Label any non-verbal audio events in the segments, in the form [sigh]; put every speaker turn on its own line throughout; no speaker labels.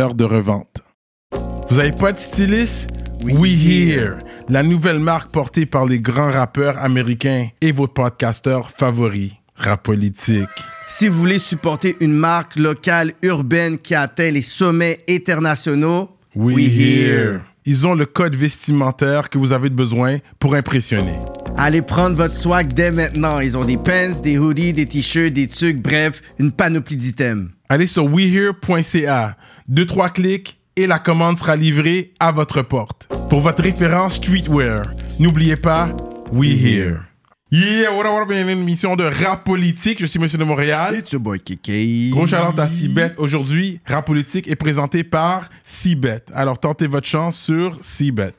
de revente. Vous avez pas de styliste? We, Here, la nouvelle marque portée par les grands rappeurs américains et vos podcasteurs favoris. Rap politique.
Si vous voulez supporter une marque locale urbaine qui atteint les sommets internationaux,
We, Here. Ils ont le code vestimentaire que vous avez besoin pour impressionner.
Allez prendre votre swag dès maintenant. Ils ont des pens, des hoodies, des t-shirts, des tucs, bref, une panoplie d'items.
Allez sur wehere.ca. Deux, trois clics et la commande sera livrée à votre porte. Pour votre référence streetwear, n'oubliez pas We Here. Yeah, what up, what up, bienvenue à une émission de rap politique. Je suis Monsieur de Montréal.
It's your boy Kiki.
Gros chaleur à Cibet. Aujourd'hui, rap politique est présenté par Cibet. Alors tentez votre chance sur Cibet.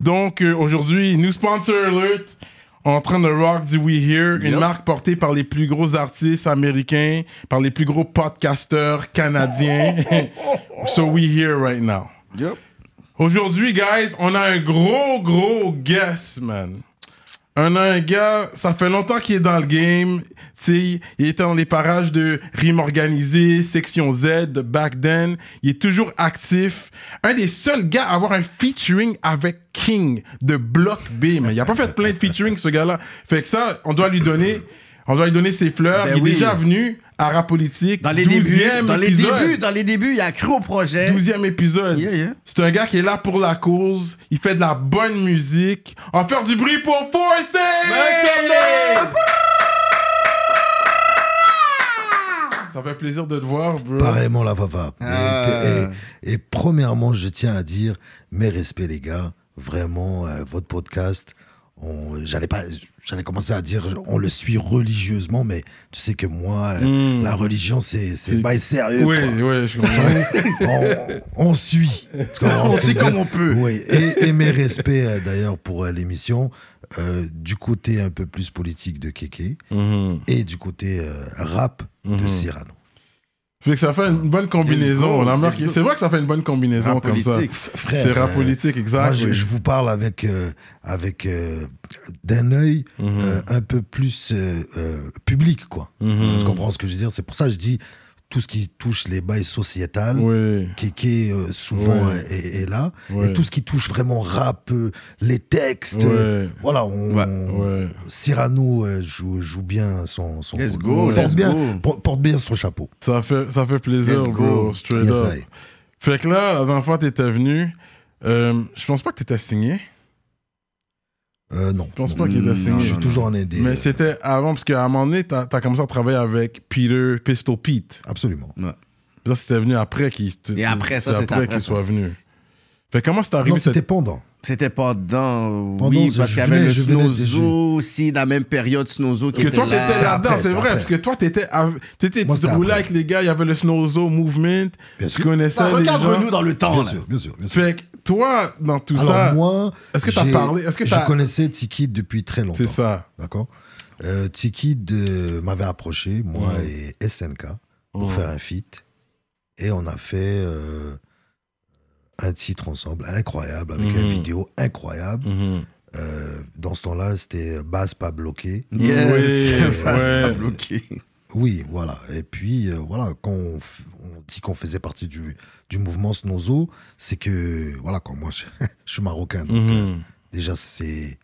Donc euh, aujourd'hui, nous sponsor alert. En train de rock du We Here, une
Yep.
marque portée par les plus gros artistes américains, par les plus gros podcasteurs canadiens. so we here right now.
Yup.
Aujourd'hui, guys, on a un gros, gros guest, man. On a un gars, ça fait longtemps qu'il est dans le game. Tu sais, il était dans les parages de Rime Organisé, Section Z, de Back Then. Il est toujours actif. Un des seuls gars à avoir un featuring avec King de Block B, man. Il a pas fait plein de featuring, ce gars-là. Fait que ça, on doit lui donner, on doit lui donner ses fleurs.
Ben
il est
oui.
déjà venu à Rap Politique.
Dans les
12e
débuts, dans les
épisode.
débuts, dans les débuts, il a cru au projet.
12e épisode.
Yeah, yeah.
C'est un gars qui est là pour la cause. Il fait de la bonne musique. On va faire du bruit pour Force! Ça fait plaisir de te voir, bro.
Pareillement la papa.
Ah.
Et, et- et premièrement, je tiens à dire mes respects les gars. Vraiment, euh, votre podcast, on- j'allais pas, j'allais commencer à dire, on le suit religieusement, mais tu sais que moi, euh,
Mm.
la religion, c'est c'est
C'est-
pas sérieux.
Oui,
quoi.
oui, je comprends.
[laughs] On, on suit. Tu comprends
On
ce que
suit
je veux
comme on peut.
Oui. Et, et mes respects euh, d'ailleurs pour euh, l'émission euh, du côté un peu plus politique de Keke
Mhm.
et du côté euh, rap de
Mhm.
Cyrano.
Fait que ça fait une bonne combinaison.
Let's go,
on a marqué.
let's go.
C'est vrai que ça fait une bonne combinaison
Rap
comme ça.
politique.
F- Frère,
C'est rap
euh,
politique, exact.
Moi, je,
oui.
je vous parle avec, euh, avec euh, d'un œil
Mhm.
euh, un peu plus euh, euh, public, quoi.
Mhm.
Tu comprends ce que je veux dire C'est pour ça que je dis tout ce qui touche les bails sociétales,
Oui.
qui, qui est, euh, souvent
Ouais.
euh, est, est là,
Ouais.
et tout ce qui touche vraiment rap, euh, les textes. euh,
Ouais.
Voilà, on,
Ouais.
Cyrano euh, joue, joue bien son, son
Let's
rôle.
go,
porte,
let's
bien,
go.
por- porte bien son chapeau.
Ça fait, ça fait plaisir,
Let's go.
bro. Oh, Straight
Yes,
up.
I.
Fait que là, la dernière fois, t'étais venu. Euh, je pense pas que t'étais signé.
Euh, non,
Je pense
non.
pas qu'il a
Non,
signé.
non,
je suis toujours euh, en aidé.
Mais c'était avant, parce qu'à un moment donné, t'as as commencé à travailler avec Peter Pistol Pete.
Absolument.
Puis Ça, c'était venu après qu'il
Et après ça,
c'est
c'était après ça.
qu'il soit venu. Fait comment c'est
Non,
arrivé
c'était
cette...
pendant.
C'était pas dedans.
Pendant
oui,
ce-
parce
je
qu'il y avait
venais-
le
je venais de-
Snowzo aussi, dans la même période, Snowzo qui
que
était
toi,
là.
t'étais là-dedans,
Après,
c'est
c'était
vrai,
après.
parce que toi, t'étais, av- t'étais,
Moi,
tu te
c'était
roulais
après.
avec les gars, il y avait le Snowzo Movement,
Bien
tu
sûr.
connaissais les gens.
Regarde-nous Bah, dans le temps,
Bien
là.
sûr, bien sûr, bien sûr.
Fait que toi, dans tout
Alors
ça,
moi,
est-ce que t'as
j'ai-
parlé- est-ce que t'as-
je connaissais Tiki depuis très longtemps.
c'est ça.
D'accord. Euh, Tiki de- m'avait approché, moi et SNK, pour faire un feat. Et on a fait euh, un titre ensemble, incroyable, avec une
Mhm.
vidéo incroyable.
Mhm.
Euh, dans ce temps-là, c'était Basse pas bloqué. euh,
Yes.
Oui,
[laughs] Pas
ouais.
bloqué.
Oui, voilà. Et puis, euh, voilà, quand on, f- on dit qu'on faisait partie du, du mouvement Snozo, c'est que, voilà, quand moi, [laughs] je, je suis marocain, donc euh,
Mhm.
Déjà, c'est.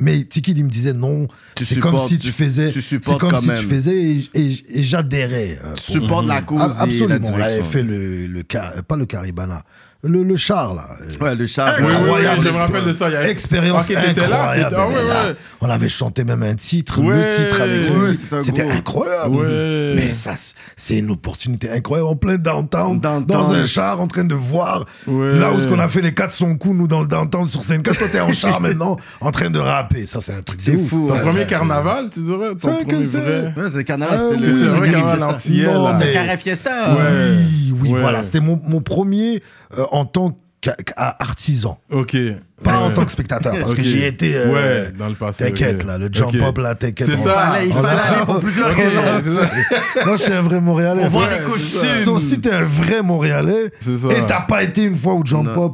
Mais Tiki, il me disait non,
Tu
c'est comme
supportes,
si tu faisais.
tu
C'est
supportes
comme
quand
si
même.
tu faisais et, et- et j'adhérais. euh,
Tu
pour-
supportes la cause
Ah,
et la
Absolument. On avait
direction.
fait le, le ca- euh, pas le Caribana, le, le char, là.
Ouais, le char.
Oui, oui, oui,
Incroyable
je me rappelle
expérience.
de ça, il y a-
Expérience
Ok, t'étais là,
incroyable,
t'étais- ah ouais,
mais là,
ouais.
On avait chanté même un titre,
Ouais.
le titre avec
Ouais,
lui.
c'était un
C'était
gros.
incroyable.
Ouais.
Mais ça, c- c'est une opportunité incroyable. En plein downtown,
Downtown.
dans un char, en train de voir
Ouais.
là où ce qu'on a fait les 400 coups, nous, dans le downtown sur scène. Quand toi,
[laughs]
t'es en char maintenant, en train de rapper. Ça, c'est un truc de
C'est
ouf.
fou, ouais,
Ton
Ça, c'est un
premier
truc de-
carnaval, tu dirais Ton
Cinq,
premier
c'est-
vrai.
Ouais, c'est le carnaval,
Ah
c'était
oui,
le.
C'est
le
vrai
Carré
carnaval
Fiesta.
antillais,
Non,
là.
mais-
Le Carré Fiesta. hein.
Ouais.
Oui, oui,
Ouais.
voilà. C'était mon, mon premier euh, en tant qu'artisan.
Ok.
Pas en
Ouais.
tant que spectateur, parce
Ok.
que j'y étais. euh,
Ouais, dans le passé,
T'inquiète,
ok.
là, le jump
Ok.
up, là, t'inquiète.
C'est
on
ça.
va-
Fallait- Il
on
fallait
va-
aller pour
[laughs]
plusieurs raisons.
Moi, je suis un vrai Montréalais.
On voit
Ouais,
les
c'est
costumes.
ça. Sauf si t'es un vrai Montréalais
C'est ça.
et t'as pas été une fois au jump
Non.
up,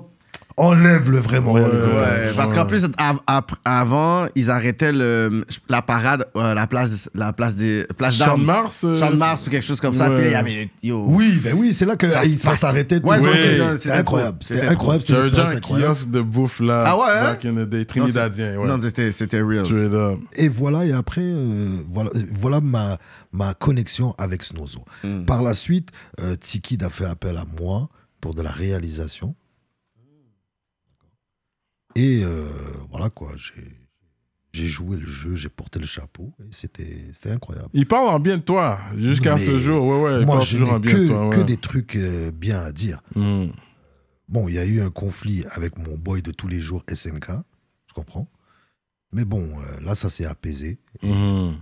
enlève le vrai Montréalais.
Ouais,
de ta vie.
Ouais, parce qu'en plus, av- ap- avant, ils arrêtaient le, la parade, euh, la place, la place des, place
Champ de
d'armes.
Mars euh,
Champ de Mars ou quelque chose comme ça.
Ouais.
Puis là, il y avait, yo.
Oui, ben oui, c'est là que
Ça
ils
se passe.
s'arrêtaient.
Ouais,
ouais,
c'était-
c'était
c'était
incroyable.
trop.
C'était
C'était
incroyable. C'était une
J'avais déjà
expérience
un
incroyable.
kiosque de bouffe là.
Ah ouais, hein?
Back in the day,
Non, c'est-
Trinidadien, ouais.
Non, c'était, c'était real.
Straight up.
Et voilà, et après, euh, voilà, voilà ma, ma connexion avec Snozo.
Hmm.
Par la suite, euh, Tiki a fait appel à moi pour de la réalisation. Et euh, voilà quoi, j'ai- j'ai joué le jeu, j'ai porté le chapeau, et c'était c'était incroyable.
Il parle en bien de toi, jusqu'à
Mais
ce jour. Ouais, ouais, il
moi,
parle
je
toujours en
n'ai
bien
que,
de toi.
que
Ouais.
des trucs euh, bien à dire.
Mm.
Bon, il y a eu un conflit avec mon boy de tous les jours, SNK, je comprends. Mais bon, euh, là, ça s'est apaisé.
Mhm.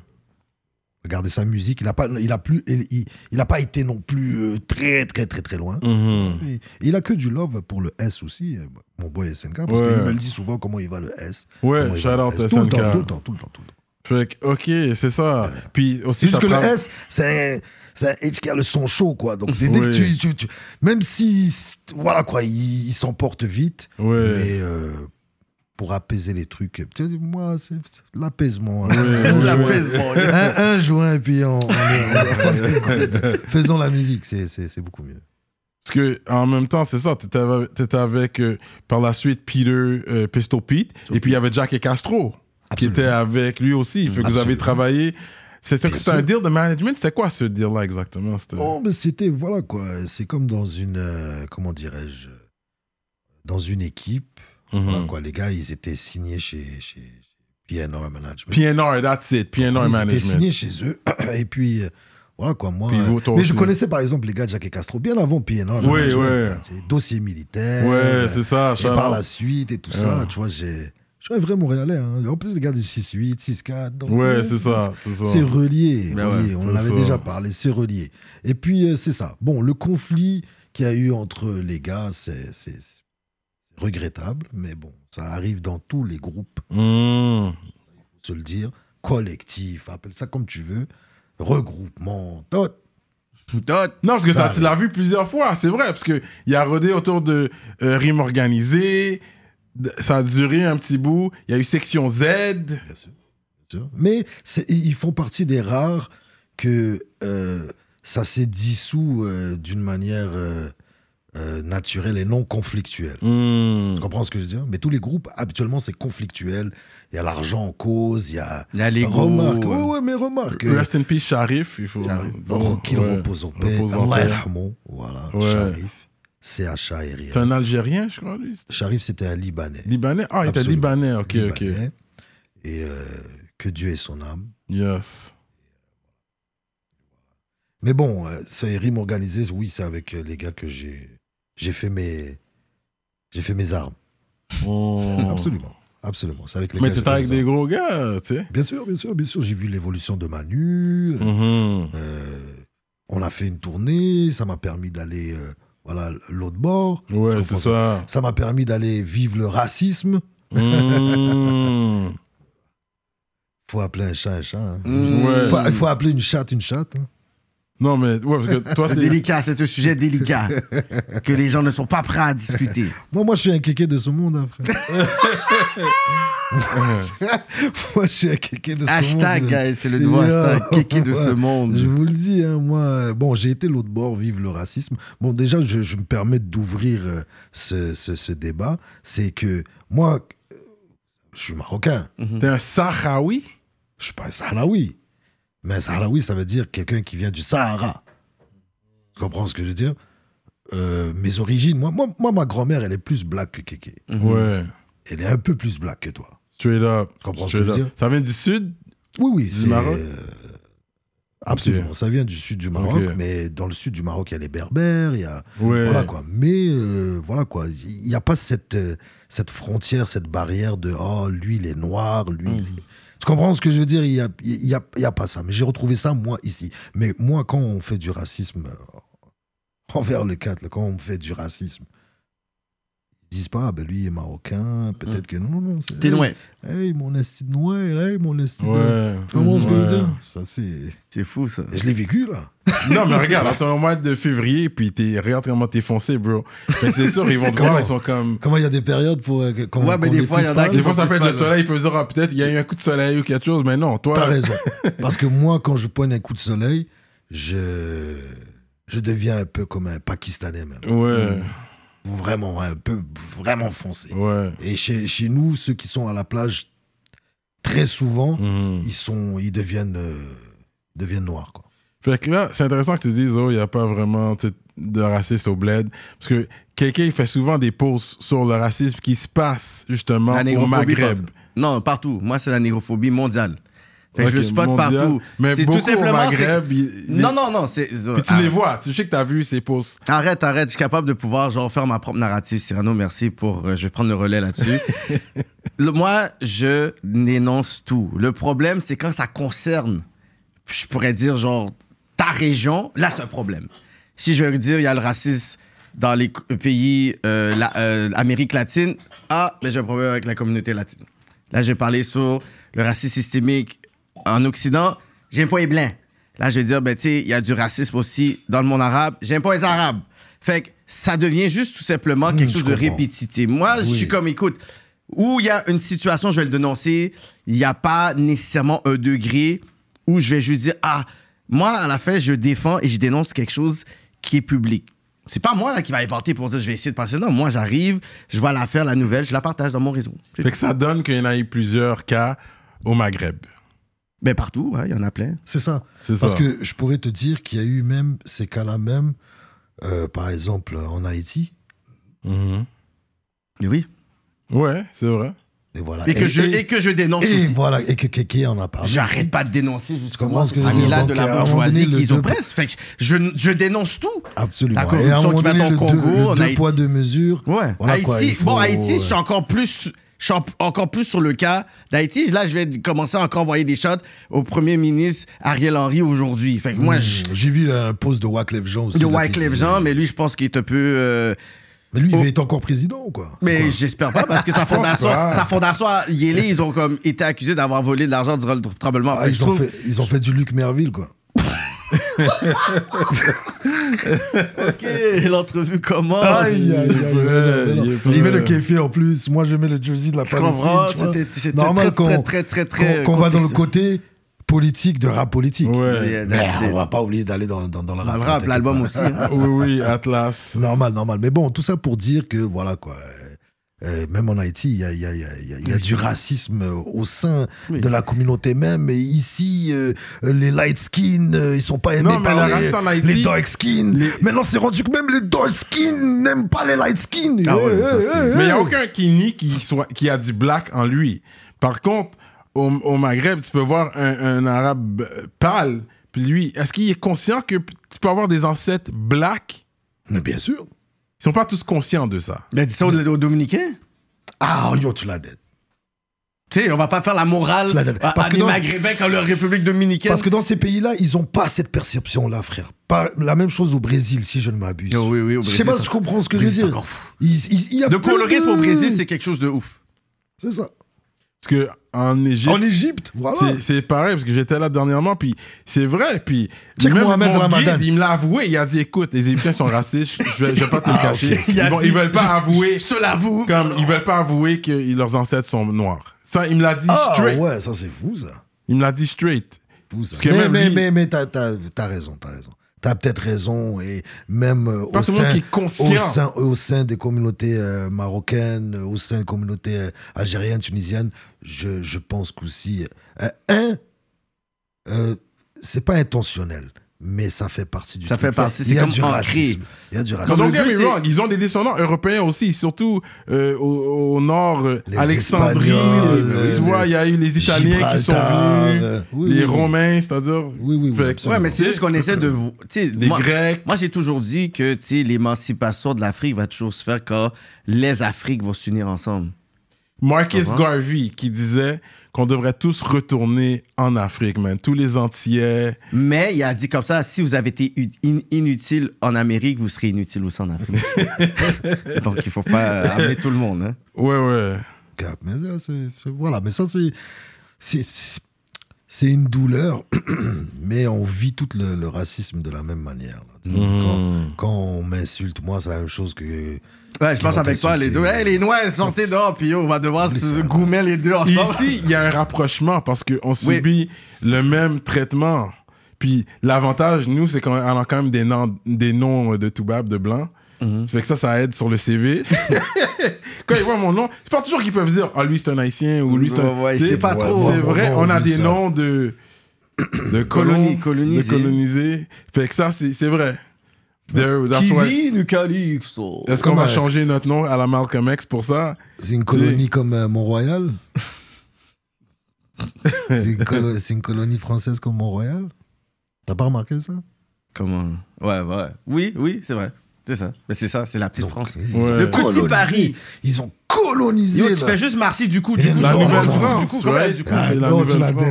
Regardez sa musique, il n'a pas, il a plus, il, il- il a pas été non plus euh, très très très très loin.
Mhm.
Et Il a que du love pour le S aussi, euh, mon boy SNK, parce
Ouais.
qu'il me le dit souvent comment il va le S. comment
Ouais,
il
shout
va le
out
S. Tout le temps, tout le
SNK.
temps, tout le temps, tout le temps.
Fait que, ok, c'est ça. Puis aussi,
C'est juste
ça
que le
prend-
S, c'est un, c'est un Edge qui a le son chaud, quoi. Donc dès, dès que
Oui.
tu, tu- tu- même si, voilà quoi, il, il s'emporte vite,
Ouais.
mais euh, pour apaiser les trucs, tu sais, moi, c'est c'est l'apaisement. hein.
Ouais,
[laughs]
ouais,
l'apaisement. un, un joint et puis on, on est- on est good. faisons la musique, c'est- c'est c'est beaucoup mieux.
Parce que en même temps, c'est ça, t'étais avec, t'étais avec, euh, par la suite Peter euh, Pistol Pete, et puis il y avait Jack et Castro qui euh,
Absolument.
étaient avec lui aussi. Fait que vous avez
Absolument.
travaillé. C'était
Bien
c'était
sûr.
un deal de management. C'était quoi ce deal-là exactement C'était-
Non, Oh, mais c'était, voilà quoi, c'est comme dans une, euh, comment dirais-je, dans une équipe,
Mhm.
voilà quoi, les gars, ils étaient signés chez, chez PNR Management.
PNR, that's it. PNR
Ils étaient
management.
signés chez eux. [coughs] Et puis, euh, voilà quoi, moi.
Puis vous, toi
euh, mais je
aussi.
connaissais par exemple les gars de Jacques et Castro bien avant PNR.
Oui,
Management,
ouais.
hein, tu sais, Dossier militaire.
Ouais,
euh,
c'est ça.
Et
shout
par
out.
la suite et tout ça,
Ouais.
tu vois, j'ai. Je suis un vrai Montréalais. hein. En plus, les gars du 6-8, 6-4. donc
Ouais, c'est ça. C'est ça.
C'est relié.
Ben
relié.
ouais,
On
c'est
en avait
ça.
déjà parlé, c'est relié. Et puis, euh, c'est ça. Bon, le conflit qu'il y a eu entre les gars, c'est c'est- c'est regrettable, mais bon, ça arrive dans tous les groupes
Mm.
se le dire, collectif, appelle ça comme tu veux, regroupement, tot.
Tot.
Non, parce que
Ça
t'as-
arrive.
tu l'as vu plusieurs fois, c'est vrai, parce qu'il y a rodé autour de euh, Rime Organisé, de- ça a duré un petit bout, il y a eu Section Z.
Bien sûr, bien sûr. Mais c'est- ils font partie des rares que euh, ça s'est dissous euh, d'une manière euh, euh, naturelle et non conflictuelle.
Mm.
Tu comprends ce que je veux dire Mais tous les groupes, habituellement, c'est conflictuel. Il y a l'argent en cause, il y a...
Il y a l'ego.
Remarque, ouais, ouais, mais remarque. euh,
Rest in peace, Sharif, il faut.
Sharif.
dire.
Oh, qu'il
Ouais.
repose en paix.
Repose en
Allah
paix.
yarhamo. Voilà,
Ouais.
Sharif, CHA et
C'est un Algérien, je crois, lui. c'était-
Sharif, c'était un Libanais.
Libanais Ah, il était
Absolument.
Libanais, ok, ok.
Libanais. Et euh, que Dieu ait son âme.
Yes.
Mais bon, euh, ce rime organisé, oui, c'est avec euh, les gars que j'ai j'ai fait mes j'ai fait mes armes.
Oh.
[laughs] Absolument, absolument. C'est avec les
Mais
gars. que j'ai
t'étais
fait
avec
mes
des
armes.
gros gars, tu sais.
Bien sûr, bien sûr, bien sûr. J'ai vu l'évolution de Manu. euh,
Mhm.
euh, on a fait une tournée. Ça m'a permis d'aller euh, voilà l'autre bord.
Ouais,
Tu
c'est
comprends
ça.
Ça m'a permis d'aller vivre le racisme.
Mm.
Faut appeler un chat un chat. hein.
Mmh.
Ouais.
Faut, faut appeler une chatte une chatte. hein.
Non, mais ouais, parce que toi,
C'est
t'es.
[laughs] délicat, c'est un sujet
[laughs]
délicat que les gens ne sont pas prêts à discuter.
Moi, moi, je suis un kéké de ce monde, hein, frère.
[laughs]
[laughs] moi, je suis un kéké de ce
hashtag,
monde. hein.
guys, c'est le nouveau
Yo.
hashtag kéké de
[laughs]
ce
Je
monde.
vous le dis, hein, moi, euh, bon, j'ai été l'autre bord, vive le racisme. Bon, déjà, je, je me permets d'ouvrir euh, ce, ce- ce débat. C'est que moi, euh, je suis marocain.
T'es un Sahraoui
Je suis pas un Sahraoui. Mais un Sahraoui, ça veut dire quelqu'un qui vient du Sahara. Tu comprends ce que je veux dire euh, mes origines. Moi, moi, moi, ma grand-mère, elle est plus black que Kéké.
Ouais.
Elle est un peu plus black que toi.
Straight up.
Tu comprends ce
Straight
que je veux
up.
dire
Ça vient du sud
Oui, oui, c'est.
Maroc
euh, Absolument, ça vient du sud du Maroc,
Ok.
mais dans le sud du Maroc, il y a les Berbères, il y a.
Ouais.
Voilà quoi. Mais euh, voilà quoi. Il n'y a pas cette, euh, cette frontière, cette barrière de oh, lui il est noir, lui il est-
Mm.
Tu comprends ce que je veux dire Il n'y a, il y a, il y a pas ça. Mais j'ai retrouvé ça moi ici. Mais moi, quand on fait du racisme euh, envers le 4, quand on fait du racisme, ils disent pas, ah, ben lui il est marocain, peut-être que non, non, non. c'est-
Mm. T'es loin.
Hey, mon esti de noir, hey, mon esti de-
Ouais.
Comment est-ce que je veux
Ouais.
dire Ça, c'est.
C'est fou, ça.
Je l'ai vécu là.
Non, mais regarde, attends au mois de février, puis t'es, regarde comment t'es foncé, bro. Fait que c'est sûr, ils vont te voir,
Comment
ils sont comme.
Comment il y a des périodes pour. euh, que- qu'on-
Ouais, mais
qu'on
des fois, il y en a
dépiste pas
qui
Des
sont
fois,
plus
ça peut être le
malins.
soleil, ils peuvent se dire, ah, peut-être, il y a eu un coup de soleil ou quelque chose, mais non, toi.
T'as
[laughs]
raison. Parce que moi, quand je pointe un coup de soleil, je, je deviens un peu comme un Pakistanais même.
Ouais,
Vraiment, un peu, vraiment
Mm.
foncé.
ouais.
Et chez, chez nous, ceux qui sont à la plage, très souvent,
Mm.
Mhm.
ils, sont, ils deviennent, euh, deviennent noirs. Quoi.
Fait que là, c'est intéressant que tu dises, oh, il n'y a pas vraiment tu sais, de racisme au bled. Parce que quelqu'un, il fait souvent des posts sur le racisme qui se passe, justement,
La
au
négrophobie.
Maghreb.
pas- Non, partout. Moi, c'est la négrophobie mondiale. Fait que je le
Ok,
spot
mondial.
partout.
Mais
C'est
beaucoup au
c'est que-
Maghreb. il- il-
Non, Ah. non, non. c'est- euh,
Puis tu les vois, tu sais que t'as vu ces posts.
Arrête, arrête, je suis capable de pouvoir genre faire ma propre narrative. Cyrano, merci pour. euh, je vais prendre le relais
[laughs]
là-dessus. Le- moi, je n'énonce tout. Le problème, c'est quand ça concerne, je pourrais dire genre ta région, là c'est un problème. Si je veux dire il y a le racisme dans les co- pays euh, la- euh, Amérique latine, ah, mais j'ai un problème avec la communauté latine. Là, j'ai parlé sur le racisme systémique en Occident. J'aime pas les blancs. Là, je vais dire, ben, tu sais, il y a du racisme aussi dans le monde arabe. J'aime pas les arabes. Fait que ça devient juste tout simplement quelque
Mmh, je
chose de
comprends.
répétitif. Moi, je
Oui.
suis comme, écoute, où il y a une situation, je vais le dénoncer, il n'y a pas nécessairement un degré où je vais juste dire, ah, moi, à la fin, je défends et je dénonce quelque chose qui est public. C'est pas moi là, qui va inventer pour dire je vais essayer de passer. Non, moi j'arrive, je vois la faire, la nouvelle, je la partage dans mon réseau. C'est
Fait que ça donne qu'il y en a eu plusieurs cas au Maghreb.
Ben partout, hein, il y en a plein.
C'est ça.
C'est
Parce
ça.
que je pourrais te dire qu'il y a eu même ces cas-là même, euh, par exemple en Haïti.
Mhm.
Mais Oui.
Ouais, c'est vrai.
Et voilà.
Et que, je, et que je dénonce
et
aussi.
voilà, et que Kéké en a parlé.
J'arrête pas de dénoncer jusqu'au
comprends ce que je veux
famille
dire?
là
Donc,
de
à un
la
moment
bourgeoisie
donné, le
qu'ils
deux-
oppressent. Fait que je, je dénonce tout.
Absolument.
La
et à
corruption
un moment
qui va
donné,
dans
le
le Congo,
deux,
en
le deux
Haïti.
poids, deux mesures.
Ouais.
Voilà
Haïti,
quoi, il faut-
bon, Haïti, je suis
euh,
encore plus. Je suis en- encore plus sur le cas d'Haïti. Là, je vais commencer à encore envoyer des shots au premier ministre Ariel Henry aujourd'hui. Fait que moi, je.
Hmm. J'ai vu là, un poste de Wyclef Jean aussi.
De
là, qui
Wyclef
disait-
Jean, mais lui, je pense qu'il est un peu. euh,
Mais lui, il
Oh.
va être encore président ou quoi C'est
Mais
quoi
j'espère pas, parce que
[laughs]
sa fondation,
Pourquoi
sa fondation à Yélé, ils ont comme été accusés d'avoir volé de l'argent durant le tremblement.
Ah,
Fait que
ils,
je
ont
trouve-
fait, ils ont fait du Luc Merville, quoi.
Ok, l'entrevue commence.
Aïe, aïe, aïe,
il est
aïe,
pas-
aïe, aïe,
il est
aïe.
pas-
Il met le kéfé en plus. Moi, je mets le jersey de la
Je
Palestine.
comprends,
tu vois.
c'était c'était
Normal
très, très,
qu'on-
très, très, très. euh,
Qu'on qu'on va dans le
contextuel.
côté politique de rap politique.
Ouais.
Yeah,
Mais
that's
on
it.
va pas oublier d'aller dans, dans, dans le rap.
Dans le rap,
t'inquiète
l'album
pas.
aussi. hein.
[laughs] oui, oui, Atlas.
Normal, normal. Mais bon, tout ça pour dire que, voilà, quoi. euh, euh, même en Haïti, il y a, il y a- il y a- il y a- il y a du racisme euh, au sein
Oui.
de la communauté même. Et ici, euh, les light skin, euh, ils sont pas aimés
Non, mais
par
la
les,
race en Haïti-
les dark skin.
Les-
Maintenant, c'est rendu que même les dark skin n'aiment pas les light skin.
Ah ouais,
Eh,
ça,
eh,
c'est-
Mais
eh,
il n'y
eh.
a aucun qui nie qu'il soit- qu'il y a du black en lui. Par contre, au, au Maghreb, tu peux voir un, un arabe euh, pâle, puis lui, est-ce qu'il est conscient que p- tu peux avoir des ancêtres black
Mais bien sûr.
Ils sont pas tous conscients de ça.
Ben, dis ça aux, aux Dominicains.
Ah, yo, tu l'as dead.
Tu sais, on va pas faire la morale
Tu l'as dit.
à,
Parce
à
que
des
dans-
Maghrébins quand leur République Dominicaine.
Parce que dans ces pays-là, ils ont pas cette perception-là, frère. Pas, la même chose au Brésil, si je ne m'abuse.
Oh, oui, oui, au
je sais
Brésil,
pas si
ça-
tu comprends ce que je
Brésil,
veux
c'est
dire.
encore fou.
Il- il- il y a
Le
plus
colorisme
de-
au Brésil, c'est quelque chose de ouf.
C'est ça.
Parce que en Égypte,
En Égypte, voilà.
c'est- c'est pareil, parce que j'étais là dernièrement, puis c'est vrai, puis
Check
même
Mohamed
mon
Ramadan.
guide, il me l'a avoué, il a dit, écoute, les Égyptiens sont racistes, je vais, je vais pas te le
Ah,
cacher.
ok.
Ils,
Il a
vont-
dit-
ils veulent pas avouer,
Je te l'avoue.
comme ils veulent pas avouer que leurs ancêtres sont noirs. Ça, il me l'a dit
Ah
straight.
ouais, ça c'est fou ça.
Il me l'a dit straight.
Fou, ça.
Parce que
mais,
même
mais,
lui-
mais, mais t'as, t'as, t'as raison, t'as raison. T'as peut-être raison et même euh,
Pas
au,
tout le monde
sein,
qui est conscient.
au sein au sein des communautés euh, marocaines, au sein des communautés euh, algériennes, tunisiennes, je, je pense qu'aussi euh, un euh, c'est pas intentionnel, mais ça fait partie du
Ça
truc.
fait partie, c'est
Il y a
comme
du
ancré.
racisme. Il y a du
Non,
racisme.
don't
le
get
but,
me
c'est-
wrong, ils ont des descendants européens aussi, surtout euh, au, au nord, euh,
Les
Alexandrie,
Espagnols,
euh,
euh,
tu vois, il y a eu les Italiens qui sont
Gibraltar,
venus,
euh, oui,
les
oui, oui.
Romains, c'est-à-dire
Oui, oui, oui,
Fait-
absolument.
Ouais, mais c'est juste qu'on essaie de. vo- tu sais,
les
moi-
Grecs.
Moi, j'ai toujours dit que tu sais, l'émancipation de l'Afrique va toujours se faire quand les Afriques vont s'unir ensemble.
Marcus
Comment?
Garvey qui disait qu'on devrait tous retourner en Afrique, man. Tous les Antillais.
Mais il a dit comme ça, si vous avez été u- in- inutile en Amérique, vous serez inutile aussi en [laughs] Afrique. Donc, il faut pas euh, amener tout le monde. hein.
Ouais, ouais.
cap. Mais là, c'est- c'est- voilà, mais ça, c'est- c'est. c'est- C'est une douleur, [clears throat] mais on vit tout le, le racisme de la même manière. là.
Mmh.
Quand, quand on m'insulte, moi, c'est la même chose que.
Ouais, je
Ils
pense
vont
avec toi, les deux.
t'insulter.
Hey, les Noirs, sortez dehors, puis yo, on va devoir se goumer les deux ensemble.
Ici, il y a un rapprochement parce qu'on
Oui.
subit le même traitement. Puis l'avantage, nous, c'est qu'on a quand même des noms, des noms de Toubab, de blanc.
Mhm.
Fait que ça, ça aide sur
[laughs]
le CV. Quand ils voient mon nom, c'est pas toujours qu'ils peuvent dire Ah, lui, c'est un haïtien ou lui, c'est un.
Ouais, ouais,
Tu sais,
c'est pas
ouais,
trop.
C'est
ouais,
vrai,
ouais,
on a
oublie
des
ça.
noms de. de
Coloni-
colons,
colonisés.
De colonisés. Fait que ça, c'est c'est vrai. There- that's why-
Kiwi, nous calypso.
Est-ce qu'on va
Ouais.
changer notre nom à la Malcolm X pour ça
C'est une colonie comme
[laughs]
euh, Mont-Royal C'est une, colo- c'est une colonie française comme Mont-Royal T'as pas remarqué ça
Comment Ouais, ouais. Oui, oui, c'est vrai. C'est ça. Mais c'est ça, c'est la petite
Ils ont-
France.
ils ont
Ouais. Le
petit
colonisé.
Paris.
Ils ont colonisé.
Yo, tu
là.
fais juste marcher du coup, du
bah. Et
coup,
la
du coup,
Nouvelle
du coup,
France,
du coup, comment
ouais.
du coup.
Ah,
Ah,
la
non, tu
Nouvelle
l'as
France.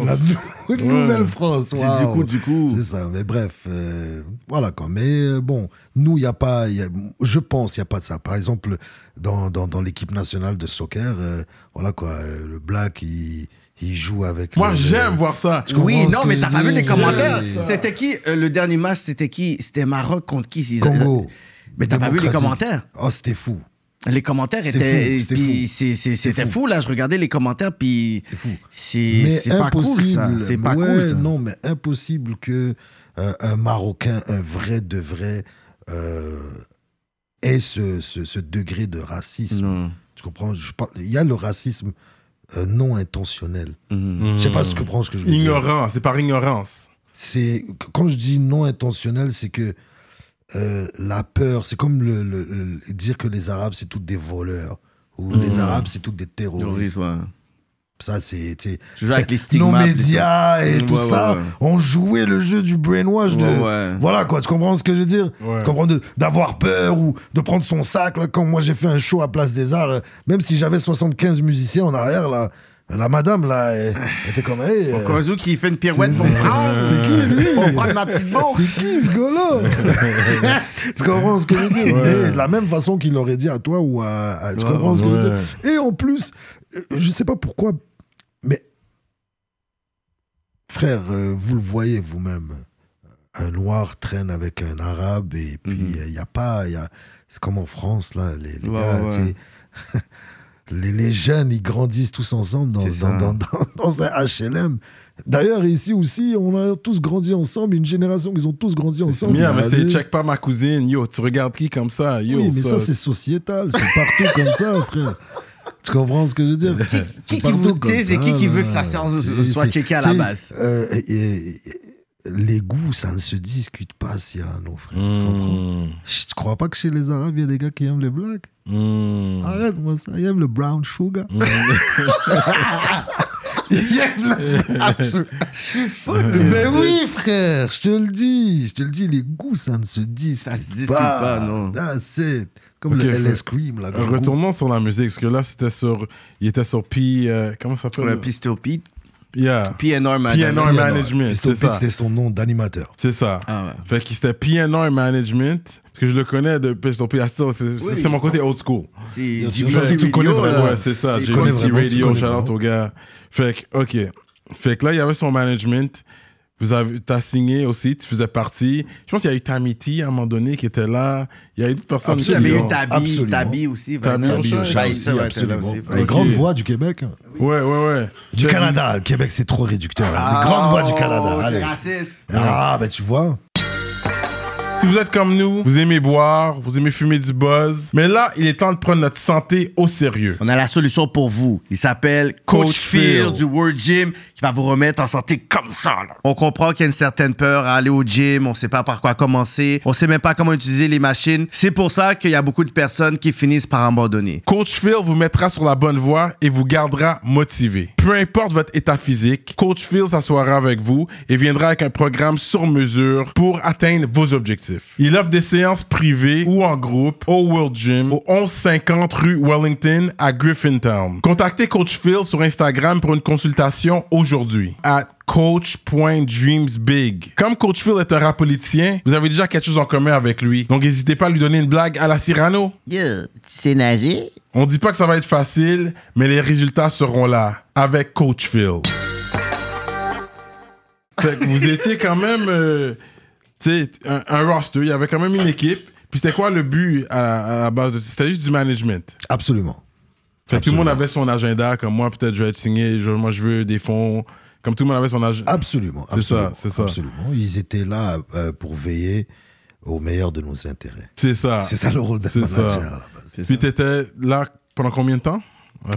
la nou- nouvelle France.
C'est du coup,
waouh.
du coup.
C'est ça, mais bref, euh, voilà quoi. Mais euh, bon, nous, il n'y a pas, il y a- je pense, il n'y a pas de ça. Par exemple, dans, dans, dans l'équipe nationale de soccer, euh, voilà quoi, euh, le Black, il, il joue avec.
Moi,
le-
j'aime voir ça.
Tu
Oui,
comprends ce
non,
que
mais
je
t'as
veux
pas vu
dire
les commentaires.
Oui.
C'était qui euh, le dernier match C'était qui C'était Maroc contre qui c'est-
Congo.
Euh, Mais t'as pas vu les
Démocratique.
commentaires
Oh, c'était fou.
Les commentaires
C'était
étaient.
fou, c'était
puis
fou.
c'est- c'est- C'était
fou.
fou. là. Je regardais les commentaires, puis.
C'est fou.
C'est c'est pas cool, ça. C'est pas
Ouais,
cool, ça.
Non, mais impossible que euh, un Marocain, un vrai de vrai, euh, ait ce, ce, ce degré de racisme.
Non.
Tu comprends Je parle- Il y a le racisme euh, non intentionnel.
Mhm.
Je sais pas si tu comprends ce que je veux dire.
Hmm. Ignorant, c'est par ignorance.
C'est quand je dis non intentionnel, c'est que euh, la peur, c'est comme le, le- le- dire que les Arabes c'est toutes des voleurs ou les Arabes c'est toutes des terroristes.
Terroriste, ouais.
Ça c'est tu sais,
Tu joues avec les
nos
stigmates. les
médias et
Ouais,
tout
ouais,
ça
ouais.
ont joué le jeu du brainwash. de,
Ouais, ouais.
Voilà quoi, tu comprends ce que je veux dire
Ouais.
Tu comprends de- d'avoir peur ou de prendre son sac. Là, quand moi j'ai fait un show à Place des Arts, euh, même si j'avais 75 musiciens en arrière, là, la madame là, elle, elle était comme. Hey, euh,
Okazu qui fait une pirouette pour
C'est-
prendre.
c'est qui, lui
Pour prendre ma petite
c'est
bourse.
qui ce gars-là [laughs] Tu comprends ce que je veux dire
Ouais.
Et De la même façon qu'il aurait dit à toi ou à. à- tu comprends ce que je veux
Ouais.
dire Et en plus, euh, je sais pas pourquoi, mais. Frère, euh, vous le voyez vous-même. Un noir traîne avec un arabe et puis il
Mhm.
n'y a pas. y a- C'est comme en France, là, les, les
Ouais,
gars,
ouais.
tu sais, [laughs] les, les jeunes, ils grandissent tous ensemble dans,
C'est ça.
dans- dans- dans- dans un HLM. D'ailleurs, ici aussi, on a tous grandi ensemble, une génération, ils ont tous grandi ensemble.
Mia,
Il y
mais
a
c'est
des-
check pas ma cousine, yo, tu regardes qui comme ça, yo.
Oui, mais ça, c'est sociétal, c'est partout comme ça, frère. Tu comprends ce que je
[laughs]
veux dire
Qui-
C'est
Qui qui
partout
vous
comme
tise et qui
ça,
qui
là.
veut que sa séance
C'est-
soit
c'est-
checkée à la
tu sais,
base
euh, et- et- les goûts, ça ne se discute pas, Cyrano, frère. Tu comprends
Mm.
Je- Tu crois pas que chez les Arabes, il y a des gars qui aiment les blacks Hmm.
Mm.
Arrête-moi ça, ils aiment le brown sugar. [laughs] ils aiment le brown sugar. Mais Ben oui, frère, je te le dis, je te le dis, les goûts, ça ne se discute pas.
Ça se discute pas,
bah,
non.
That's it. Comme
Ok,
le
fait-
LS Cream, là. comme goût.
Euh, Retournons sur la musique, parce que là, c'était sur. Il était sur P. euh, comment ça s'appelle
Ouais,
là?
Pistol Pete.
Yeah.
PNR,
PNR.
man.
Piano.
Management,
Pistol
c'est
Pete,
ça.
C'était son nom d'animateur.
C'est ça.
Ah ouais.
Fait qu'il c'était PNR Management, parce que je le connais de Pistol P. Ah, still, C'est c'est-
Oui.
c'est mon côté old school.
C'est
Bien sûr,
JVC
ça, tu
Radio,
connais
là.
vraiment.
Ouais, c'est ça.
C'est-
connais
JVC
vraiment, tu
Radio,
connais
shout out
vraiment.
au gars. Fait que, OK. Fait que là, il y avait son management. Vous avez, t'as signé aussi, tu faisais partie. Je pense qu'il y a eu Tamiti à un moment donné qui était là. Il y a eu d'autres personnes.
Il y avait eu
Absolument.
Tabi,
Absolument.
Tabi aussi. Bah,
Tabi
Vanessa.
Tabi au
Chat
chat
Ouais,
aussi,
ouais,
absolument.
Tabi aussi.
Les
Ok.
grandes voix du Québec. hein.
Ouais, ouais, ouais.
Du
Fait-
Canada. Le Québec, c'est trop réducteur. hein.
oh,
Ah,
Les grandes voix du
oh,
Canada.
c'est
Allez.
raciste.
Ah, ben tu vois.
Si vous êtes comme nous, vous aimez boire, vous aimez fumer du buzz. Mais là, il est temps de prendre notre santé au sérieux.
On a la solution pour vous. Il s'appelle Coach,
Coach
Phil,
Phil.
du World Gym qui va vous remettre en santé comme ça. là. On comprend qu'il y a une certaine peur à aller au gym. On sait pas par quoi commencer. On sait même pas comment utiliser les machines. C'est pour ça qu'il y a beaucoup de personnes qui finissent par abandonner.
Coach Phil vous mettra sur la bonne voie et vous gardera motivé. Peu importe votre état physique, Coach Phil s'assoira avec vous et viendra avec un programme sur mesure pour atteindre vos objectifs. Il offre des séances privées ou en groupe au World Gym au 1150 rue Wellington à Griffintown. Contactez Coach Phil sur Instagram pour une consultation aujourd'hui à coach.dreamsbig. Comme Coach Phil est un rap politicien, vous avez déjà quelque chose en commun avec lui. Donc n'hésitez pas à lui donner une blague à la Cyrano.
Yo, tu sais nager?
On dit pas que ça va être facile, mais les résultats seront là avec Coach Phil. Fait que vous étiez quand même, euh, tu sais, un, un roster. Il y avait quand même une équipe. Puis c'était quoi le but à la, à la base de- C'était juste du management.
Absolument.
Fait que tout le
Absolument.
monde avait son agenda. Comme moi, peut-être je vais être signé. je- moi, je veux des fonds. Comme tout le monde avait son
Ah,
agenda.
Absolument.
C'est ça,
absolument,
c'est ça.
Absolument. Ils étaient là euh, pour veiller au meilleur de nos intérêts.
C'est ça.
C'est ça le rôle d'un
Ah, C'est
manager
ça.
à la base.
Puis t'étais là pendant combien de temps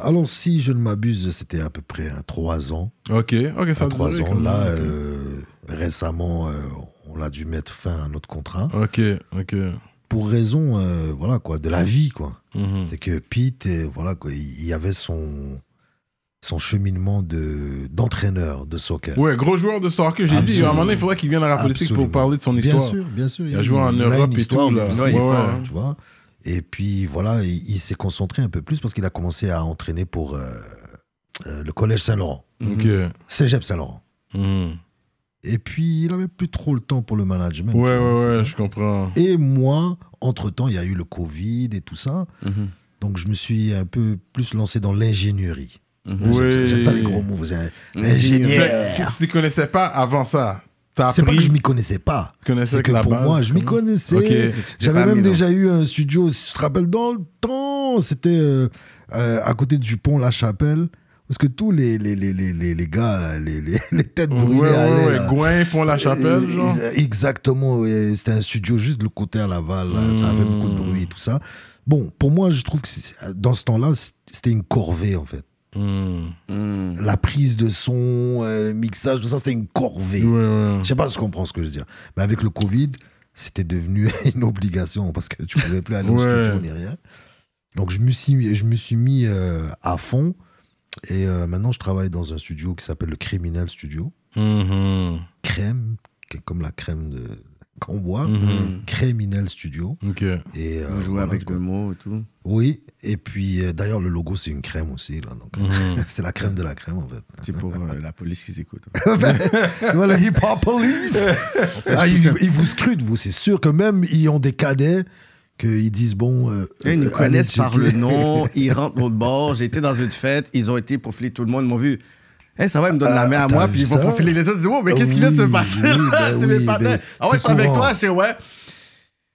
Alors, si je ne m'abuse, c'était à peu près hein, trois ans.
Ok, ok, ça
À
a
trois
duré
ans,
quand même.
là, euh, récemment, euh, on a dû mettre fin à notre contrat
Ok, ok.
pour raison, euh, voilà quoi, de la vie, quoi.
Mhm.
C'est que Pete, euh, voilà quoi, il il y avait son son cheminement de d'entraîneur de soccer.
Ouais, gros joueur de soccer. J'ai dit, à un
Absolument.
moment donné, il faudrait qu'il vienne à la politique
Absolument.
pour parler de son
Bien
histoire.
sûr, bien sûr.
Il a joué en
une
Europe et
histoire,
tout, là.
mais aussi,
Ouais, il est
euh,
fort, hein.
tu vois. Et puis voilà, il, il s'est concentré un peu plus parce qu'il a commencé à entraîner pour euh, euh, le collège Saint-Laurent,
Ok.
Cégep Saint-Laurent.
Mhm.
Et puis il avait plus trop le temps pour le management. tu
Ouais,
vois,
ouais,
c'est
ouais,
ça.
je comprends.
Et moi, entre-temps, il y a eu le Covid et tout ça. Donc, je me suis un peu plus lancé dans l'ingénierie. J'aime ça-
Oui.
J'aime ça, les gros mots.
Fait
L'ingénierie.
que Tu ne connaissais pas avant ça. T'as
C'est pas
appris.
que je m'y connaissais pas.
Tu connaissais
C'est que
la
pour
base,
moi, je m'y
comment?
connaissais.
Ok.
J'avais
pas
hein.
même
mis, non.
déjà eu un studio, si tu te rappelles, dans le temps. C'était euh, euh, à côté du pont La Chapelle. Parce que tous les, les, les, les, les, les gars, là, les, les, [laughs] les têtes brûlées,
Ouais, ouais,
allaient,
ouais.
là.
Gouin, Pont-la-Chapelle,
Euh,
genre.
euh, Exactement, ouais. c'était un studio juste de le côté à Laval, là. ça avait
Mmh.
beaucoup de bruit et tout ça. Bon, pour moi, je trouve que c'est- dans ce temps-là, c'était une corvée en fait.
Mhm.
La prise de son, euh, le mixage, tout ça, c'était une corvée.
Ouais, ouais.
Je sais pas si tu comprends ce que je veux dire. Mais avec le Covid, c'était devenu [laughs] une obligation parce que tu pouvais plus aller au
Ouais.
studio ni rien. Donc je me suis, je me suis mis euh, à fond et euh, maintenant je travaille dans un studio qui s'appelle le Criminal Studio.
Mhm.
crème, qui est comme la crème de qu'on boit,
Mhm.
Criminal Studio.
Ok.
Et, euh,
Vous jouez
voilà,
avec
quoi.
le mot et tout.
Oui, et puis euh, d'ailleurs le logo c'est une crème aussi, là, donc
Mhm.
[laughs] c'est la crème de la crème en fait. [laughs]
C'est pour euh, la police qui s'écoute.
voilà, hip hop police
[laughs]
Ah, ils, ils vous scrutent, vous, c'est sûr que même ils ont des cadets qu'ils disent bon... euh,
Ils nous
euh,
connaissent
allez
par le
[laughs] checker.
nom, ils rentrent l'autre bord. J'ai été dans une fête, ils ont été profiler tout le monde, ils m'ont vu. Eh, ça va, ils me donnent la main à
Ah, t'as
moi,
vu
puis ils vont
ça
profiler les autres. Ils disent, wow, mais
Ah
qu'est-ce qui vient de se
oui,
passer
oui,
là? [laughs]
ben
C'est mes
oui,
partenaires.
ben,
Ah ouais,
c'est
je suis avec
courant.
toi, je sais, ouais.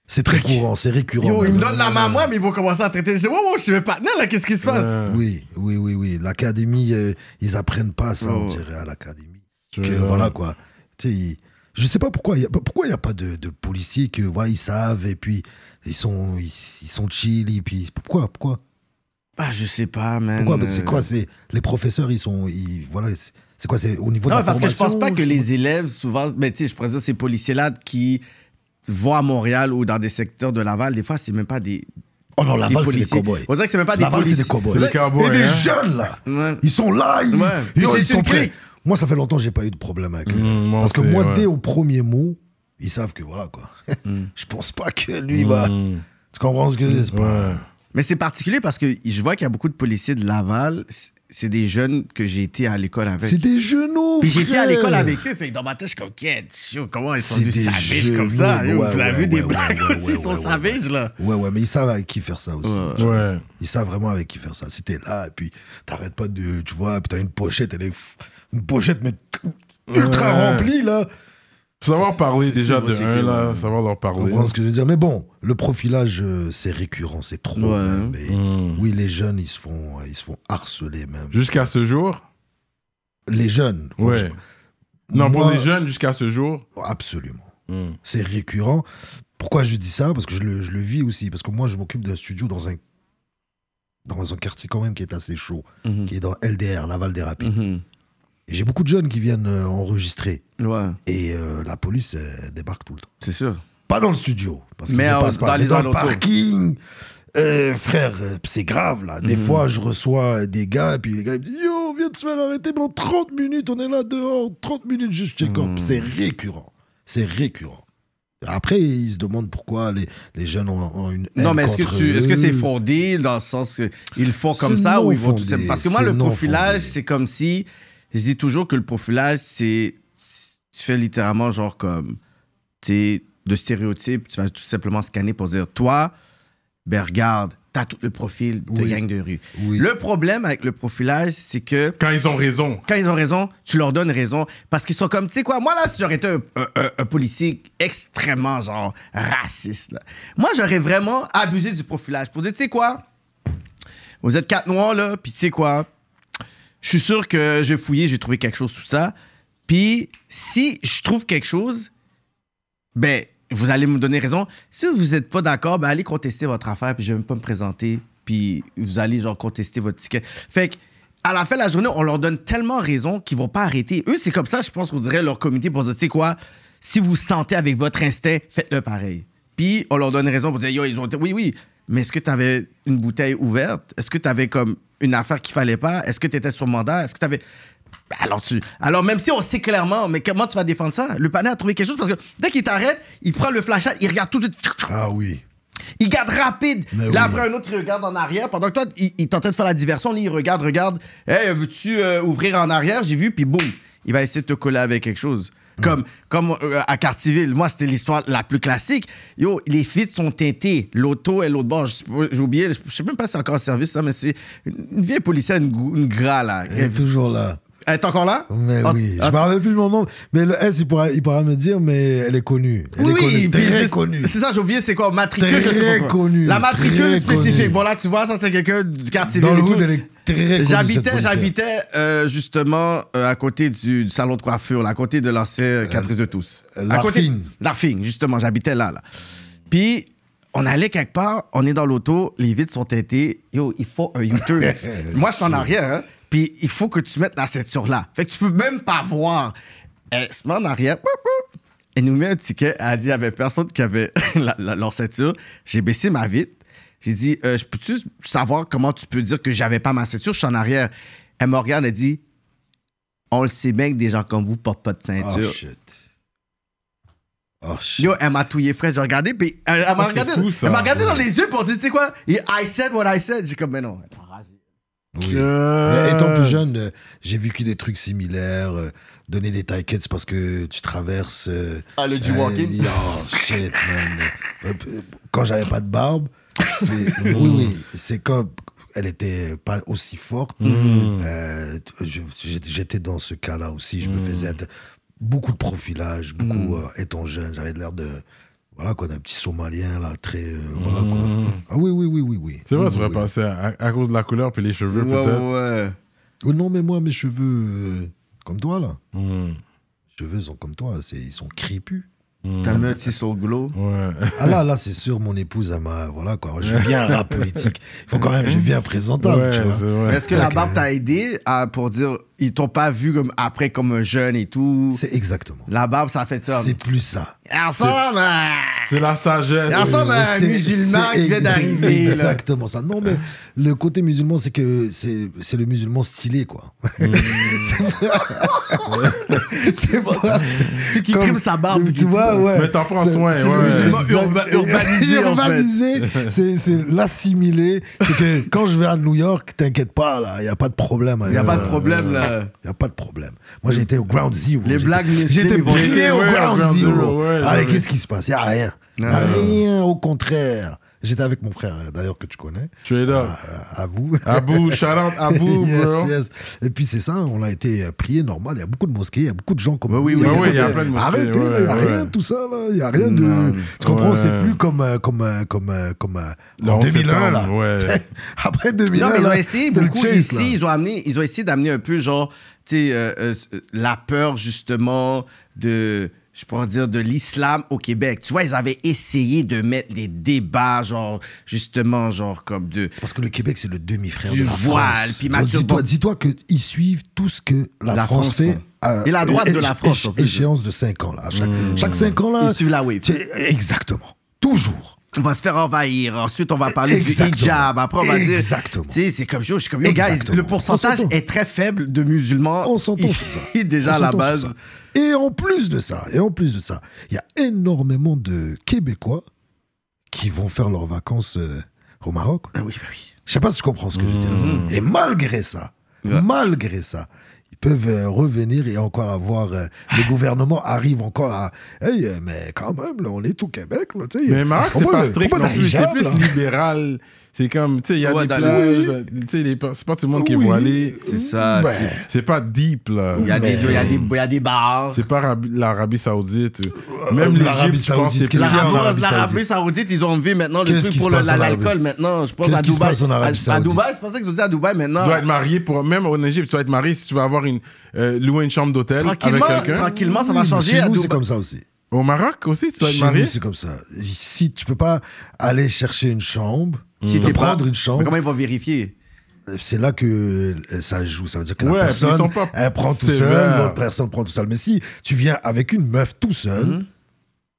C'est très courant, c'est récurrent.
Yo, ils me
même.
donnent la main à moi, mais ils vont commencer à traiter. Je dis, wow, wow, je suis mes partenaires là, qu'est-ce qui se passe?
Ouais.
Oui, oui, oui, oui. L'académie, euh, ils apprennent pas ça, on
Oh.
dirait, à l'académie.
Je-
que voilà quoi. Tu sais, ils- je sais pas pourquoi il y a pas pourquoi il y a pas de, de policiers que voilà ils savent et puis ils sont ils, ils sont chill et puis pourquoi pourquoi
Ah, je sais pas, man.
pourquoi Parce que c'est
Euh,
quoi c'est les professeurs ils sont ils voilà c'est c'est quoi c'est au niveau de
Non,
la
parce que je pense
formation,
pas que
je-
les élèves, souvent, mais tu sais, je pourrais dire, ces policiers-là qui vont à Montréal ou dans des secteurs de Laval, des fois, c'est même pas des,
oh non
des
Laval c'est des
policiers.
cowboys
On dirait que c'est même pas des
Laval
policiers.
c'est des cowboys
C'est des cowboys,
et des
hein.
jeunes là
Ouais.
ils sont là ils,
Ouais.
ils-
Et c'est
ils sont
une
prêts
clique.
moi ça fait longtemps que j'ai pas eu de problème avec eux
Mhm, moi
parce que
aussi,
moi
ouais.
dès au premier mot ils savent que voilà quoi
Mm.
[laughs] je pense pas que lui va
Mhm.
tu comprends ce que je veux dire c'est pas-
Ouais.
Mais c'est particulier parce que je vois qu'il y a beaucoup de policiers de Laval, c'est- c'est des jeunes que j'ai été à l'école
C'est
avec.
des genoux.
Puis j'étais à
frère.
l'école avec eux, fait que dans ma tête, je suis comme, Qu'est-ce, yo, comment ils sont
C'est
du
des
savage comme
genoux,
ça? yo?
ouais,
Vous avez
ouais,
vu des
ouais,
blagues
ouais, ouais,
aussi, ils sont
ouais, ouais,
savages, là.
Ouais, ouais, mais ils savent avec qui faire ça aussi.
Ouais.
Ouais.
Ils savent vraiment avec qui faire ça. C'était là, et puis t'arrêtes pas de. Tu vois, puis t'as une pochette, elle est. f- Une pochette, mais ultra
Ouais.
remplie, là.
Faut savoir parler
c'est-
déjà
c'est
de
votre
un,
équipe,
là.
ouais.
Savoir leur
Tu
parler.
comprends ce que je veux dire? Mais bon, le profilage, euh, c'est récurrent, c'est trop.
Ouais. Mm.
même, et
Mhm.
Oui, les jeunes, ils se font, ils se font harceler, même.
Jusqu'à ce jour.
Les jeunes.
Ouais.
je-
Non, pour
moi-
les jeunes, jusqu'à ce jour.
Absolument.
Mhm.
C'est récurrent. Pourquoi je dis ça Parce que je le, je le vis aussi. Parce que moi, je m'occupe d'un studio dans un, dans un quartier quand même qui est assez chaud,
Mhm.
qui est dans LDR, Laval des Rapides.
Mhm.
Et j'ai beaucoup de jeunes qui viennent euh, enregistrer.
Ouais,
Et euh, la police euh, débarque tout le temps.
c'est sûr.
Pas dans le studio. Parce qu'ils
Mais, euh,
dépassent pas.
dans
Mais
les
dans le
alentours.
parking. Euh, frère, euh, c'est grave là. Des
Mhm.
fois, je reçois des gars et puis les gars ils me disent Yo, viens de se faire arrêter pendant 30 minutes, on est là dehors, 30 minutes juste check-up.
Mhm.
C'est récurrent. C'est récurrent. Après, ils se demandent pourquoi les, les jeunes ont, ont une.
Non,
haine
mais est-ce que
contre
tu, est-ce que c'est
eux.
fondé dans le sens que ils font comme
C'est
ça
non
ou ils vont tout
fondé,
simplement- Parce que moi,
c'est
le
non
profilage,
fondé.
c'est comme si. Je dis toujours que le profilage, c'est. Tu fais littéralement genre comme. Tu sais, de stéréotypes, tu vas tout simplement scanner pour dire toi, ben regarde, t'as tout le profil de
Oui.
gang de rue.
Oui.
Le problème avec le profilage, c'est que
Quand ils ont raison.
quand ils ont raison, tu leur donnes raison parce qu'ils sont comme, tu sais quoi, moi là, si j'aurais été un, un- un- un policier extrêmement genre raciste, là, moi j'aurais vraiment abusé du profilage pour dire, tu sais quoi, vous êtes quatre noirs là, puis tu sais quoi, je suis sûr que j'ai fouillé, j'ai trouvé quelque chose, tout ça, puis si je trouve quelque chose, ben vous allez me donner raison. Si vous n'êtes pas d'accord, ben allez contester votre affaire, puis je vais même pas me présenter, puis vous allez genre contester votre ticket. Fait que à la fin de la journée, on leur donne tellement raison qu'ils vont pas arrêter. Eux, c'est comme ça, je pense qu'on dirait leur comité pour dire, tu sais quoi, si vous sentez avec votre instinct, faites-le pareil. Puis on leur donne raison pour dire, yo, ils ont... Oui, oui, mais est-ce que tu avais une bouteille ouverte? Est-ce que tu avais comme une affaire qu'il fallait pas? Est-ce que tu étais sur mandat? Est-ce que tu avais... Ben, Alors, tu... Alors, même si on sait clairement, mais comment tu vas défendre ça? Le panel a trouvé quelque chose parce que dès qu'il t'arrête, il prend le flash il regarde tout de suite.
Ah oui.
Il garde rapide. là,
Mais oui.
après un autre, il regarde en arrière. Pendant que toi, il, il est en train de faire la diversion. Là, il regarde, regarde. Hey, veux-tu euh, ouvrir en arrière? J'ai vu, puis boum, il va essayer de te coller avec quelque chose. Comme, comme euh, à Cartierville, moi, c'était l'histoire la plus classique. Yo, les vitres sont teintées. L'auto et l'autre bord. Je sais pas- J'ai oublié, je je sais même pas si c'est encore en service, ça, mais c'est une une vieille policière, une, gou- une gras, là.
Elle est
Elle,
toujours là.
elle est encore là?
Mais
Ah,
oui,
ah,
je me rappelle plus mon nom. Mais le S, il pourra, il pourra me dire, mais elle est connue. Elle est connue,
puis
très
c'est-
connue.
C'est ça, j'ai oublié, c'est quoi Matricule, je sais pas
Très
quoi.
connue,
La matricule
très
spécifique.
connue.
Bon, là, tu vois, ça, c'est quelqu'un du quartier
Dans
ville
le
et tout.
hood, elle est très connue. cette
J'habitais,
policière.
j'habitais euh, justement euh, à côté du, du salon de coiffure, là, à côté de l'ancien Catrice de tous.
euh,
À côté-
Larfine.
Larfine, justement, j'habitais là, là. Puis, on allait quelque part, on est dans l'auto, les vitres sont teintées. Yo, il faut un U-turn. Moi, je suis en arrière, hein, puis il faut que tu mettes la ceinture là. Fait que tu peux même pas voir. Elle se met en arrière, poup, poup. elle nous met un ticket, elle dit qu'il y avait personne qui avait [laughs] la- la- leur ceinture. J'ai baissé ma vitre. J'ai dit, Euh, je peux-tu savoir comment tu peux dire que j'avais pas ma ceinture? Je suis en arrière. Elle me regarde, elle dit, on le sait bien que des gens comme vous portent pas de
Oh
ceinture.
shit. Oh shit.
Yo, elle m'a touillé frais, j'ai regardé, puis elle, elle m'a
Ah, c'est
regardé,
fou, ça.
elle m'a regardé dans les yeux pour dire, tu sais quoi, Et I said what I said. J'ai comme, mais non.
Oui.
Que-
Mais étant plus jeune, euh, j'ai vécu des trucs similaires. euh, donner des tickets parce que tu traverses. euh,
Ah, le
euh, oh shit, man. Euh, euh, Quand j'avais pas de barbe, c'est.
[laughs]
oui,
Mm.
oui. C'est comme. Elle était pas aussi forte.
Mm.
Euh, je- j'étais- J'étais dans ce cas-là aussi.
Mm.
Je me faisais att- beaucoup de profilage, beaucoup euh, étant jeune. J'avais l'air de. Voilà quoi, d'un petit Somalien là, très. euh, voilà quoi. Ah oui, oui, oui, oui, oui.
Mm. C'est vrai,
Oui,
ça aurait
oui.
passé à, à cause de la couleur puis les cheveux, peut-être.
ouais.
Oh non, mais moi, mes cheveux, euh, comme toi, là.
Hmm.
Mes cheveux sont comme toi, c'est- ils sont crépus. Hmm.
T'as mis un petit soul glow.
Ouais.
Ah là, là, c'est sûr, mon épouse, elle m'a. Voilà, quoi.
[laughs]
Je viens rap politique. Il faut quand même, je viens présentable,
Ouais,
tu
c'est
vois.
vrai.
Mais Est-ce que la barbe t'a aidé à- pour dire, ils t'ont pas vu comme après comme un jeune et tout?
C'est exactement.
La barbe, ça a fait ça.
C'est plus ça.
Ensemble, hein.
C'est la sagesse.
Ah, ça, ressemble à un
C'est-
musulman
c'est
qui vient
ex-
d'arriver, là.
c'est Exactement ça. Non, mais le côté musulman, c'est que c'est c'est le musulman stylé, quoi. c'est pas.
c'est qui
Comme-
crime sa barbe. qui
Tu
dit ça.
vois, ouais.
Mais t'en prends
C'est-
soin,
c'est le
ouais.
musulman
Exact.
urba-
Urbanisé, en fait.
Urbanisé, c'est- c'est l'assimiler. C'est que quand je vais à New York, t'inquiète pas, là, il n'y a pas de problème.
Il n'y a pas de problème, là.
Il n'y a pas de problème. Moi, j'étais au Ground Zero.
Les
J'étais-
blagues Nestlé,
J'étais
ils vont-
brûlé au
Ouais,
Ground
Ground Zero,
Zero.
ouais,
Allez,
j'avais-
qu'est-ce qui se passe Il n'y a rien. Y
Ah.
a rien, au contraire. J'étais avec mon frère, euh, d'ailleurs, que tu connais. Euh,
Straight
Ah.
up.
À, à vous. [laughs]
Abou, shout out Abou,
Ah. Yes,
bro.
yes. Et puis c'est ça, on a été euh, prié normal. Il y a beaucoup de mosquées, il y a beaucoup de gens comme
Oui, oui, oui,
nous. Il y a
oui,
beaucoup
il y a
de-
plein de mosquées,
Arrêtez,
ouais,
là, il n'y a
ouais.
rien de tout ça. Là. Il n'y a rien de.
Non.
Tu comprends
Ouais.
C'est plus comme, euh, comme, euh, comme, euh, comme euh,
Le
en
11
2001. Là.
septembre, ouais.
[laughs] Après 2001,
Non, mais ils ont
là,
essayé
c'était le
beaucoup
chase, là.
ici. Ils ont, amené, euh, ils ont essayé d'amener un peu, genre, tu sais, euh, euh, la peur, justement, de, je pourrais dire, de l'islam au Québec. Tu vois, ils avaient essayé de mettre des débats, genre, justement, genre, comme de.
C'est parce que le Québec, c'est le demi-frère
Du
de la
voile,
France.
puis
Donc,
Mathieu
Dis-toi
Bob-
dis qu'ils suivent tout ce que la,
La
France,
France
fait.
font. Et la droite de la
éche-
France, en
éche-
plus.
Échéance de 5 ans, là. À Chaque, chaque 5 ans, là.
Ils suivent la wave.
tu es- Exactement. Toujours.
On va se faire envahir. Ensuite, on va parler
Eh, Exactement.
du hijab. Après, on va dire.
Exactement.
Tu sais, c'est comme yo, je suis comme yo, guys,
Exactement.
le pourcentage
On s'entend.
est très faible de musulmans.
On s'entend sur
Ah, ici, [laughs]
ça.
déjà
On
à la
s'entend
base.
sur ça. Et en plus de ça, et en plus de ça, il y a énormément de Québécois qui vont faire leurs vacances euh, au Maroc.
Ah oui, bah oui.
Je sais pas si tu comprends ce que je veux dire. Et malgré ça,
Mmh. Ouais.
malgré ça, ils peuvent euh, revenir et encore avoir. euh, le gouvernement arrive encore à. Hey, euh, mais quand même, là, on est tout Québec, là, tu sais.
Mais Maroc,
on
c'est
peut-
pas
on
strict
peut
non
t'as
plus. C'est
hijab,
plus
là.
libéral. C'est comme, tu sais, il y a
Ouais,
des
dans
plages. Tu sais, les- c'est pas tout le monde qui est
Oui.
voilé.
C'est ça.
Ben,
c'est-
C'est pas deep, là.
Il y, a des-
mais-
il y a des- il y a des bars.
C'est pas Arabi- l'Arabie Saoudite. Même
Euh, l'Arabie
l'Égypte, je pense,
Saoudite,
c'est plus-
qu'est-ce qu'il y a en
L'Arabie
Arabie
l'Arabie Saoudite, ils ont enlevé maintenant le
Qu'est-ce
truc
qui
pour
se
le-
passe
la-
en
l'alcool
Arabie
maintenant. Je pense
Qu'est-ce
à
qui se
Dubaï.
passe en Arabie
à, à
Saoudite
Dubaï, c'est pour ça qu'ils ont dit à Dubaï maintenant.
Tu dois être marié pour. Même en Égypte, tu dois être marié si tu vas avoir une. euh, louer une chambre d'hôtel avec
Tranquillement,
quelqu'un.
tranquillement, ça va
Oui,
changer.
Chez
à
nous, c'est
Dubaï.
comme ça aussi.
Au Maroc aussi, tu dois être
Chez nous,
marié.
c'est comme ça. Si tu peux pas aller chercher une chambre,
Si
te
t'es pas-
prendre une
Mais
chambre,
comment ils vont vérifier
c'est là que euh, ça joue. Ça veut dire que
Ouais,
la
ils sont
personne,
pas
elle prend tout
sévères.
seul, l'autre personne prend tout seul. Mais si tu viens avec une meuf tout seul,
Hmm.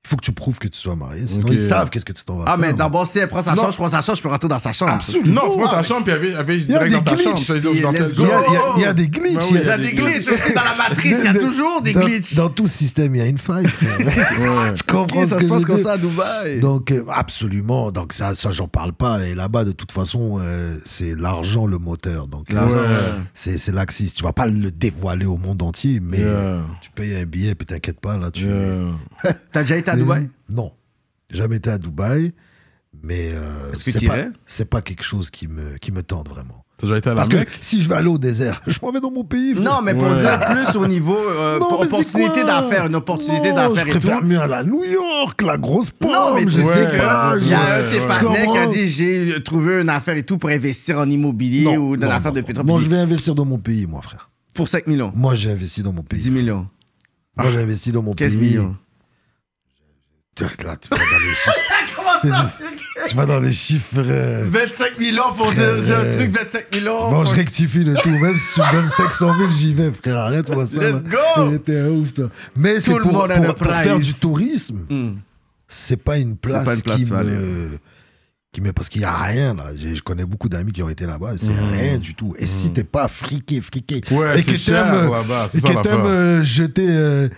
il faut que tu prouves que tu sois marié. Sinon,
Ok.
ils savent qu'est-ce que tu t'en vas
Ah, mais
faire.
d'abord, si elle prend sa
Non.
chambre, je prends sa chambre, je peux rentrer dans sa chambre.
Absolument.
Non, c'est pas ta
Ah,
chambre, puis avec, avec
y a
direct
des
dans ta
glitch,
chambre. ça, ils disent,
puis
dans
let's
quel-
Il y, a- il y a-
Oh
il y a des glitches.
Bah oui,
il
il
Il y a des glitches aussi dans la matrice, il y a
de-
toujours des
dans-
glitches.
Dans tout système, il y a une faille.
[laughs]
frère. Tu comprends
Ok, ça se
ce que [laughs] je
passe
veux
comme
dire
ça à Dubaï.
Donc, euh, absolument. Donc, ça, ça j'en parle pas. Et là-bas, de toute façon, euh, c'est l'argent le moteur. Donc, l'argent,
Ouais.
c'est c'est l'axis. Tu vas pas le dévoiler au monde entier, mais
Yeah.
tu payes un billet, puis t'inquiète pas, là, tu.
Yeah.
T'as déjà été à Dubaï
Non. Jamais été à Dubaï, mais. euh,
Est-ce que
c'est
t'irais
pas- C'est pas quelque chose qui me, qui me tente vraiment.
T'as déjà été à la
Parce que
Mecque?
si je vais aller au désert, [laughs] je m'en vais dans mon pays. frère.
Non, mais pour
Ouais.
dire plus au niveau euh,
Non,
pour
mais c'est
opportunité
quoi
d'affaires, une opportunité
Non,
d'affaires et
Je
tout.
préfère mieux à la New York, la grosse pomme.
Non, mais tu
je
Ouais,
sais
sais
pas.
qu'il y a un
ouais,
de tes
ouais.
partenaires qui a
Comment
dit j'ai trouvé une affaire et tout pour investir en immobilier
Non,
ou dans
non,
l'affaire
non,
de
non.
pétrole.
Moi, je vais investir dans mon pays, moi, frère.
Pour 5 millions.
Moi, j'ai investi dans mon
10
pays.
millions.
Moi, j'ai investi dans mon
15
pays.
millions.
Tiens, Là, tu vas dans les chiffres.
Comment [laughs]
C'est tu vas dans les chiffres. euh,
25 millions pour dire j'ai un truc, 25
Oh,
millions.
Bon, je
pour-
rectifie le tout. Même si tu
[laughs]
me donnes 500 000, j'y vais, frère. Arrête-moi ça.
Let's
là.
go.
Eh, T'es un ouf, toi. Mais c'est
le
pour,
monde a
pour-
le
pour
price.
faire du tourisme.
Hmm.
C'est pas une place,
pas une place,
qui,
tu vas
me... qui me. Parce qu'il y a rien, là. J'ai- Je connais beaucoup d'amis qui ont été là-bas. C'est rien du tout. Et si t'es pas friqué, friqué.
Hmm. Ouais,
et
c'est
que
cher,
t'aimes.
là-bas,
euh,
c'est
Et
ça,
que
l'affaire.
t'aimes euh, jeter. euh,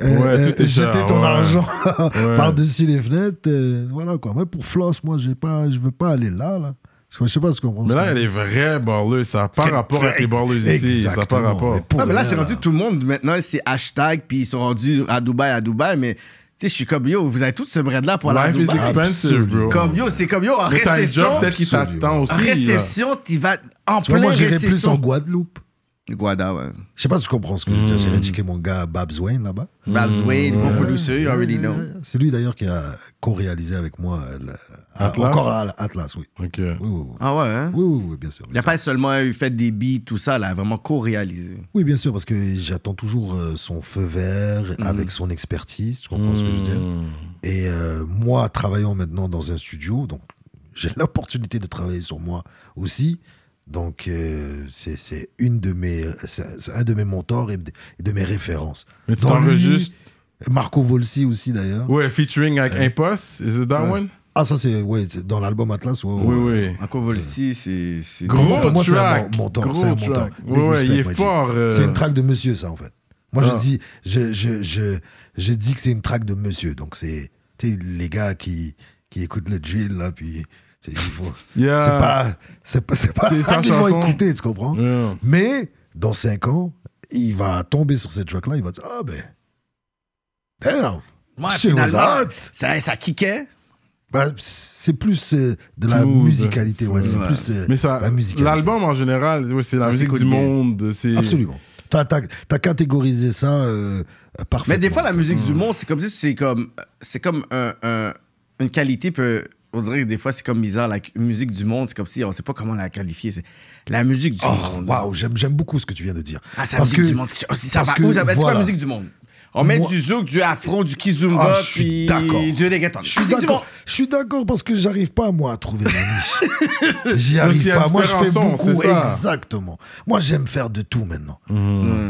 euh,
Ouais,
euh,
tout est cher,
jeter ton
ouais.
argent
Ouais.
[laughs] par-dessus les fenêtres. euh, voilà, quoi. Moi, pour Floss, moi, j'ai pas, je veux pas aller là, là. Je sais pas ce qu'on pense.
Mais là, il y a des vrais borleuses. Ça n'a pas
C'est-
rapport avec
c'est
les borleuses ici. Ça n'a pas
exactement.
rapport.
Mais pour
Ah, mais là,
rien,
c'est rendu tout le monde. Maintenant, c'est hashtag, puis ils sont rendus à Dubaï, à Dubaï. Mais tu sais, je suis comme yo, vous avez tout ce bread-là pour aller à
Life is
Dubaï.
expensive, bro.
Absolument.
Comme yo, c'est comme yo, en
Mais t'as un job
récession.
peut-être qui t'attend
Absolument.
aussi.
En
là.
récession, tu vas en
Tu vois,
plein
moi, j'irais plus en
récession.
Guadeloupe.
Guada, ouais.
Je sais pas si tu comprends ce que je veux dire. J'irais
Hmm.
checker mon gars Babs Wayne là-bas.
Babs
Hmm.
Wayne, bon producer, you already know.
C'est lui d'ailleurs qui a co-réalisé avec moi euh, le- à-
Atlas
encore à la- Atlas, oui.
Ok.
Oui, oui, oui.
Ah ouais, hein?
Oui, oui, oui, bien sûr.
Il
bien
a
sûr.
pas seulement eu fait des beats, tout ça, là, vraiment co-réalisé.
Oui, bien sûr, parce que j'attends toujours euh, son feu vert
Hmm.
avec son expertise. Tu comprends ce que je veux dire
Hmm.
Et euh, moi, travaillant maintenant dans un studio, donc j'ai [laughs] l'opportunité de travailler sur moi aussi. Donc, euh, c'est c'est une de mes, c'est c'est un de mes mentors et de, et de mes références.
Mais tu
Dans lui,
t'enregistres.
Marco Volsi aussi d'ailleurs.
Ouais, featuring avec Impost. Is it that one?
Ah, ça c'est ouais, c'est dans l'album Atlas. ouais, ouais,
Oui,
ouais.
oui.
En Covolsi, c'est. c'est-
Gros
Pour moi, c'est un
track.
mon- mon temps, c'est
Gros
un mon
track.
temps. Big
Ouais, ouais, il
respect,
est
Moitié.
fort. euh,
C'est une traque de monsieur, ça en fait. Moi,
Ah.
je dis, je, je, je, je dis que c'est une traque de monsieur. Donc, c'est tu sais, les gars qui, qui écoutent le drill, là, puis tu sais, il faut-
Yeah.
c'est pas, c'est pas, c'est pas
Ah. C'est
ça
sa
qu'ils vont
chanson.
écouter, tu comprends
Yeah.
Mais dans 5 ans, il va tomber sur cette track-là, il va dire, ah ben, damn,
Ouais,
Chez
finalement,
Mozart.
ça, ça kickait.
Bah, c'est plus euh, de la
Smooth.
musicalité, ouais, c'est
Ouais.
plus euh,
Mais ça,
la musicalité.
l'album en général, ouais, c'est la
Ça
musique
s'écoute
du
bien.
monde. c'est-
Absolument. T'as as, catégorisé ça euh, parfaitement.
Mais des fois, la musique du monde, c'est comme si c'est comme, c'est comme un- un- une qualité peut. On dirait que des fois, c'est comme bizarre. La musique du monde, c'est comme si on sait pas comment la qualifier. C'est la musique du
Oh,
monde.
waouh, j'aime j'aime beaucoup ce que tu viens de dire.
Ah, c'est la musique du monde. Oh, ça
parce
va
que,
où, ça va- c'est quoi
voilà.
la musique du monde? On met
Moi-
du zouk, du afro, du kizumba,
Ah, je suis
puis
d'accord.
du reggaeton.
Je suis d'accord. Je suis d'accord parce que j'arrive pas moi à trouver ma niche. J'y
qu'il y
arrive
a
pas. Moi, je fais
différents sons,
beaucoup.
c'est ça.
Exactement. Moi, j'aime faire de tout maintenant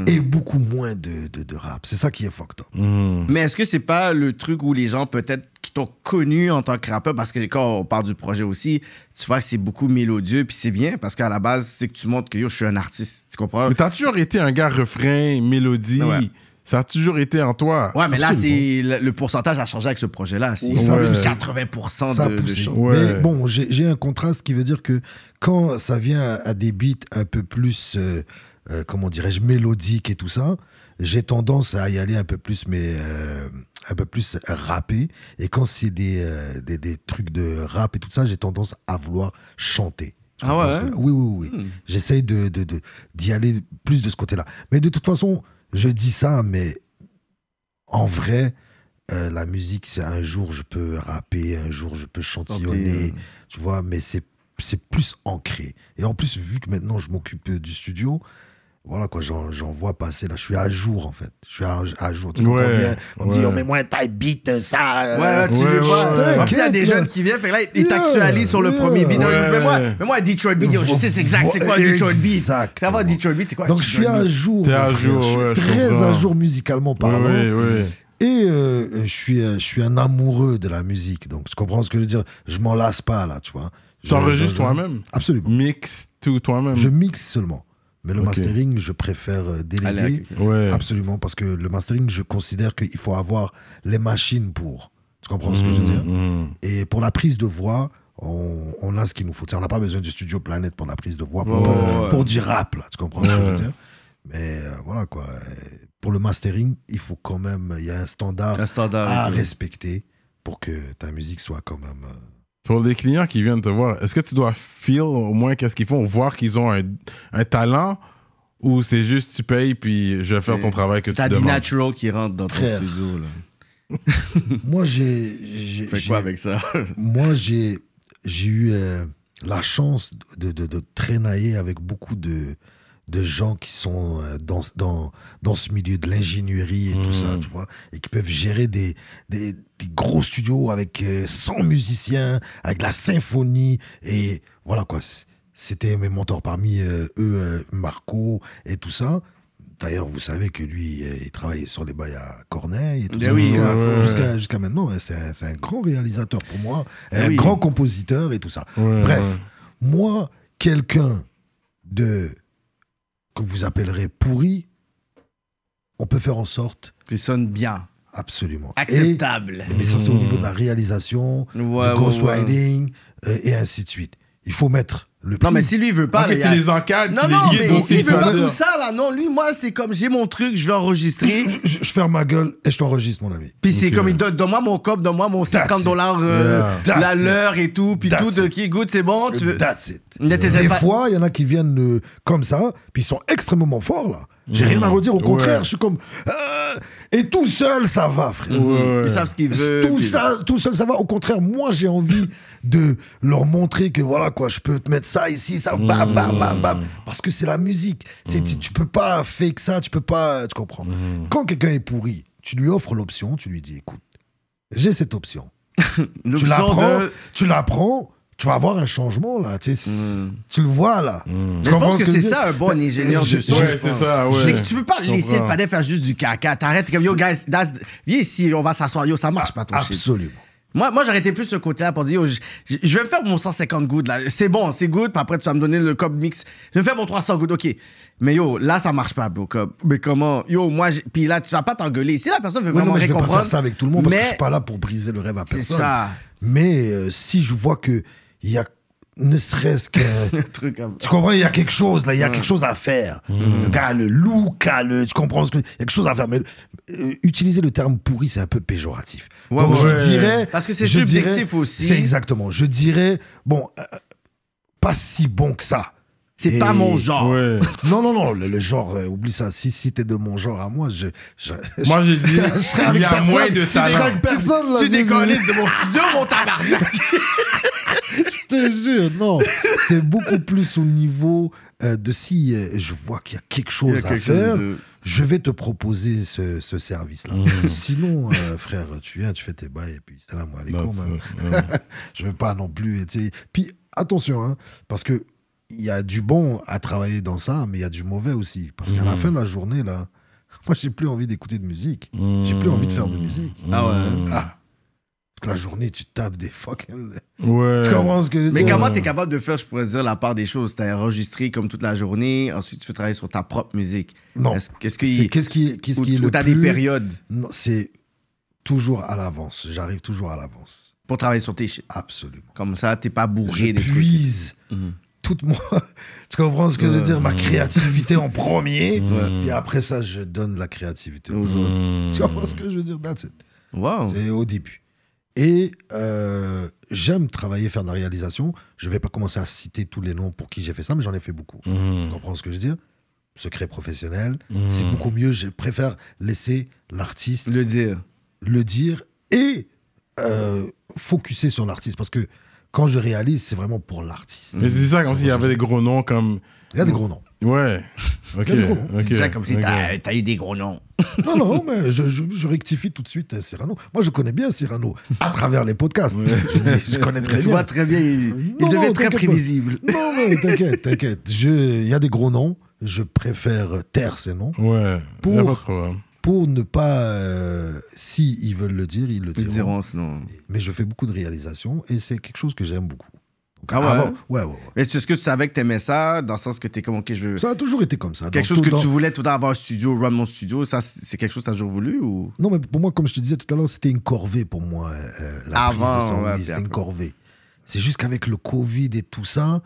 et beaucoup moins de, de, de rap. C'est ça qui est fucked up.
Mm.
Mais est-ce que c'est pas le truc où les gens peut-être qui t'ont connu en tant que rappeur, parce que quand on parle du projet aussi, tu vois que c'est beaucoup mélodieux, puis c'est bien, parce qu'à la base, c'est que tu montres que yo, je suis un artiste. Tu comprends?
Mais t'as toujours été un gars refrain, mélodie.
Ouais.
Ça a toujours été en toi.
Ouais, mais là,
Absolument.
c'est le, le pourcentage a changé avec ce projet-là. C'est
Oui, ça a
plus
poussé.
80%
Ça a
de, de
poussé.
choses.
Ouais.
Mais bon, j'ai j'ai un contraste qui veut dire que quand ça vient à, à des beats un peu plus, euh, euh, comment dirais-je, mélodiques et tout ça, j'ai tendance à y aller un peu plus, mais euh, un peu plus rappé. Et quand c'est des, euh, des, des trucs de rap et tout ça, j'ai tendance à vouloir chanter. Tu
Ah
comprends
ouais,
ce que-
hein?
Oui, oui, oui. J'essaye de, de, de- d'y aller plus de ce côté-là. Mais de toute façon, je dis ça, mais en vrai, euh, la musique, c'est un jour je peux rapper, un jour je peux chantillonner,
Chanter,
tu vois, mais c'est c'est plus ancré. Et en plus, vu que maintenant je m'occupe du studio, voilà quoi, j'en j'en vois passer là. Je suis à jour en fait. Je suis à, à jour. Tu sais, quand
Ouais,
on vient, on me dit,
ouais.
oh, mais moi, type beat, euh, ça. euh,
Ouais,
[laughs]
là, tu
Ouais,
les vois.
ouais,
euh,
ouais.
puis Il y a des
T'inquiète,
jeunes
là.
qui viennent, fait que là, ils
Yeah,
t'actualisent sur le
yeah.
premier beat.
Ouais.
Mais moi, mais moi, Detroit Beat, yo, je sais c'est exact, c'est quoi
Exactement.
Detroit Beat. Ça va, Detroit Beat, c'est quoi
Donc je suis
Detroit
à
Beat?
jour.
T'es
mon
à
frère.
jour,
Je suis
ouais, je
très
comprends.
à jour musicalement
Oui,
parlant.
oui, oui.
Et euh, je, suis, euh, je suis un amoureux de la musique. Donc, tu comprends ce que je veux dire Je m'en lasse pas, là, tu vois.
Tu
Je-
t'enregistres
je-
toi-même.
Absolument.
Mix tout toi-même.
Je mixe seulement. Mais le
Ok.
mastering, je préfère euh,
Allez,
déléguer.
Ouais.
Absolument. Parce que le mastering, je considère qu'il faut avoir les machines pour. Tu comprends ce que je veux dire
Mhm.
Et pour la prise de voix, on, on a ce qu'il nous faut. Tu sais, on n'a pas besoin du studio Planète pour la prise de voix, pour,
Ouais,
pour-
ouais.
pour du rap, là, tu comprends ce que je
Ouais.
veux dire Mais euh, voilà quoi. Euh, Pour le mastering, il faut quand même, il y a un standard
Un standard.
à
et tout.
respecter pour que ta musique soit quand même. euh, [laughs]
Pour les clients qui viennent te voir, est-ce que tu dois feel au moins qu'est-ce qu'ils font, voir qu'ils ont un, un talent ou c'est juste tu payes puis je vais faire ton travail que tu
T'as des
demandes.
natural qui rentre dans ton
Frère.
studio. Là.
Moi, j'ai. j'ai-
Fais
j'ai-
quoi avec ça?
Moi, j'ai j'ai eu euh, la chance de, de, de traînailler avec beaucoup de, de gens qui sont euh, dans, dans, dans ce milieu de l'ingénierie et tout
Mmh.
ça, tu vois, et qui peuvent gérer des, des, des gros studios avec euh, 100 musiciens, avec la symphonie, et voilà quoi. c- C'était mes mentors parmi euh, eux, euh, Marco et tout ça. D'ailleurs, vous savez que lui, euh, il travaillait sur les bails à Corneille et tout
Ben
ça
oui,
ouais,
jusqu'à
ouais, ouais.
jusqu'à- jusqu'à maintenant. hein, C'est un, c'est un grand réalisateur pour moi,
Ben
un
oui.
grand compositeur et tout ça.
Ouais,
Bref,
ouais.
moi, quelqu'un de que vous appellerez pourri, on peut faire en sorte
Il sonne bien.
absolument. Et-
Acceptable.
mais ça, c'est au niveau de la réalisation,
Ouais,
du
ouais,
ghostwriting euh, et ainsi de suite. Il faut mettre le
Non,
prix.
mais si lui, il veut pas.
Ah, que
là, il y a-
tu les encadres,
Non,
tu
non,
les guides
mais
aussi,
il veut
ça
pas
veut
tout
dire.
ça, là. Non, lui, moi, c'est comme j'ai mon truc, je vais enregistrer.
je, je ferme ma gueule et je t'enregistre, mon ami.
Puis c'est
Ok.
comme, il donne, donne-moi mon cop, donne-moi mon
euh, That's
50
it.
dollars euh,
Yeah.
la
That's it.
l'heure et tout. Puis
That's
tout, de
it.
qui goûte, c'est bon. Tu veux...
That's it.
Ne t'essaie
Des
pas-
fois, il y en a qui viennent euh, comme ça, puis ils sont extrêmement forts, là. J'ai rien à redire, au contraire,
Ouais.
je suis comme... euh, et tout seul, ça va, frère.
Ouais.
Ils savent ce qu'ils veulent.
Tout,
puis-
ça, tout seul, ça va. Au contraire, moi, j'ai envie de leur montrer que voilà quoi, je peux te mettre ça ici, ça, bam, bam, bam, bam. Parce que c'est la musique. C'est tu, tu peux pas fake ça, tu peux pas, tu comprends. Quand quelqu'un est pourri, tu lui offres l'option, tu lui dis, écoute, j'ai cette option. Tu
L'option
la prends,
de-
tu la prends, tu vas avoir un changement là. Tu, sais, c'est- tu le vois là.
Hmm. Mais je pense que c'est ça un bon ingénieur
Je-
de son.
ouais,
je
c'est
pense.
ça, ouais.
C'est que tu peux pas
Je
laisser le
comprends.
panel faire juste du caca. T'arrêtes c'est comme yo guys, that's- viens ici, on va s'asseoir. Yo, ça
Ah,
marche pas ton shit.
Absolument.
Moi, moi j'aurais été plus ce côté-là pour dire yo, je, je- je vais me faire mon 150 good là. C'est bon, c'est good. Puis après tu vas me donner le cop mix. Je vais me faire mon 300 good, ok. Mais yo, là ça marche pas, bro. cop. Mais comment, yo, moi, j'ai- puis là tu vas pas t'engueuler. Si la personne veut
Oui, non,
vraiment
mais je vais pas
récomprendre,
faire ça avec tout le monde parce
mais
que je suis pas là pour briser le rêve à
C'est
personne.
ça.
Mais euh, si je vois que il y a ne serait-ce que
[laughs] truc comme-
tu comprends, il y a quelque chose
Mm.
là, il y a quelque chose à faire. Le gars, a le look, a le, tu comprends ce que il y a quelque chose à faire. Mais euh, utiliser le terme pourri, c'est un peu péjoratif.
Ouais,
Donc
ouais.
je dirais,
Parce que c'est
je
subjectif
dirais-
aussi.
C'est exactement. Je dirais, bon, euh, pas si bon que ça.
C'est
Et-
pas mon genre.
Ouais.
Non, non, non, le, le genre, euh, oublie ça. Si, si t'es de mon genre à moi, je. je- je-
Moi, je dis,
[laughs] je serais avec
il y a
personne.
moins de
Je serais
talent.
avec personne, là.
Tu
c'est-
décolles de mon studio, mon tabarnak.
Je te jure, non. C'est beaucoup plus au niveau euh, de si euh, je vois qu'il y a quelque chose
Il y a quelque
à faire,
chose de- Mmh.
je vais te proposer ce, ce service-là. Sinon, euh, frère, tu viens, tu fais tes bails et puis salam
Bah,
alaikum.
Non,
hein.
ouais, ouais.
Je veux pas non plus. tu sais. Puis attention, hein, parce que il y a du bon à travailler dans ça, mais il y a du mauvais aussi. Parce
Mmh.
qu'à la fin de la journée, là, [laughs] moi, j'ai plus envie d'écouter de musique. J'ai plus envie de faire de musique.
Ah ouais.
Ah. Toute la journée, tu tapes des fucking.
Mm. Ouais.
Tu comprends ce que je veux
Mais
dire
comment t'es capable de faire, je pourrais dire, la part des choses T'as enregistré comme toute la journée, ensuite tu fais travailler sur ta propre musique.
Non.
Est-ce- Qu'est-ce
C'est-
qui.
Qu'est-ce qui, qu'est-ce
Ou
qui est le
ou t'as
plus...
des périodes
Non, c'est toujours à l'avance. J'arrive toujours à l'avance.
pour travailler sur tes shit.
Absolument.
Comme ça, t'es pas bourré
Je
des trucs.
puise
Mhm. Euh,
toute moi. [laughs] tu comprends ce que je veux dire Ma créativité en
[laughs]
premier.
Mm.
Ouais. Mhm.
Et après ça, je donne la créativité aux
Aux
autres.
autres.
Mm.
Tu comprends ce que je veux dire That's it.
Wow.
C'est au début. Et euh, j'aime travailler, faire de la réalisation. Je vais pas commencer à citer tous les noms pour qui j'ai fait ça, mais j'en ai fait beaucoup. Tu
Mm.
comprends ce que je veux dire Secret professionnel.
Mhm.
C'est beaucoup mieux. Je préfère laisser l'artiste
Le dire.
le dire et euh, focuser sur l'artiste. Parce que quand je réalise, c'est vraiment pour l'artiste.
Mais c'est ça, comme s'il y avait des gros noms comme.
Il y a des gros noms.
Ouais. Ok.
[laughs] Il y a des gros noms.
ok,
C'est ça comme si
ok.
t'as t'as eu des gros noms.
Non, non, mais je, je- je rectifie tout de suite euh, Cyrano. Moi, je connais bien Cyrano à travers les podcasts. Je, dis, je connais très
Tu
bien.
vois très bien, il, il
Non,
devient
non,
très
t'inquiète pas.
prévisible.
Non, mais t'inquiète, t'inquiète. Je- Il y a des gros noms. Je préfère taire ces noms
Ouais.
Pour-
Y a pas de problème.
pour ne pas. euh, si ils veulent le dire, ils le
Ils
diront.
diront sinon.
Mais je fais beaucoup de réalisations et c'est quelque chose que j'aime beaucoup. Donc,
Ah ouais?
avant- ouais, ouais, ouais.
Mais est-ce que tu savais que t'aimais ça, dans le sens que t'es comme, ok, je veux.
Ça a toujours été comme ça.
Euh, Quelque
Dans
chose
tout-
que
dans-
tu voulais tout le temps avoir un studio, run mon studio, ça, c'est c'est quelque chose que t'as toujours voulu ou.
Non, mais pour moi, comme je te disais tout à l'heure, c'était une corvée pour moi. euh, euh, la
Avant,
prise de sang,
ouais,
oui,
puis
c'était
après.
une corvée. C'est juste qu'avec le Covid et tout ça,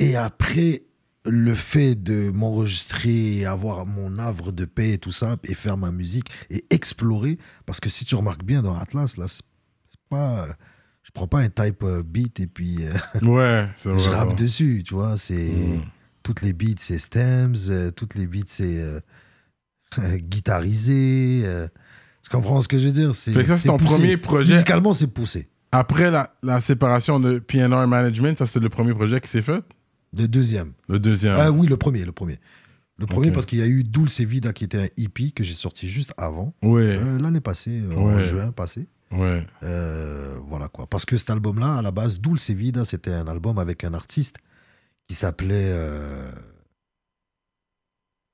et après le fait de m'enregistrer et avoir mon havre de paix et tout ça, et faire ma musique et explorer, parce que si tu remarques bien dans Atlas, là, c'est c'est pas. euh, Je prends pas un type euh, beat et puis euh,
Ouais, Hmm. c'est vrai.
je
ça.
rappe dessus, tu vois. C'est toutes les beats, c'est stems, euh, toutes les beats, c'est euh, [laughs] guitarisé. euh, tu comprends ce que je veux dire C'est
Fait que ça, c'est
c'est
ton
poussé.
premier projet.
Musicalement, c'est poussé.
Après la, la séparation de PNR Management, ça c'est le premier projet qui s'est fait.
Le deuxième.
Le deuxième.
Ah oui, le premier, le premier. Le premier
Ok.
parce qu'il y a eu Dulce Vida qui était un hippie que j'ai sorti juste avant
ouais,
euh, l'année passée, euh, en
Ouais.
juin passé.
ouais.
Euh, voilà quoi. Parce que cet album-là, à la base, Dulce Vida, c'était un album avec un artiste qui s'appelait euh,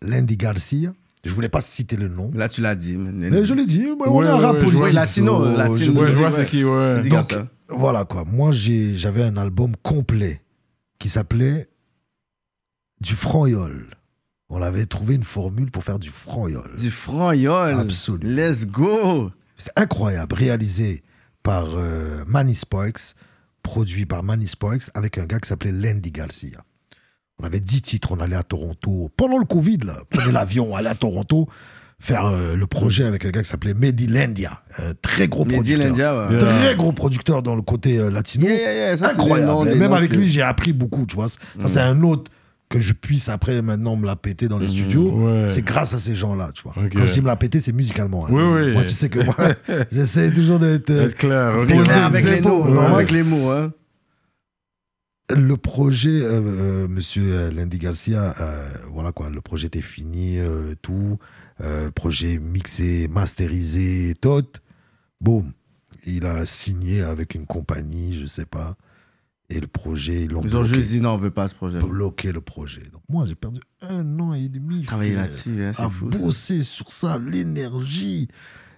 Landy Garcia. Je voulais pas citer le nom.
Là, tu l'as dit. mais-
Mais je l'ai dit, moi, on
Ouais,
est un
ouais,
rap
ouais, je vois
politique.
Latino,
so-
Latino.
je-
Ouais, je
ouais,
vois
ouais.
c'est qui, ouais.
Dis-moi
Donc,
ça.
Voilà quoi. Moi, j'ai- j'avais un album complet qui s'appelait Du Franc-Yol. On avait trouvé une formule pour faire du Franc-Yol.
Du froyol.
Absolument.
Let's go.
C'est incroyable, réalisé par euh, Manny Sparks, produit par Manny Sparks avec un gars qui s'appelait Landy Garcia. On avait 10 titres, on allait à Toronto pendant le Covid, là.
[laughs]
Prenez l'avion, allait à Toronto faire euh, le projet avec un gars qui s'appelait Mehdi Lendia, un très gros
Mehdi
producteur.
l'India, ouais.
Yeah.
Très gros producteur dans le côté euh, latino.
Yeah, yeah, yeah, ça, c'est des
incroyable.
noms,
Et
des
même
noms
avec
que- Mm.
lui, j'ai appris beaucoup, tu vois. Ça, c'est un autre que je puisse après maintenant me la péter dans les
Mm-hmm.
studios.
ouais.
C'est grâce à ces gens-là, tu vois.
Ok.
Quand je dis me la péter, c'est musicalement. hein.
Oui, oui.
Moi, tu sais que moi,
[laughs]
j'essaie toujours d'être. euh,
Être clair. ok.
Poser
Clair
des
avec les
épaules,
mots.
ouais.
Avec les mots, hein.
Le projet, euh, euh, monsieur euh, Landy Garcia, euh, voilà quoi, le projet était fini, euh, tout. Euh, le projet mixé, masterisé, tot. Boum. Il a signé avec une compagnie, je sais pas. Et le projet, ils l'ont
Ils ont
bloqué.
juste dit euh, non, on veut pas ce projet.
bloquer le projet. Donc moi, j'ai perdu un an et demi.
Travailler
frère,
là-dessus, hein, c'est
À
fou, ça.
bosser sur ça, l'énergie,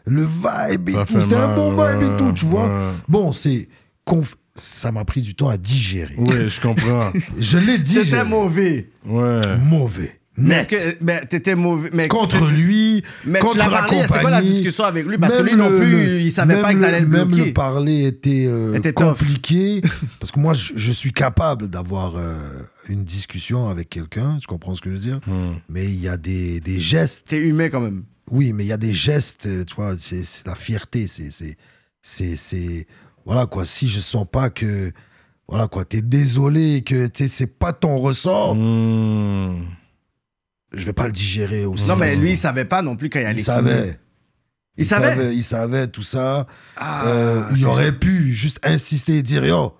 le vibe et
Ça
tout.
fait
C'était un
mal,
bon vibe et
ouais,
tout, tu vois.
ouais.
Bon, c'est... conf- Ça m'a pris du temps à digérer.
Oui, je comprends.
[laughs] Je l'ai digéré.
T'étais mauvais.
Ouais.
Mauvais.
Mais est-ce
Net.
que. Mais t'étais mauvais. Mais
Contre lui,
Mais tu
contre
l'as
la
parlé,
compagnie.
c'est quoi la discussion avec lui Parce que
Même
lui non
le-
plus,
le-
il savait pas
même
que ça allait le
Même
bloquer.
le parler était, euh,
Était tough. [laughs]
compliqué. parce que moi, je, je suis capable d'avoir euh, une discussion avec quelqu'un. Tu comprends ce que je veux dire Mais il y a des,
Mm.
des gestes.
T'es humain quand même.
Oui, mais il y a des gestes. euh, Tu vois, c'est c'est la fierté. C'est. c'est- c'est- c'est- Voilà quoi. Si je sens pas que. Voilà quoi, t'es désolé que tu sais, c'est pas ton ressort.
Mm.
Hmm.
Je vais pas le digérer aussi.
Non, mais
facilement.
lui, il savait pas non plus quand il allait
il
signer.
savait.
Il savait.
Il savait tout ça.
Ah,
Euh, il
j'ai-
aurait pu juste insister et dire Yo,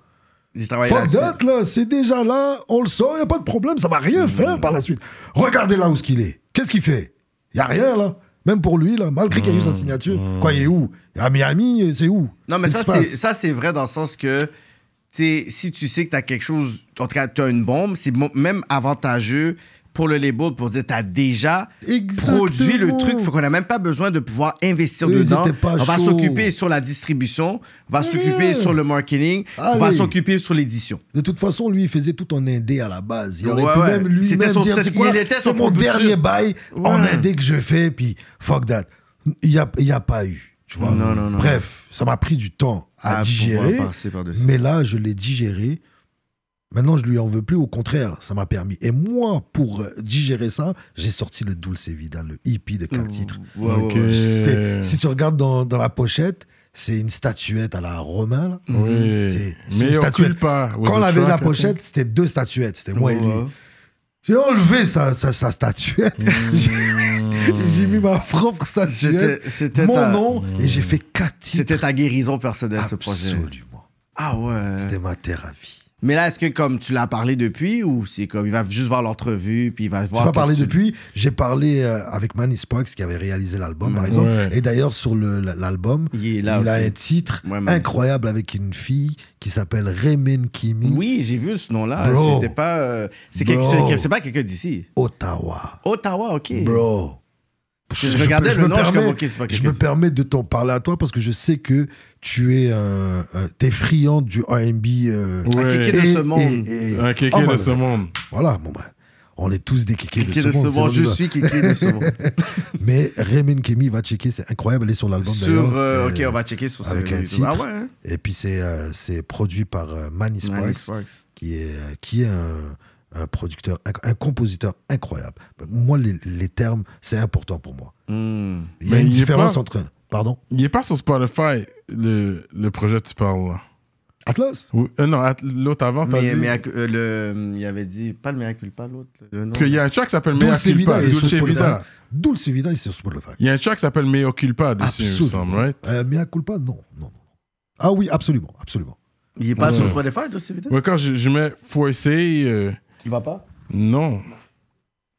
J'ai travaillé
fuck
là-dessus.
that, là, c'est déjà là, on le sort, y a pas de problème, ça va
Hmm.
rien faire par la suite. Regardez là où ce qu'il est. Qu'est-ce qu'il fait Y a rien là. Même pour lui, là, malgré qu'il y a eu sa signature. Quoi, il est où À Miami, euh, c'est où
Hmm. Non, mais
Qu'est-ce
ça,
qui se
c'est,
passe
ça, c'est vrai dans le sens que, tu sais, si tu sais que tu as quelque chose, en tout cas, tu as une bombe, c'est mo- même avantageux pour le label pour dire tu as déjà
Exactement.
produit le truc. Faut qu'on n'a même pas besoin de pouvoir investir
Eux, ils
dedans.
étaient pas
on va
chauds.
s'occuper sur la distribution, on va s'occuper
rien.
sur le marketing, on
Allez.
va s'occuper sur l'édition.
De toute façon, lui, il faisait tout en indé à la base. Il aurait
Ouais,
pu
ouais.
même lui
C'était
même
son-
dire,
c'est-
tu sais quoi,
il était
c'est
son
mon
producteur.
dernier bail en
Ouais.
indé que je fais, puis fuck that. Il n'y a, il y a pas eu, tu vois.
Non, non, Ah, non.
Bref, ça m'a pris du temps à,
À pouvoir
digérer,
passer par-dessus.
mais là, je l'ai digéré. Maintenant, je lui en veux plus. Au contraire, ça m'a permis. Et moi, pour euh, digérer ça, j'ai sorti le Dulce Vida, le hippie de quatre titres.
Ouais, ouais,
Ok.
ouais.
C'était- Si tu regardes dans, dans la pochette, c'est une statuette à la Romain, là.
Oui.
Mm. C'est- c'est une
Mais on
statuette.
cule pas. aux
Quand on
autres
avait la
tracks, I
pochette, c'était deux statuettes, c'était moi et lui.
Ouais.
J'ai enlevé sa, sa, sa statuette, [laughs] J'ai- j'ai mis ma propre statuette,
Hmm. C'était- c'était
mon
ta-
nom, et j'ai fait quatre titres.
C'était ta guérison personnelle, ce projet.
Absolument.
Ah ouais.
C'était ma thérapie.
Mais là, est-ce que comme tu l'as parlé depuis ou c'est comme il va juste voir l'entrevue puis il va
J'ai
voir.
pas
que
parlé
tu-
depuis, j'ai parlé euh, avec Manny Spox qui avait réalisé l'album, par exemple.
Ouais.
Et d'ailleurs, sur le- l'album,
Il est là,
il a
ok.
un titre
Ouais, Manny.
incroyable avec une fille qui s'appelle Remen Kimi
Oui, j'ai vu ce nom-là.
Bro.
C'était pas. euh, c'est
Bro.
quelque- c'est- c'est pas quelqu'un d'ici.
Ottawa.
Ottawa, ok.
Bro.
Je regardais le nom, je suis comme, ok, c'est pas
je
quelque
me
chose.
permets de t'en parler à toi parce que je sais que tu es euh, euh, t'es friand du R&B euh,
Ouais.
Un kéké de
et-
ce monde.
et-
think.
et-
Un
Oh,
kéké
bah,
de ce monde.
Voilà, bon ben, on est tous des kékés de
Kéké
ce
de ce
monde. c'est
monde, je
horrible.
suis Kéké de
[laughs]
ce monde.
Mais Remin Kemi va checker, c'est incroyable, elle est sur l'album
Sur.
d'ailleurs.
euh, ok,
c'est-
on va checker sur
avec
ce-
un titre.
Ah ouais.
Et puis c'est euh, c'est produit par euh, Manny
Nice,
Sparks,
Sparks.
qui est euh, qui est un, un producteur, inc- un, compositeur incroyable. Moi, les, les termes, c'est important pour moi.
Hmm.
Il y a
Mais
une
il est
différence
pas-
entre. Pardon.
Il est pas sur Spotify, le, le projet que tu parles là.
Atlas.
Ou- euh, non, att- l'autre avant, t'as
Mais,
dit.
mais, euh, le, il avait dit, pas le miracle, pas l'autre. le nom.
Parce qu'il y a un track qui s'appelle Mea
Dulce
Culpa.
Vida est sur
Dulce Vida.
Spotify. Dulce Vida est sur Spotify.
Il y a un track qui s'appelle Mea Culpa dessus, il me semble, right?
Euh, Mea culpa, non, non, non. Ah oui, absolument, absolument.
Il est pas
Ouais.
sur Spotify, de ce vidéo
Ouais, quand je, je mets Forcé, euh,
Il va pas
non.
Ah,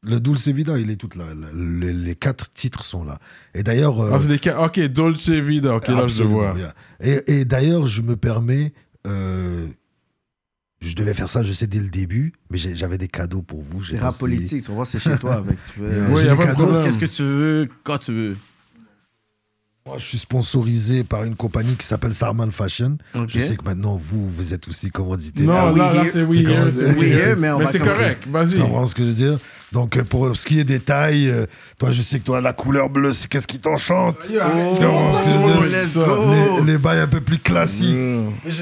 Le Dulce Vida, il est tout là. Le- le- les quatre titres sont là. Et d'ailleurs, euh,
Ah, c'est des cas- Ok, Dolce Vida, ok, là je le
absolument,
vois.
yeah. Et, et d'ailleurs, je me permets, euh, je devais faire ça, je sais dès le début, mais j'ai- j'avais des cadeaux pour vous. j'ai
C'est rap
pensé-
politique, tu vas voir, c'est chez toi avec. Tu
[laughs]
veux...
Euh,
Ouais,
j'ai
y a
des
pas de
cadeaux.
problème.
Qu'est-ce que tu veux quand tu veux
Moi, je suis sponsorisé par une compagnie qui s'appelle Sarman Fashion.
Ok.
Je sais que maintenant, vous, vous êtes aussi commandité.
Non,
Ah,
par-
là,
oui,
là
here.
c'est
C'est
oui, here,
comment-
c'est
Oui,
oui,
here,
here.
mais on
Mais
va
c'est
commenter.
correct, vas-y.
Tu comprends ce que je veux dire Donc, euh, pour ce qui est détail, euh, toi, je sais que toi, la couleur bleue, c'est qu'est-ce qui t'enchante
Yeah, let's
Tu
go.
comprends ce que je veux dire
oh,
let's go.
Euh,
Mm.
Les, les bails un peu plus classiques.
Go
Vu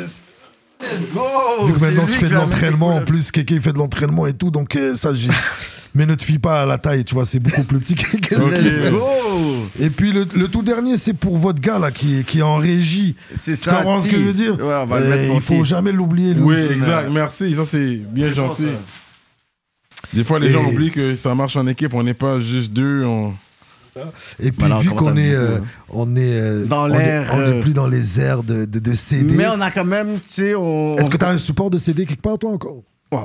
que
C'est
maintenant,
lui
tu fais
qui va
de
mettre les
l'entraînement. En
couleurs.
plus, Kéké fait de l'entraînement et tout. Donc, euh,
[laughs]
ça, j'ai. Mais ne te fie pas à la taille, tu vois, c'est beaucoup plus petit que
[laughs]
que-
Ok.
Let's go
Et puis le, le tout dernier, c'est pour votre gars là qui est, qui est en régie.
C'est
Tu
ça.
comprends ce que
T.
je veux dire
Ouais, on va le
Euh,
mettre pour
Il faut
T.
jamais l'oublier, lui.
Oui,
aussi.
exact, merci, ça c'est bien gentil. Des fois, les
Et-
gens oublient que ça marche en équipe, on n'est pas juste deux. On...
Et puis
Voilà, on
vu
commence à
qu'on est,
beaucoup,
euh,
hein.
on est euh,
Dans
on est-
l'air,
on n'est
euh,
plus dans les airs de, de, de CD.
Mais on a quand même, tu sais, on.
Est-ce que t'as un support de CD quelque part toi encore
Ouais, ouais.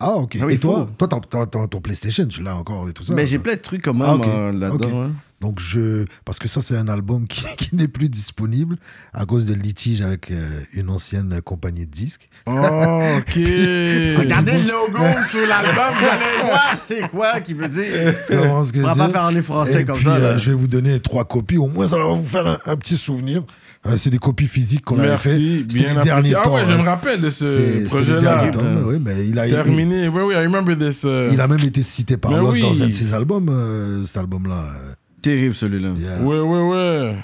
Ah ok.
Ah oui,
et toi
faut.
Toi t'as- t'as t'as ton PlayStation, tu l'as encore et tout ça.
Mais j'ai plein de trucs quand même
Ah, ok,
euh, là-dedans.
ok.
hein.
Donc je parce que ça c'est un album qui, [laughs] qui n'est plus disponible à cause de litige avec euh, une ancienne compagnie de disques.
Oh,
[laughs]
ok.
Regardez le logo sur l'album, vous allez voir c'est quoi qui veut dire.
Tu comprends ce que
On
je
va
veux
pas
dire
parler français
Et
comme
puis,
ça.
euh,
là.
je vais vous donner trois copies. Au moins, ça va vous faire un, un petit souvenir. Euh, c'est des copies physiques qu'on avait fait.
Merci,
C'était
bien
les
apprécié.
derniers
Ah
temps.
ouais, je
hein.
me rappelle de ce
C'était- c'était les
projet-là.
derniers temps. mais oui, mais il a, il,
Terminé. Oui, oui, I remember this. euh,
il a même été cité par
Mais
Lost
oui.
dans un de ses albums, euh, cet album-là. Euh,
Terrible celui-là.
il y a-
Ouais, ouais, ouais.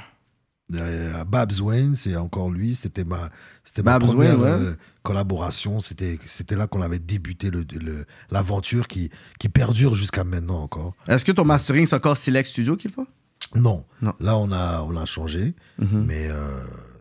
euh, Babs Wayne, c'est encore lui. C'était ma, c'était ma
Babs
première
Wayne, ouais.
euh, collaboration. C'était, c'était là qu'on avait débuté le, le- l'aventure qui, qui perdure jusqu'à maintenant encore.
Est-ce que ton mastering, c'est encore Select Studio qu'il faut
Non.
Non. Mhm.
Là, on a, on a changé. Mais euh,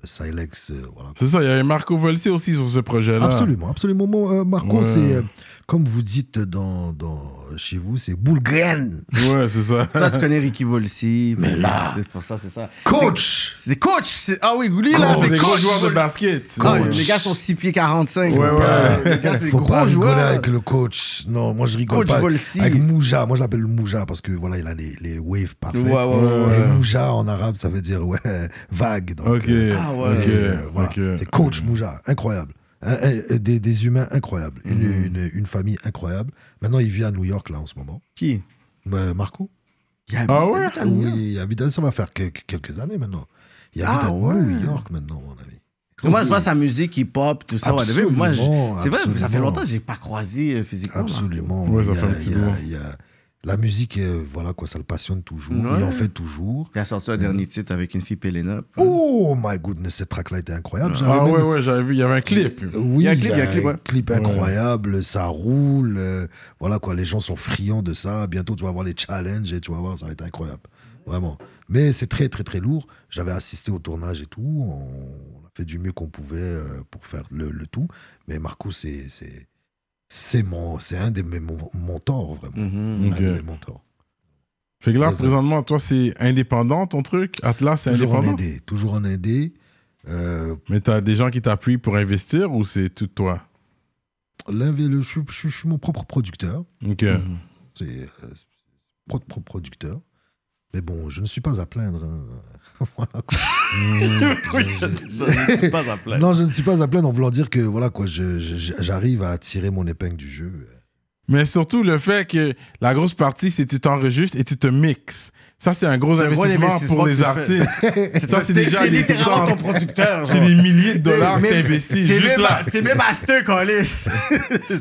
Silex, euh, voilà.
C'est ça, il y avait Marco Volsi aussi sur ce projet-là.
Absolument, absolument. Mon- euh, Marco,
Ouais.
c'est euh, comme vous dites dans, dans- chez vous, c'est Boulgren,
Ouais, c'est ça.
Ça, tu connais Ricky Volsi. Mais là. C'est pour ça, c'est ça.
coach.
C'est coach. c'est- Ah oui, lui, là,
C'est
c'est
des gros
coach.
joueurs de
Volsi.
basket.
Ah,
Coach.
les gars sont 6 pieds 45.
Ouais,
donc,
ouais.
euh, Les gars, c'est des
Faut pas
gros
rigoler
joueurs.
avec le coach. Non, moi je rigole
Coach
pas.
Volsi.
Avec Mouja, moi je l'appelle Mouja parce que voilà, il a les, les waves parfaites.
Ouais, ouais, ouais,
Et
ouais.
Mouja en arabe, ça veut dire ouais, vague. Donc,
Ok.
euh,
Ah ouais.
c'est,
Ok,
euh, voilà.
ok.
C'est coach Mouja, incroyable. Un- un- un- des, des humains incroyables, une,
Mhm.
une- une famille incroyable. Maintenant, il vit à New York là en ce moment.
Qui
Euh, Marco
Ah ouais?
Oui, il habite à- ça va faire que- que- quelques années maintenant. Il habite
Ah
à
ouais.
New York maintenant, mon ami.
Parce que moi, je vois sa musique hip-hop, tout ça. ouais, de même, moi, je-
Absolument,
c'est vrai, ça fait
absolument.
longtemps que je l'ai pas croisé euh, physiquement. Marco.
Ah, Absolument.
Ouais, ça
Il y a-
fait un petit
il y a-
moment.
il y a- La musique, euh, voilà quoi, ça le passionne toujours.
Ouais.
Il en fait toujours.
Il a sorti un dernier titre avec une fille Pelena.
Oh my goodness, cette track-là était incroyable. J'avais
Ah
même-
ouais, ouais, j'avais vu, il y avait un clip.
Il
Oui,
y a un clip, il y a un clip, ouais.
incroyable, ça roule. euh, voilà quoi, les gens sont friands de ça. Bientôt, tu vas voir les challenges et tu vas voir, ça va être incroyable. Vraiment. Mais c'est très, très, très lourd. J'avais assisté au tournage et tout. On on a fait du mieux qu'on pouvait euh, pour faire le, le tout. Mais Marco, c'est c'est- c'est mon- c'est un de mes mon- mentors, vraiment.
Mhm.
Ok.
Un de mes mentors.
Fait que là,
Mm. C'est ça.
présentement, toi, c'est indépendant ton truc. Atlas, c'est
Toujours en
indépendant.
aidé. Toujours en aidé. Euh,
Mais t'as des gens qui t'appuient pour investir ou c'est tout toi
là, le- je, suis- je suis- je suis mon propre producteur.
Ok.
C'est euh, c'est pro- pro- producteur. Mais bon, je ne suis pas à plaindre. hein. [laughs] Voilà, quoi.
[laughs] Oui, je dis ça, je ne suis pas à plaindre.
Non, je ne suis pas à plaindre en voulant dire que voilà quoi, je- je- j'arrive à tirer mon épingle du jeu.
Mais surtout le fait que la grosse partie, c'est tu t'enregistres et tu te mixes. Ça, c'est un gros
C'est un gros investissement
investissement, pour
que
les
tu [laughs]
artistes. ça, c'est
T'es-
déjà
t'es
des
littéralement ton
centaines-
producteur.
c'est
genre.
des milliers de dollars que
Même-
t'investis
C'est
juste
même-
là.
C'est même master, Colis.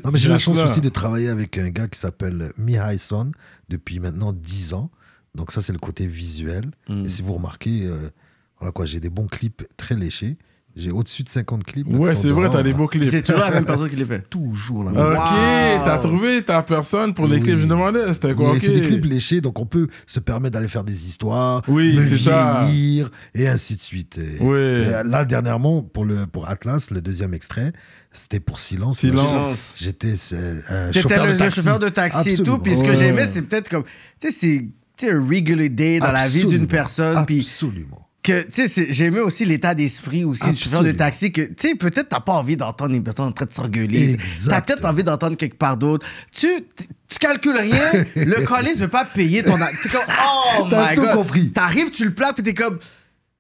Non, mais j'ai la
Juste
chance
là.
aussi de travailler avec un gars qui s'appelle Mihai Son depuis maintenant 10 ans. Donc ça, c'est le côté visuel.
Hmm.
Et si vous remarquez, euh, voilà quoi, j'ai des bons clips très léchés. J'ai au-dessus de 50 clips. là, qui
Ouais,
sont
c'est vrai,
dehors,
t'as des
là.
beaux clips.
C'est toujours la même personne qui les fait.
Toujours la
Ok,
même
t'as trouvé ta personne pour les
Oui.
clips. Je me demandais, c'était quoi
Mais
ok.
c'est des clips léchés, donc on peut se permettre d'aller faire des histoires,
Oui,
le
c'est ça.
vieillir, et ainsi de suite. Et-
Oui.
et euh, là, dernièrement, pour, le, pour Atlas, le deuxième extrait, c'était pour Silence.
Silence.
J'étais c'est, euh,
J'étais
chauffeur,
le,
de
le
taxi.
chauffeur de taxi et tout.
Absolument.
Puis ce que
Ouais.
j'aimais, c'est peut-être comme. Tu sais, c'est tu sais, un regular day dans la vie d'une
Absolument.
personne. Puis
Absolument.
que, tu sais, c'est- j'aimais aussi l'état d'esprit aussi du chauffeur de
Absolument.
taxi que, tu sais, peut-être t'as pas envie d'entendre une personne en train de s'engueuler.
Exactement.
T'as peut-être envie d'entendre quelque part d'autre. Tu, tu calcules rien.
[laughs]
le colis veut pas payer ton. a- T'es comme, oh
T'as
my
tout
god.
compris.
T'arrives, tu le plaques, puis t'es comme, tu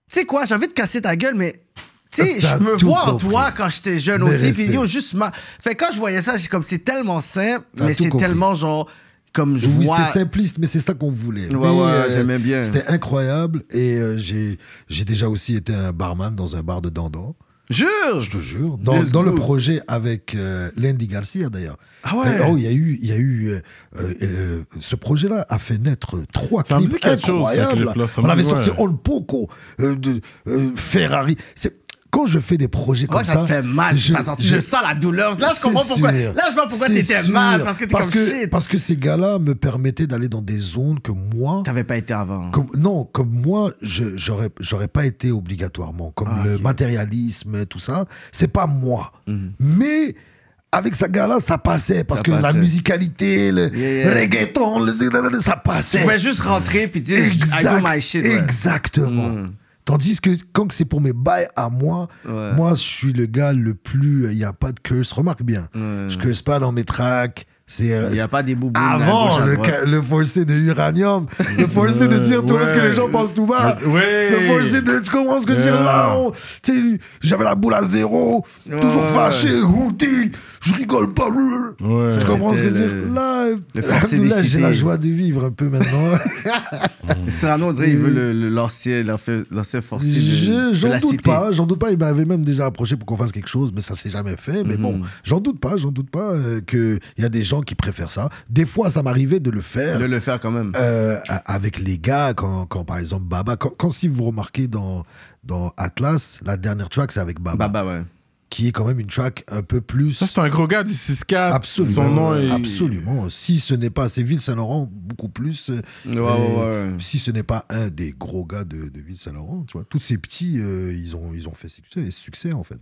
sais quoi, j'ai envie de casser ta gueule, mais. Tu sais,
T'as
je me
tout
vois en
compris.
toi quand j'étais jeune
Mais
aussi, puis
respect.
yo, juste ma... Fait que quand je voyais ça, j'ai comme, c'est tellement simple,
T'as
mais
tout
c'est
compris.
tellement genre, comme je
Oui,
vois...
c'était simpliste, mais c'est ça qu'on voulait.
Ouais,
Mais,
ouais, j'aimais bien.
C'était incroyable. Et euh, j'ai j'ai déjà aussi été un barman dans un bar de Dandan.
Jure!
Je te jure. Dans,
Let's
dans le
go.
projet avec euh, Landy Garcia, d'ailleurs.
Ah ouais.
Euh, oh, il y a eu. il Y a eu euh, euh, euh, ce projet-là a fait naître trois
Ça me dit
clips
quelque chose, ce
incroyables.
clip-là, ça
On
me-
avait
ouais.
sorti On Poco, euh, de, euh, Ferrari. C'est. Quand je fais des projets comme
Ouais, ça,
ça,
te fait mal, je, je, sens la douleur. Là, je
C'est
comprends pourquoi.
sûr.
Là, je vois pourquoi
C'est
t'étais
sûr.
mal, parce que t'es comme shit.
Parce que ces gars-là me permettaient d'aller dans des zones que moi,
T'avais pas été avant.
comme, non, comme moi, je j'aurais j'aurais pas été obligatoirement. Comme
Ah,
le
ok. Mhm.
matérialisme, tout ça, c'est pas moi. Mais avec ce gars-là, ça passait parce
Ça
que la
passait.
musicalité, le
Yeah, yeah.
reggaeton, le- ça
Tu
passait.
pouvais juste rentrer puis dire, I do
Exact-
my shit. ouais.
Exactement.
Mm.
Tandis que quand c'est pour mes bails à moi,
Ouais.
moi je suis le gars le plus. Il n'y a pas de curse. Remarque bien,
Ouais.
je curse pas dans mes tracks. C'est
Il y a pas des boubous.
avant le, ca- le forcé de
[laughs]
uranium, le forcé de dire tout
Ouais.
ce que les gens pensent tout bas,
Ah, Ouais.
le forcé de tu comprends ce que je veux dire
Ouais.
là, on- tu sais, j'avais la boule à zéro, toujours
Ouais.
fâché, houti, je rigole pas, bleu.
Ouais.
tu comprends ce que je veux
C'était
dire
le-
là,
le forcé
Abdoulaye,
des
j'ai la
cités.
joie de vivre un peu
[laughs]
maintenant.
Cyrano, on dirait, il veut le- le- l'ancien leur fait- l'ancien forcé de-
Mm. Je-
de
J'en
la
doute
cité.
pas, j'en doute pas. Il m'avait même déjà approché pour qu'on fasse quelque chose, mais ça s'est jamais fait. Mais
Hmm.
bon, j'en doute pas, j'en doute pas euh, que qu'il y a des gens qui préfèrent ça. Des fois, ça m'arrivait de le faire.
De le faire quand même.
euh, a- avec les gars, quand, quand par exemple Baba, quand, quand si vous remarquez dans, dans Atlas, la dernière track c'est avec Baba.
Baba, ouais.
qui est quand même une track un peu plus.
Ça, c'est un gros gars du 6-4.
Absolument.
Son nom est.
Absolument. Si ce n'est pas, c'est Ville-Saint-Laurent, beaucoup plus. euh,
Ouais,
et
ouais, ouais.
Mm. Si ce n'est pas un des gros gars de, de Ville-Saint-Laurent, tu vois. Tous ces petits, euh, ils, ont, ils ont fait succès, et succès en fait.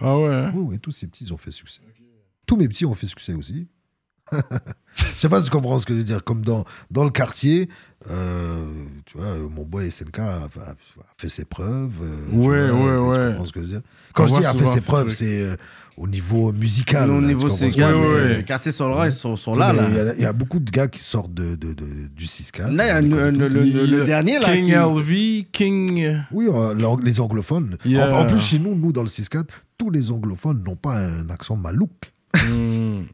Ah ouais.
Oui, oui, tous ces petits, ils ont fait succès. Tous mes petits ont fait succès aussi. [laughs] Je sais pas si tu comprends ce que je veux dire. Comme dans, dans le quartier, euh, tu vois, mon boy SNK a, a- a fait ses preuves. euh, tu
Ouais, ouais,
Tu
ouais.
comprends ce que je veux dire Quand
On
je dis
voit
a fait
souvent
ses
ce
preuves,
truc.
c'est euh, au niveau musical.
Au
là, tu
niveau
comprends ce que
c'est
je
gars,
veux dire
ouais,
les-
ouais.
les quartiers sur le roi, ils sont, sont
Mais
là, là.
Il y a- il y, a beaucoup de gars qui sortent de, de- de- du 6K.
Là, il y a
On les
un-
connaît
un-
tous.
le- le- le dernier, là,
King
qui-
LV, King.
Oui, euh, l'ang- les anglophones. En-
Yeah.
En, plus, chez nous, nous, dans le 6K, tous les anglophones n'ont pas un accent malouk.
Hmm.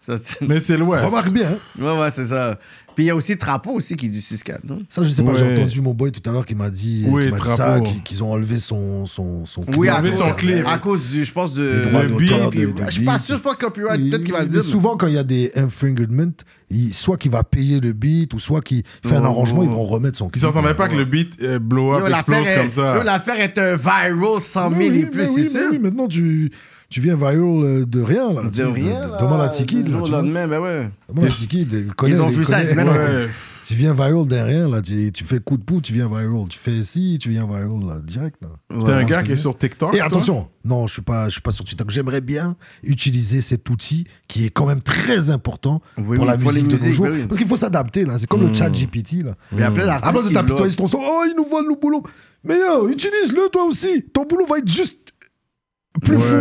Ça, tu-
Mais c'est l'Ouest.
Remarque bien.
[laughs]
hein.
ouais, ouais, c'est ça. Puis il y a aussi Trapo aussi qui est du 6-4, non?
Ça, je sais pas,
Ouais.
j'ai entendu mon boy tout à l'heure qui m'a dit,
Oui,
qui m'a dit ça,
drapeau.
qui- qu'ils ont enlevé son, son, son
Oui, à
enlevé
cause,
Internet,
son clip.
à cause du, je pense, de.
des droits
le
d'auteur,
bip,
de-
et-
de
Je suis pas
bip.
sûr, c'est pas le copyright, peut-être qu'il va le
Mais
dire.
Souvent, quand il y a des infringements, il- soit qu'il va payer le beat, ou soit qu'il fait un
Oh,
arrangement,
oh.
ils vont remettre son
Ils
clip.
s'entendaient pas que le beat euh, blow
Yo,
up explose
l'affaire
comme
est, yo,
ça.
l'affaire est un viral 100
Mais
000
oui,
et plus,
mais oui,
c'est
mais
sûr.
oui, maintenant, tu, tu viens viral euh, de rien, là. Tu-
De rien. là,
Demande à Tiki,
du
là.
jour au
tu vois.
lendemain, ben ouais.
Demande à Tiki, il connaît-
Ils ont
il
vu ça, ils
connaît-
se mettent
ouais.
Ouais.
Tu viens viral de rien, là. Tu, tu fais coup de pouce, tu viens viral. Tu fais si, tu viens viral, là, direct, là.
T'es un
Ouais,
gars
c'est
qui est
ça.
sur TikTok.
Et
toi?
attention, non, je suis pas, je suis pas sur TikTok. J'aimerais bien utiliser cet outil qui est quand même très important
Oui,
pour
oui,
la
pour les
musique de nos
musiques,
jours,
oui, oui.
parce qu'il faut s'adapter là. C'est comme le Chat GPT là. Hmm.
Mais il y a plein d'artistes.
À base de
qui
taper
bloquent.
toi, ils se sont, oh, ils nous volent le boulot. Mais yo, utilise-le toi aussi. Ton boulot va être juste plus
Ouais.
fou.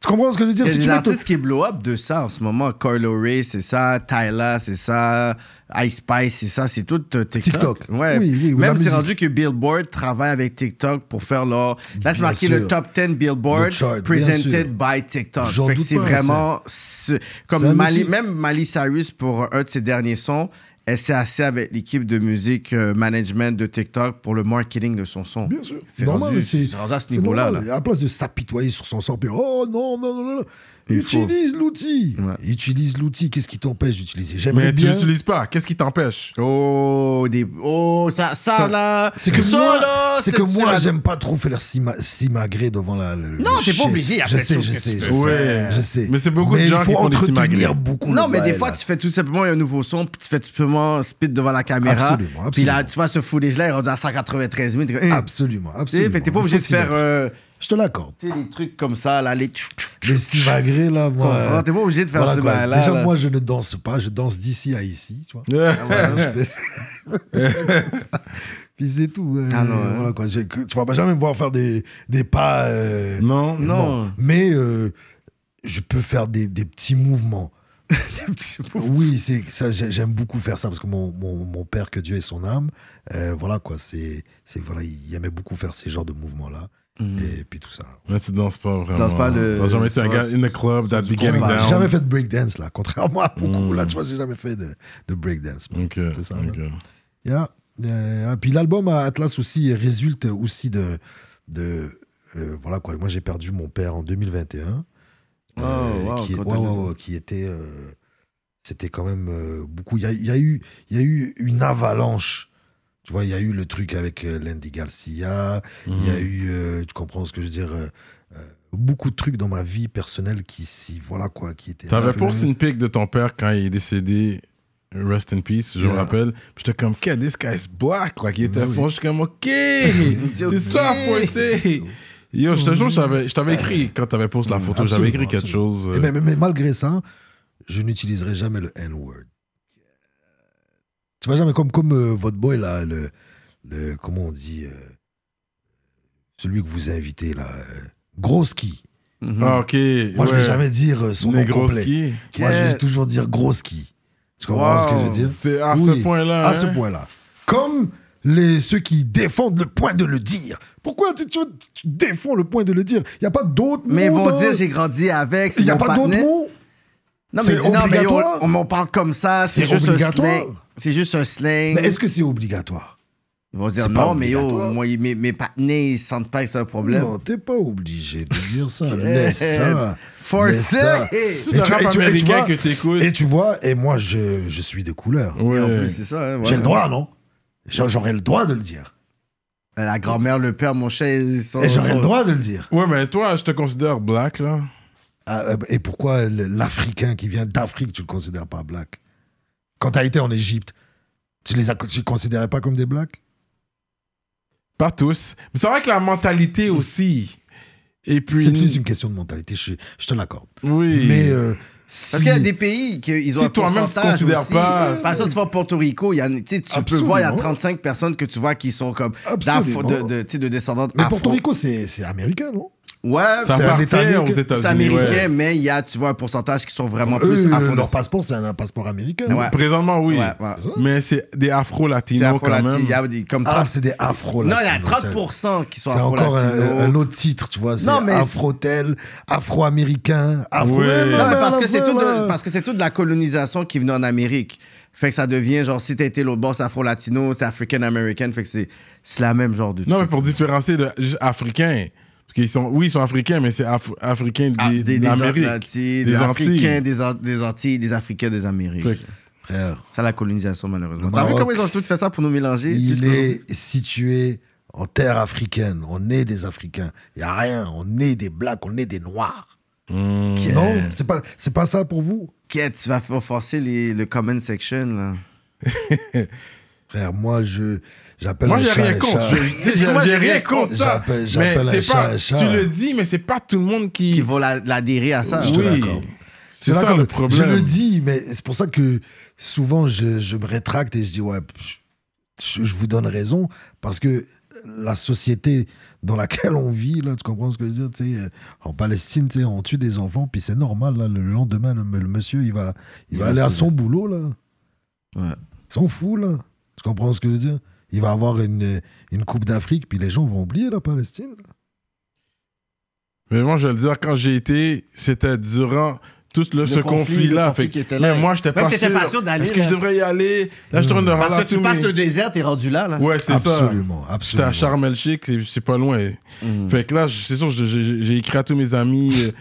Tu comprends ce que je veux dire
Il y a
Si
des
tu mets ton-
artistes qui blow up de ça en ce moment. Carlo Ray, c'est ça. Tyla, c'est ça. Ice Spice, c'est ça. C'est tout euh, TikTok.
TikTok.
Ouais.
Oui, oui, oui, la
Même c'est
musique.
rendu que Billboard travaille avec TikTok pour faire leur. Là, c'est
Bien
marqué
sûr.
le top 10 Billboard
Le chart, bien sûr.
presented by TikTok.
J'en
Fait que
doute
c'est
pas, hein,
vraiment. ce-
C'est
Comme
un
Mali-
outil.
même Mali Cyrus pour un de ses derniers sons. Elle s'est assise avec l'équipe de musique euh, management de TikTok pour le marketing de son son.
Bien sûr.
C'est
normal,
rendu,
mais c'est
c'est rendu à ce
c'est
niveau-là.
normal.
là.
À la place de s'apitoyer sur son sort, puis oh non, non, non, non, non.
Il faut.
Utilise l'outil.
Ouais.
Utilise l'outil. Qu'est-ce qui t'empêche d'utiliser J'aimerais
Mais tu
bien.
l'utilises pas. Qu'est-ce qui t'empêche
Oh, des... oh ça, ça là.
C'est que
ça,
moi,
là,
c'est que
ça,
moi
là.
j'aime pas trop faire sima- simagrer devant la. Le,
Non, t'es pas obligé, il y a
après
plein de
Je sais,
choses
je
que tu
sais,
peux
je sais.
faire.
je sais.
Mais c'est beaucoup de
Mais
gens
il faut
qui font des simagrées.
entretenir beaucoup.
Non,
le
mais des
bail,
fois,
là.
tu fais tout simplement un nouveau son, puis tu fais tout simplement spit devant la caméra.
Absolument, absolument.
Puis là, tu vois ce footage-là, il est rendu à 193 000. t'es comme, hein.
Absolument,
Tu sais,
absolument.
Fait que t'es pas
Il
obligé
faut
de faire
s'y mettre.
euh,
Je te l'accorde.
tu sais, des trucs comme ça, là, les. tchou, tchou, tchou,
Les
tchou.
simagrées là,
Tu comprends?
moi.
T'es pas obligé de faire
voilà,
ce
quoi.
bail-là.
Déjà,
là.
moi, je ne danse pas. Je danse d'ici à ici, tu vois. Voilà, je fais- [laughs] Puis c'est tout. euh,
Ah non, ouais.
voilà quoi. J'ai- Tu vas pas jamais me voir faire des, des pas. euh,
[laughs] Non.
Non.
Mais euh, je peux faire des, des petits mouvements. Oui, c'est ça. j'ai- J'aime beaucoup faire ça parce que mon, mon, mon père, que Dieu ait son âme, euh, voilà quoi. C'est c'est voilà, il aimait beaucoup faire ces genres de mouvements là et puis tout ça.
Mais tu danses pas vraiment.
danses pas le-
T'as jamais été un
sur-
gars in the club that be getting
Bah,
down.
j'ai jamais fait de breakdance là, contrairement à beaucoup
Mm.
là. Tu vois, j'ai jamais fait de, de breakdance. man.
Ok.
C'est ça.
ok.
man. Yeah. Euh, ah, puis l'album à Atlas aussi résulte aussi de de euh, voilà quoi. Moi, j'ai perdu mon père en 2021.
Oh,
Euh,
wow,
qui,
quand
ouais,
t'as
ouais,
des-
ouais, qui était. euh, C'était quand même euh, beaucoup. Il y a, il y a eu, il y a eu une avalanche. Tu vois, il y a eu le truc avec euh, Landy Garcia. Il y a eu, euh, tu comprends ce que je veux dire, euh, euh, beaucoup de trucs dans ma vie personnelle qui, si, voilà quoi, qui étaient. un
T'avais
peu- [laughs]
posté une pic de ton père quand il est décédé. Rest in peace, je me
Yeah. Ben
rappelle. Puis J'étais comme, que this guy's black. Like, il était
Oui.
fond. Je suis comme, ok.
[laughs]
c'est ça,
Ok.
pointé. Yo, je te jure, j'avais- je t'avais écrit quand t'avais posté la photo. J'avais
Absolument,
écrit quelque
absolument.
chose. euh,
Et ben, mais, mais- mais malgré ça, je n'utiliserai jamais le N-word. Tu vois, jamais comme, comme euh, votre boy là, le, le- Comment on dit euh, Celui que vous invitez là, euh, Groski.
Mhm.
Ah, ok.
Eh ben, mm. Moi, je
ouais.
vais jamais dire euh, son nom complet.
Negroski.
Moi, je vais
Quel-
toujours dire Groski. Tu comprends
Wow.
ce que je veux dire
T'es à ce
Oui,
point-là.
À
hein?
ce point-là. Comme les, ceux qui défendent le point de le dire. Pourquoi tu, tu- tu défends le point de le dire Il n'y a pas d'autre mot.
Mais ils vont
dans-
dire, j'ai grandi avec. c'est
Il n'y a
mon
pas d'autre
partenaire.
mot.
Non, mais
C'est
dis, non, mais yo,
obligatoire.
on m'en parle comme ça. C'est
C'est
juste un
obligatoire.
slang. C'est juste un slang.
Mais est-ce que c'est obligatoire
Ils vont dire
C'est pas
non, mais yo,
obligatoire.
moi, ils- mes, mes partenaires, ils sentent pas que c'est un problème.
Non, t'es pas obligé de
[laughs]
dire ça. Laisse ça.
Forcé.
Laisse
[laughs]
ça.
Et
Tout le rap américain
vois,
que t'écoutes.
et tu vois, et moi, je, je suis de couleur.
Ouais.
en plus, c'est ça. hein, voilà.
J'ai le droit, non J'a- J'aurais le droit de le dire.
La grand-mère, le père, mon chien, ils sont.
Et J'aurais
sont-
le droit de le dire.
Ouais, mais toi, je te considère black, là.
Ah, euh, et pourquoi le- l'Africain qui vient d'Afrique, tu le considères pas black Quand tu as été en Égypte, tu les as, tu les considérais pas comme des blacks
Pas tous. Mais c'est vrai que la mentalité aussi. Et puis.
C'est plus une question de mentalité, je, suis- je te l'accorde.
Oui.
Mais euh, si-
Parce qu'il y a des pays qu'ils ont
Si
un
toi-même, tu te
pourcentage
considères
aussi.
pas-
Par exemple, tu vas à Porto Rico, il y en a- tu sais, tu peux
Absolument.
voir, il y a 35 personnes que tu vois qui sont comme
Absolument.
d'Afro- de, de, tu sais, de descendantes
mais
afro.
Porto Rico, c'est c'est américain, non
Ouais,
ça
c'est un
appartient
État
aux
américain.
c'est
États-Unis.
américain,
ouais.
mais il y a, tu vois, un pourcentage qui sont vraiment plus
Eux, euh,
afro.
leur passeport, c'est un, un passeport américain.
Ouais.
Présentement, oui.
Ouais, ouais.
C'est ça
Mais c'est des
C'est
afro-latinos
afro
quand même.
Il y a des- comme 30
Ah, c'est des afro
Non, il y a 30% qui sont Oh.
C'est encore un,
afro-latinos.
un autre titre, tu vois. C'est
Non, mais-
Afro-tel, afro-américain, afro
Ouais.
Ouais,
Non, mais
ouais,
parce que
ouais,
c'est tout
ouais.
de, parce que c'est tout de la colonisation qui venait en Amérique. Fait que ça devient genre si t'as été l'autre bord, c'est afro-latino, c'est african américain Fait que c'est c'est la même genre de
Non, mais
truc.
pour différencier de juste africains. Parce qu'ils sont, oui, ils sont africains, mais c'est Af- africains
Ah,
des,
des, des
d'Amérique.
Antilles,
Des
des,
Antilles.
Africains, des, An- des Antilles, des Africains, des Amériques.
Fait que-
Frère,
Ça, la colonisation, malheureusement.
Le
T'as vu
Maroc,
comment ils ont tout fait ça pour nous mélanger
Il
jusqu'au-
est situé en terre africaine. On est des Africains. Il n'y a rien. On est des Blacks, on est des Noirs.
Mm.
Non, c'est pas, c'est pas ça pour vous.
Qu'est-ce que tu vas faire forcer les- le comment section, là.
Frère, moi, je, j'appelle
Moi,
un
j'ai
chat
rien
un
contre.
chat.
Je- je- J'ai
Moi,
j'ai rien contre ça.
J'appelle-
Mais
j'appelle un
c'est
chat
pas.
un chat.
Tu le dis, mais c'est pas tout le monde qui.
Qui vont la- l'adhérer à ça.
te
oui.
l'accorde.
C'est
Je
ça
l'accorde.
le problème.
Je le dis, mais c'est pour ça que souvent, je, je me rétracte et je dis, ouais, pff, je, je vous donne raison, parce que la société dans laquelle on vit, là, tu comprends ce que je veux dire tu sais, euh, En Palestine, tu sais, on tue des enfants, puis c'est normal, là, le lendemain, le, le monsieur, il va, il
Il
va
va
aller à
se-
son boulot, là.
Ouais.
Il s'en fout, là. Tu comprends ce que je veux dire Il va avoir une, une Coupe d'Afrique, puis les gens vont oublier la Palestine.
Mais moi, je vais le dire, quand j'ai été, c'était durant tout le- ce
conflit,
conflit-là.
le conflit
fait que
qui était là.
même moi, j'étais
Même
pas,
t'étais
sûr.
pas sûr d'aller,
Est-ce que
là.
je devrais y aller Là, je tourne le
Parce que tu passes le
le
désert, t'es rendu là, là.
Ouais, c'est ça.
absolument,
J'étais
absolument.
à Sharm el Sheikh, c'est- c'est pas loin.
Mm.
Fait que là, je- c'est sûr, je- je- j'ai écrit à tous mes amis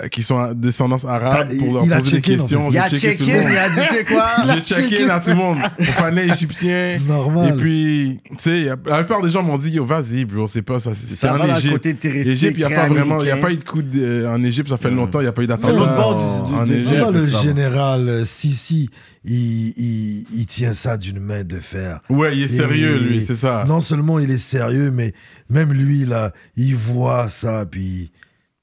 euh, qui sont à descendance arabe
Ah,
pour
il-
leur
il a
poser des
checké, en fait.
questions.
Il a
J'ai checké
checké, il
tout le monde.
a dit, c'est quoi?
[laughs] Il a
J'ai checké
checké.
dans tout le monde. Mon fanais égyptien.
Normal.
Et puis, tu sais, y a- la plupart des gens m'ont dit, yo, vas-y, bro, c'est pas ça. C'est c'est
Ça
en
va dans le
Égypte.
côté touristique.
Égypte, il n'y a pas vraiment, il a
américain.
pas eu de coup de, euh, en Égypte, ça fait longtemps, il n'y a pas eu d'attentat.
C'est l'autre
bord du- du-
Euh, en
du-
Non,
Égypte.
non, le
ça va.
général euh, Sisi, il, il- il tient ça d'une main de fer.
Ouais, il est sérieux,
Et-
lui, c'est ça.
Non seulement il est sérieux, mais même lui, là, il voit ça, puis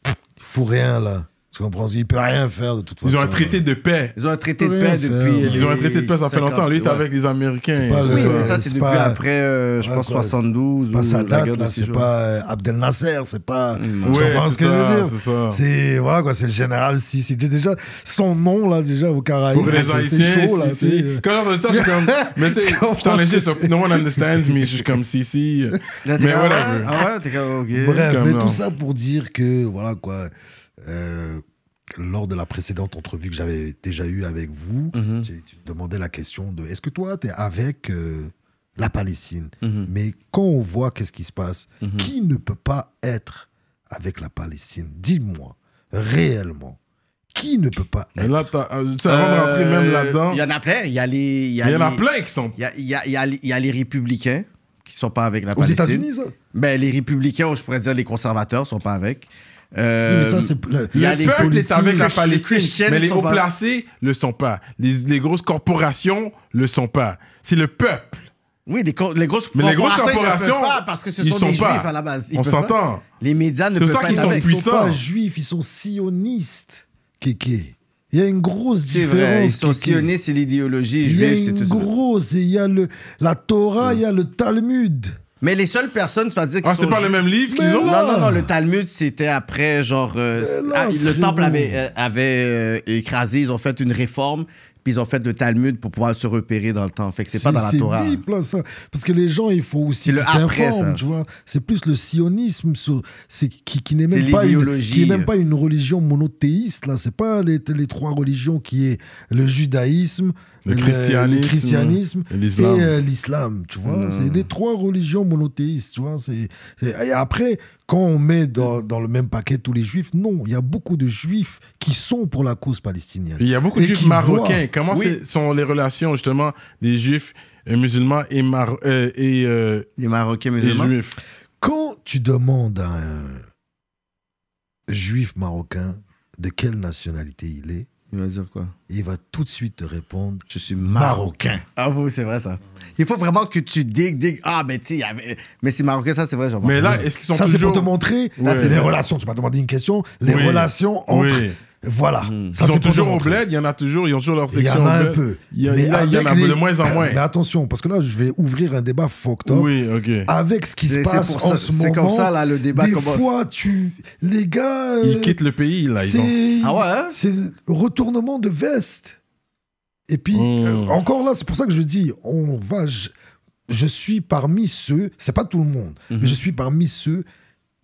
pff, il fout rien, là. Tu comprends Il peut rien faire, de toute façon.
Ils ont un traité
là.
de paix.
Ils ont un traité de
Rien
paix
faire,
depuis.
ouais.
Ils ont un traité de paix, ça fait
50,
longtemps. Lui, t'es
ouais.
avec les Américains.
C'est pas
c'est
le-
Oui,
ça.
mais ça,
c'est
c'est depuis
pas-
après, euh, je
Ouais,
pense,
quoi.
72.
C'est pas
ou
sa
la
date,
guerre de
là,
six
c'est
jours.
pas euh, Abdel Nasser, c'est pas.
Mm.
Tu
Ouais,
comprends
c'est
ce que je
ça,
veux
c'est ça.
dire C'est voilà quoi, c'est le général Sisi. Déjà, son nom là, déjà au Caraïbes,
Pour les
c'est-
Haïtiens,
c'est chaud là.
si, si.
tu sais.
Quand j'entends ça,
[laughs]
je suis comme. Mais tu sais,
Tu comprends
je t'en
ce que
ai juste. No one understands me. Je suis comme si, si.
Là, t'es
Mais
comme,
voilà.
ah, Ah ouais, t'es comme, ok.
Bref,
Comme
mais
non.
tout ça pour dire que, voilà quoi, euh, lors de la précédente entrevue que j'avais déjà eue avec vous,
Mhm.
tu, tu me demandais la question de est-ce que toi, tu es avec euh, la Palestine
Mhm.
Mais quand on voit qu'est-ce qui se passe, qui ne peut pas être avec la Palestine Dis-moi, réellement, qui ne peut pas
Mais
être
Là, t'as- euh, tu sais, avant de rentrer même
Euh,
là-dedans,
Il y en a plein. Il y a les. Il y
il y en a
les-
plein qui sont.
Il y a- il y a- il y a les- il y a les républicains qui sont pas avec la
Aux
Palestine.
États-Unis, ça
Ben, les républicains, ou je pourrais dire les conservateurs, sont pas avec.
Oui,
Euh,
mais ça, c'est le-
il y a
Le
des
peuple est avec la
politiques, les
Palestine,
Christiennes
mais les
sont
hauts
pas-
placés le sont pas. Les, les grosses corporations le sont pas. C'est le peuple.
Oui, les, co- les grosses
Mais les grosses
ils ne peuvent
corporations,
pas parce que ce
ils
sont,
sont
des
pas.
juifs à la base. Ils
On
peuvent pas.
s'entend.
Les médias ne
C'est
peuvent
pour ça
pas
qu'ils
être
sont
avec.
Ils sont pas
puissants.
juifs, ils sont sionistes, Kéké. Il y a une grosse
C'est
différence.
vrai, ils sont
Kéké.
sionistes, c'est l'idéologie
Il y a
juive, c'est tout
une
ça.
grosse, et il y a le, la Torah, il y a le Talmud.
Mais les seules personnes, tu vas dire qu'ils
Ah, c'est
sont
pas
ju-
le même livre qu'ils
Mais
ont?
Non, non, non, le Talmud, c'était après, genre. euh,
Mais
ah,
non,
le
frérot.
temple avait, euh, avait euh, écrasé, ils ont fait une réforme, puis ils ont fait le Talmud pour pouvoir se repérer dans le temps. Fait que c'est pas dans la Torah.
deep, là, ça. Parce que les gens, il faut aussi
C'est le
qu'ils
après, ça.
s'informent, tu vois. C'est plus le sionisme sur- c'est qui, qui n'est
C'est
même, pas une-
l'idéologie.
qui est même pas une religion monothéiste, là. C'est pas les, les trois religions qui est le judaïsme,
Le christianisme,
le christianisme
et l'islam.
et, euh, l'islam, tu vois.
Mm.
C'est les trois religions monothéistes, tu vois. C'est, c'est- et après, quand on met dans, dans le même paquet tous les juifs, non, il y a beaucoup de juifs qui sont pour la cause palestinienne.
Il y a beaucoup de
Et
juifs
qui voient.
marocains. Comment
Oui.
c'est- sont les relations, justement, des juifs euh, musulmans et, mar- euh, et, euh,
Les Marocains
et
musulmans.
juifs.
Quand tu demandes à un juif marocain de quelle nationalité il est,
Il va dire quoi
il va tout de suite te répondre
Je suis marocain. Ah, vous, c'est vrai, ça. Il faut vraiment que tu digues, digues. Ah, mais tu sais, il y avait- mais c'est marocain, ça, c'est vrai, genre.
Mais là, est-ce qu'ils sont
Ça, c'est
toujours...
pour te montrer
Ouais.
c'est les relations. Tu m'as demandé une question. Les
Oui.
relations entre.
Oui. Hmm.
Voilà. Ça,
Ils
c'est
sont
pour te
toujours au
montrer.
bled, il y en a toujours, ils ont toujours leur
Il y
section.
en a
au
un
bled.
peu.
Il y, a-
Mais
là, il y en
avec
a
les- Ah,
de moins en moins.
Mais attention, parce que là, je vais ouvrir un débat fucked up.
Oui, ok.
Avec ce qui se
C'est- c'est
passe
pour
en
ça-
ce moment.
c'est comme ça, là, le débat
Des
commence.
fois, tu. Les gars. euh,
Ils quittent le pays, là. Ils ont...
c'est-
Ah ouais, hein
C'est le retournement de veste. Et puis,
Hmm.
Mm.
euh, encore là, c'est pour ça que je dis, on va. Je, je suis parmi ceux, c'est pas tout le monde,
Mhm.
mais je suis parmi ceux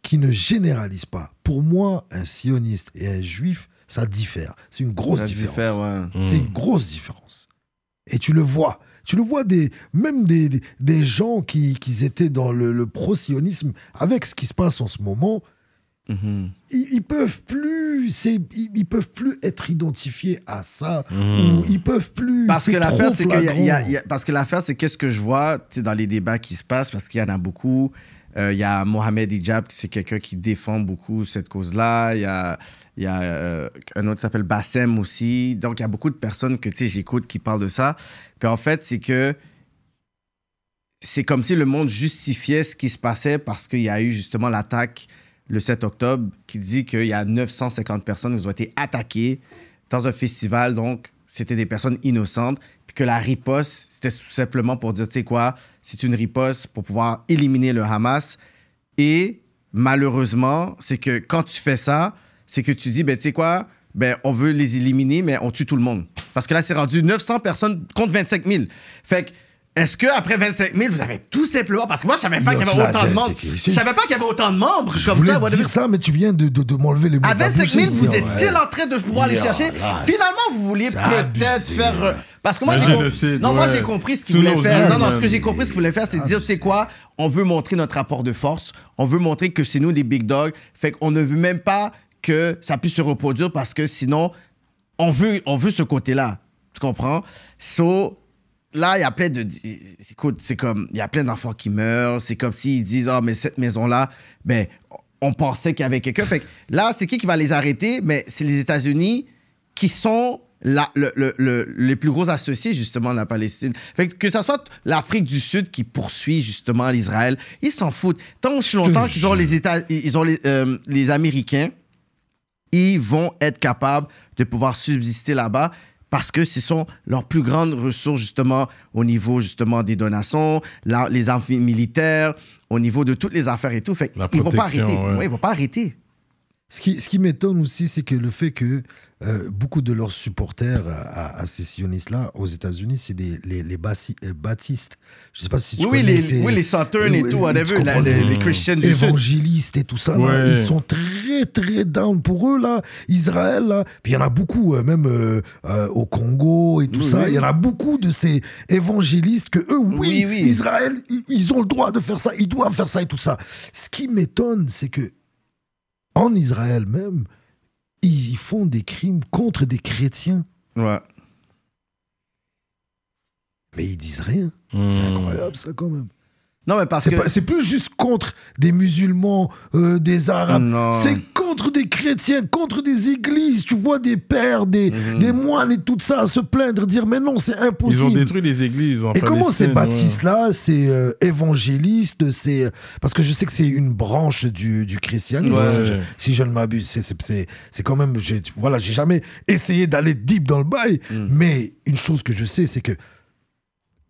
qui ne généralisent pas. Pour moi, un sioniste et un juif, ça diffère. C'est une grosse
Ça
différence.
diffère, ouais. Hmm.
C'est une grosse différence. Et tu le vois. Tu le vois des, même des, des- des gens qui, qui étaient dans le, le pro-sionisme, avec ce qui se passe en ce moment,
Mhm.
ils, ils peuvent plus, c'est, ils, ils peuvent plus être identifiés à ça.
Mm.
Ou ils peuvent plus.
Parce
Hmm, c'est
que l'affaire,
trop
c'est qu'il y a- il y a-
flagrant.
il y a- parce que l'affaire, c'est qu'est-ce que je vois tu sais, dans les débats qui se passent, parce qu'il y en a beaucoup. Euh, Il y a Mohamed Hijab, c'est quelqu'un qui défend beaucoup cette cause-là. Il y a, il y a euh, un autre qui s'appelle Bassem aussi. Donc, il y a beaucoup de personnes que tu sais, j'écoute qui parlent de ça. Puis en fait, c'est que c'est comme si le monde justifiait ce qui se passait parce qu'il y a eu justement l'attaque le 7 octobre qui dit qu'il y a 950 personnes qui ont été attaquées dans un festival. Donc, c'était des personnes innocentes. Puis que la riposte, c'était tout simplement pour dire, tu sais quoi, c'est une riposte pour pouvoir éliminer le Hamas. Et malheureusement, c'est que quand tu fais ça, c'est que tu dis, ben, tu sais quoi, ben, on veut les éliminer, mais on tue tout le monde. Parce que là, c'est rendu 900 personnes contre 25 000. Fait que, est-ce que après 25 000, vous avez tout simplement. Parce que moi, je savais pas
Yo,
qu'il y
tu
avait
l'as
autant de
dit,
membres.
Kiki.
Je savais pas qu'il y avait autant de membres
Je
comme
voulais
ça.
te
whatever.
dire ça, mais tu viens de, de, de m'enlever les mots.
À 25 000, vous
êtes
êtes still en train de pouvoir les
Yeah,
chercher.
là,
Finalement, vous vouliez
c'est
peut-être
abusé,
faire. euh,
là.
Parce que moi,
Le
j'ai compris.
génocide,
Non, moi,
ouais.
j'ai compris ce qu'ils
Sous
voulaient
nos
faire.
yeux,
Non, non, ce
même.
que j'ai compris, ce qu'ils voulaient faire, c'est de dire, tu sais quoi, on veut montrer notre rapport de force. On veut montrer que c'est nous des big dogs. Fait qu'on ne veut même pas que ça puisse se reproduire parce que sinon, on veut, on veut ce côté-là. Tu comprends? So, là, il y a plein de. Écoute, c'est comme. Il y a plein d'enfants qui meurent. C'est comme s'ils disent Ah, mais cette maison-là, ben, on pensait qu'il y avait quelqu'un. Fait que là, c'est qui qui va les arrêter? Mais c'est les États-Unis qui sont. la- le- le- le- les plus gros associés justement de la Palestine. Fait que, que ça soit l'Afrique du Sud qui poursuit justement l'Israël, ils s'en foutent. Tant aussi longtemps qu'ils ont les États, ils ont les, euh, les Américains ils vont être capables de pouvoir subsister là-bas parce que ce sont leurs plus grandes ressources justement au niveau justement des donations, la- les amphis militaires, au niveau de toutes les affaires et tout. Fait
La
ils vont pas arrêter.
protection, ouais.
Ouais, ils vont pas arrêter.
Ce qui, ce qui m'étonne aussi, c'est que le fait que euh, beaucoup de leurs supporters à, à- à ces sionistes-là, aux États-Unis, c'est des, les, les bassi- euh, baptistes. Je sais pas si tu
oui, oui,
connais
les,
ces
oui, les Saturnes et
Oui,
tout,
oui,
whatever,
tu
la-
comprends.
les, les Christians du Sud.
évangélistes et tout ça. là,
Ouais.
ils sont très, très down pour eux, là. Israël, là. Puis il y en a beaucoup, euh, même euh, euh, au Congo et tout
Oui,
ça. Il
oui.
y en a beaucoup de ces évangélistes que eux, oui,
Oui, oui.
Israël, i- ils ont le droit de faire ça, ils doivent faire ça et tout ça. Ce qui m'étonne, c'est que en Israël même, ils font des crimes contre des chrétiens,
Ouais.
mais ils disent rien. C'est
Hmm.
Hmm.
incroyable, ça, quand même.
Non, mais parce
C'est
que...
pas- c'est plus juste contre des musulmans, euh, des arabes.
Non.
C'est contre des chrétiens, contre des églises. Tu vois des pères, des, des moines et tout ça à se plaindre, dire mais non, c'est
Mhm. Ils ont
impossible.
détruit les églises en
et comment
Palestine,
ces
ouais.
baptistes-là, ces euh, évangélistes, ces... parce que je sais que c'est une branche du, du christianisme,
Ouais.
si, je, si je ne m'abuse. C'est- C'est c'est- c'est quand même... je- voilà, j'ai jamais essayé d'aller deep dans le bail,
Mm.
mais une chose que je sais, c'est que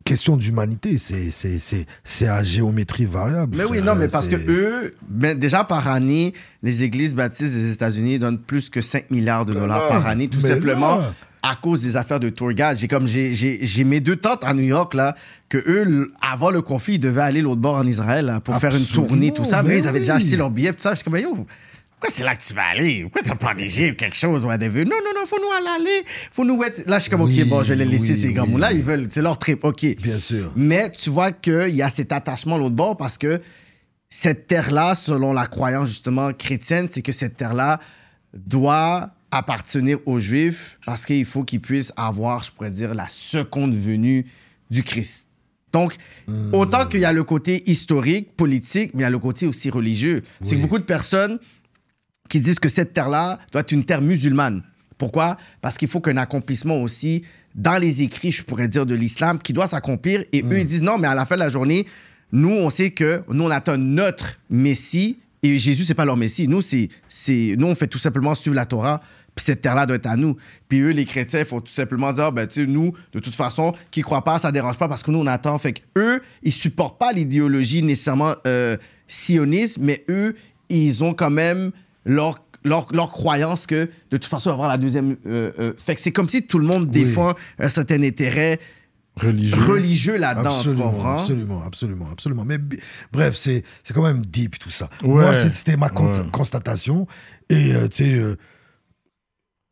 question d'humanité, c'est- c'est- c'est c'est à géométrie variable.
Mais oui,
frère.
non, mais parce que
C'est-
eux, ben, déjà par année, les églises baptistes des États-Unis donnent plus que 5 milliards de dollars
là,
par année, tout
Ah, mais
simplement
là.
à cause des affaires de tour guide. J'ai comme j'ai- j'ai j'ai mes deux tantes à New York là, que eux l- avant le conflit, ils devaient aller l'autre bord en Israël là, pour faire
Absolument,
une tournée, tout ça. Mais,
mais
ils avaient déjà
oui.
acheté leur billet, tout ça. Je suis comme yo. Pourquoi c'est là que tu vas aller? Pourquoi tu vas pas en Égypte, quelque chose, whatever? Non, non, non, faut nous aller, aller. Faut nous être. Là, je suis comme,
Oui,
OK, bon, je vais les laisser,
oui,
ces grands
oui.
là ils veulent, c'est leur trip, OK.
Bien sûr.
Mais tu vois qu'il y a cet attachement à l'autre bord parce que cette terre-là, selon la croyance justement chrétienne, c'est que cette terre-là doit appartenir aux Juifs parce qu'il faut qu'ils puissent avoir, je pourrais dire, la seconde venue du Christ. Donc, autant qu'il y a le côté historique, politique, mais il y a le côté aussi religieux. C'est que beaucoup de personnes qui disent que cette terre-là doit être une terre musulmane. Pourquoi? Parce qu'il faut qu'un accomplissement aussi dans les écrits, je pourrais dire, de l'islam qui doit s'accomplir. Et eux, ils disent non, mais à la fin de la journée, nous, on sait que nous, on attend notre Messie et Jésus, c'est pas leur Messie. Nous, c'est, c'est, nous, on fait tout simplement suivre la Torah. Puis cette terre-là doit être à nous. Puis eux, les chrétiens, ils font tout simplement dire, Ah, ben, tu sais, nous, de toute façon, qui croient pas, ça dérange pas parce que nous, on attend. Fait que eux, ils supportent pas l'idéologie nécessairement euh, sioniste, mais eux, ils ont quand même leur, leur, leur croyance que de toute façon, on va avoir la deuxième. euh, euh, fait que c'est comme si tout le monde défend un certain intérêt
Religieux.
religieux là-dedans, tu
Absolument,
comprends?
absolument, absolument, absolument. Mais b- bref, c'est c'est quand même deep tout ça.
Ouais.
Moi, c'est- c'était ma con-
Ouais.
constatation. Et euh, tu sais, euh,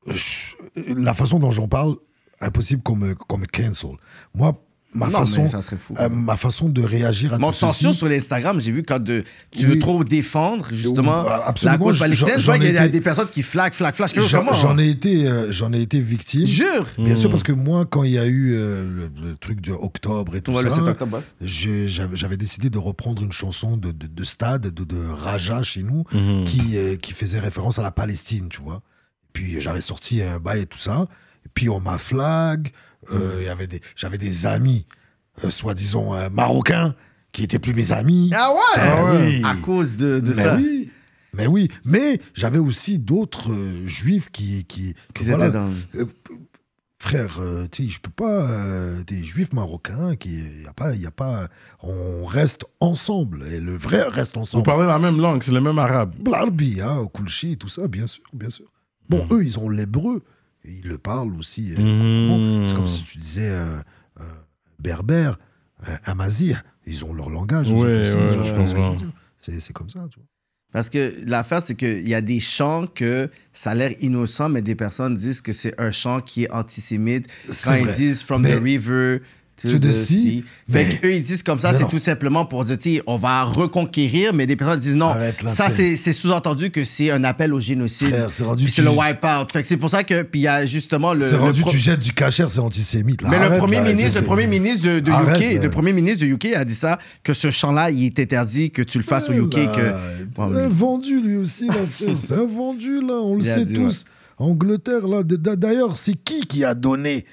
je- la façon dont j'en parle, impossible qu'on me, qu'on me cancel. Moi, ma
Non,
façon,
mais ça serait fou.
euh, ma façon de réagir à
Mon
tout ceci,
censure sur Instagram, j'ai vu quand de- tu veux
Oui.
trop défendre justement
Oui,
la
Ah, absolument,
cause
je-
palestinienne.
j'en-
Je vois
j'en
qu'il y a
étais-
des hein. personnes qui flag, flag, flash.
j'en
Comment
j'en ai été, euh, j'en ai été victime.
Jure.
Bien sûr, parce que moi, quand il y a eu euh, le, le truc de octobre et tout
Ouais, le
ça,
7 octobre, ouais.
je- j'avais j'avais décidé de reprendre une chanson de, de, de Stade, de, de Raja chez nous,
Hmm.
qui, euh, qui faisait référence à la Palestine, tu vois. Puis euh, j'avais sorti un bail et tout ça. Et puis on m'a flag. euh, il y avait des- J'avais des amis, euh, soi-disant euh, marocains, qui étaient plus mes amis.
Ah ouais.
Ah ouais.
À cause de, de
mais
ça.
oui, mais oui, mais j'avais aussi d'autres euh, juifs qui, qui,
Qu'ils
que voilà,
étaient dans-
euh, p- frère, euh, tu sais, je peux pas, euh, des juifs marocains qui, y a pas, y a pas, on reste ensemble et le vrai reste
Vous
ensemble.
parlez la même langue, c'est le même arabe.
Blarbi, hein, Kulchi, tout ça, bien sûr, bien sûr. Bon,
Hmm.
eux, ils ont l'hébreu, ils le parlent aussi. euh,
Hmm.
couramment. C'est comme si tu disais euh, euh, berbère, euh, amazir, ils ont leur langage. eux
Ouais, ouais,
aussi, tu vois
je
ce que je veux
comprends.
dire C'est c'est comme ça, tu vois.
Parce que l'affaire, c'est qu'il y a des chants que ça a l'air innocent, mais des personnes disent que c'est un chant qui est antisémite.
C'est
Quand ils
vrai.
disent From
Mais-
the river to,
To
the
the
sea.
sea.
Fait
Mais-
qu'eux, ils disent comme ça,
Non,
c'est
non.
tout simplement pour dire, tu sais, on va reconquérir, mais des personnes disent non.
Arrête là,
ça,
c'est-
c'est c'est sous-entendu que c'est un appel au génocide.
Frère, c'est rendu
Puis c'est le
tu-
wipe-out. Fait que c'est pour ça que, puis il y a justement le.
C'est
le
rendu,
pro-
tu jettes du cachère, c'est antisémite. là.
mais le
Arrête,
premier,
là,
ministre,
c'est-
le premier ministre de, de
Arrête,
UK,
là.
le premier ministre de UK a dit ça, que ce chant-là, il est interdit, que tu le fasses
Eh
au UK,
Là,
que.
Un
Ouais, mais-
vendu ben, euh, lui aussi, là, frère.
[laughs]
C'est un vendu, là, on le
Il a
sait
dit,
tous. Angleterre, là. d- d- D'ailleurs, c'est qui qui a donné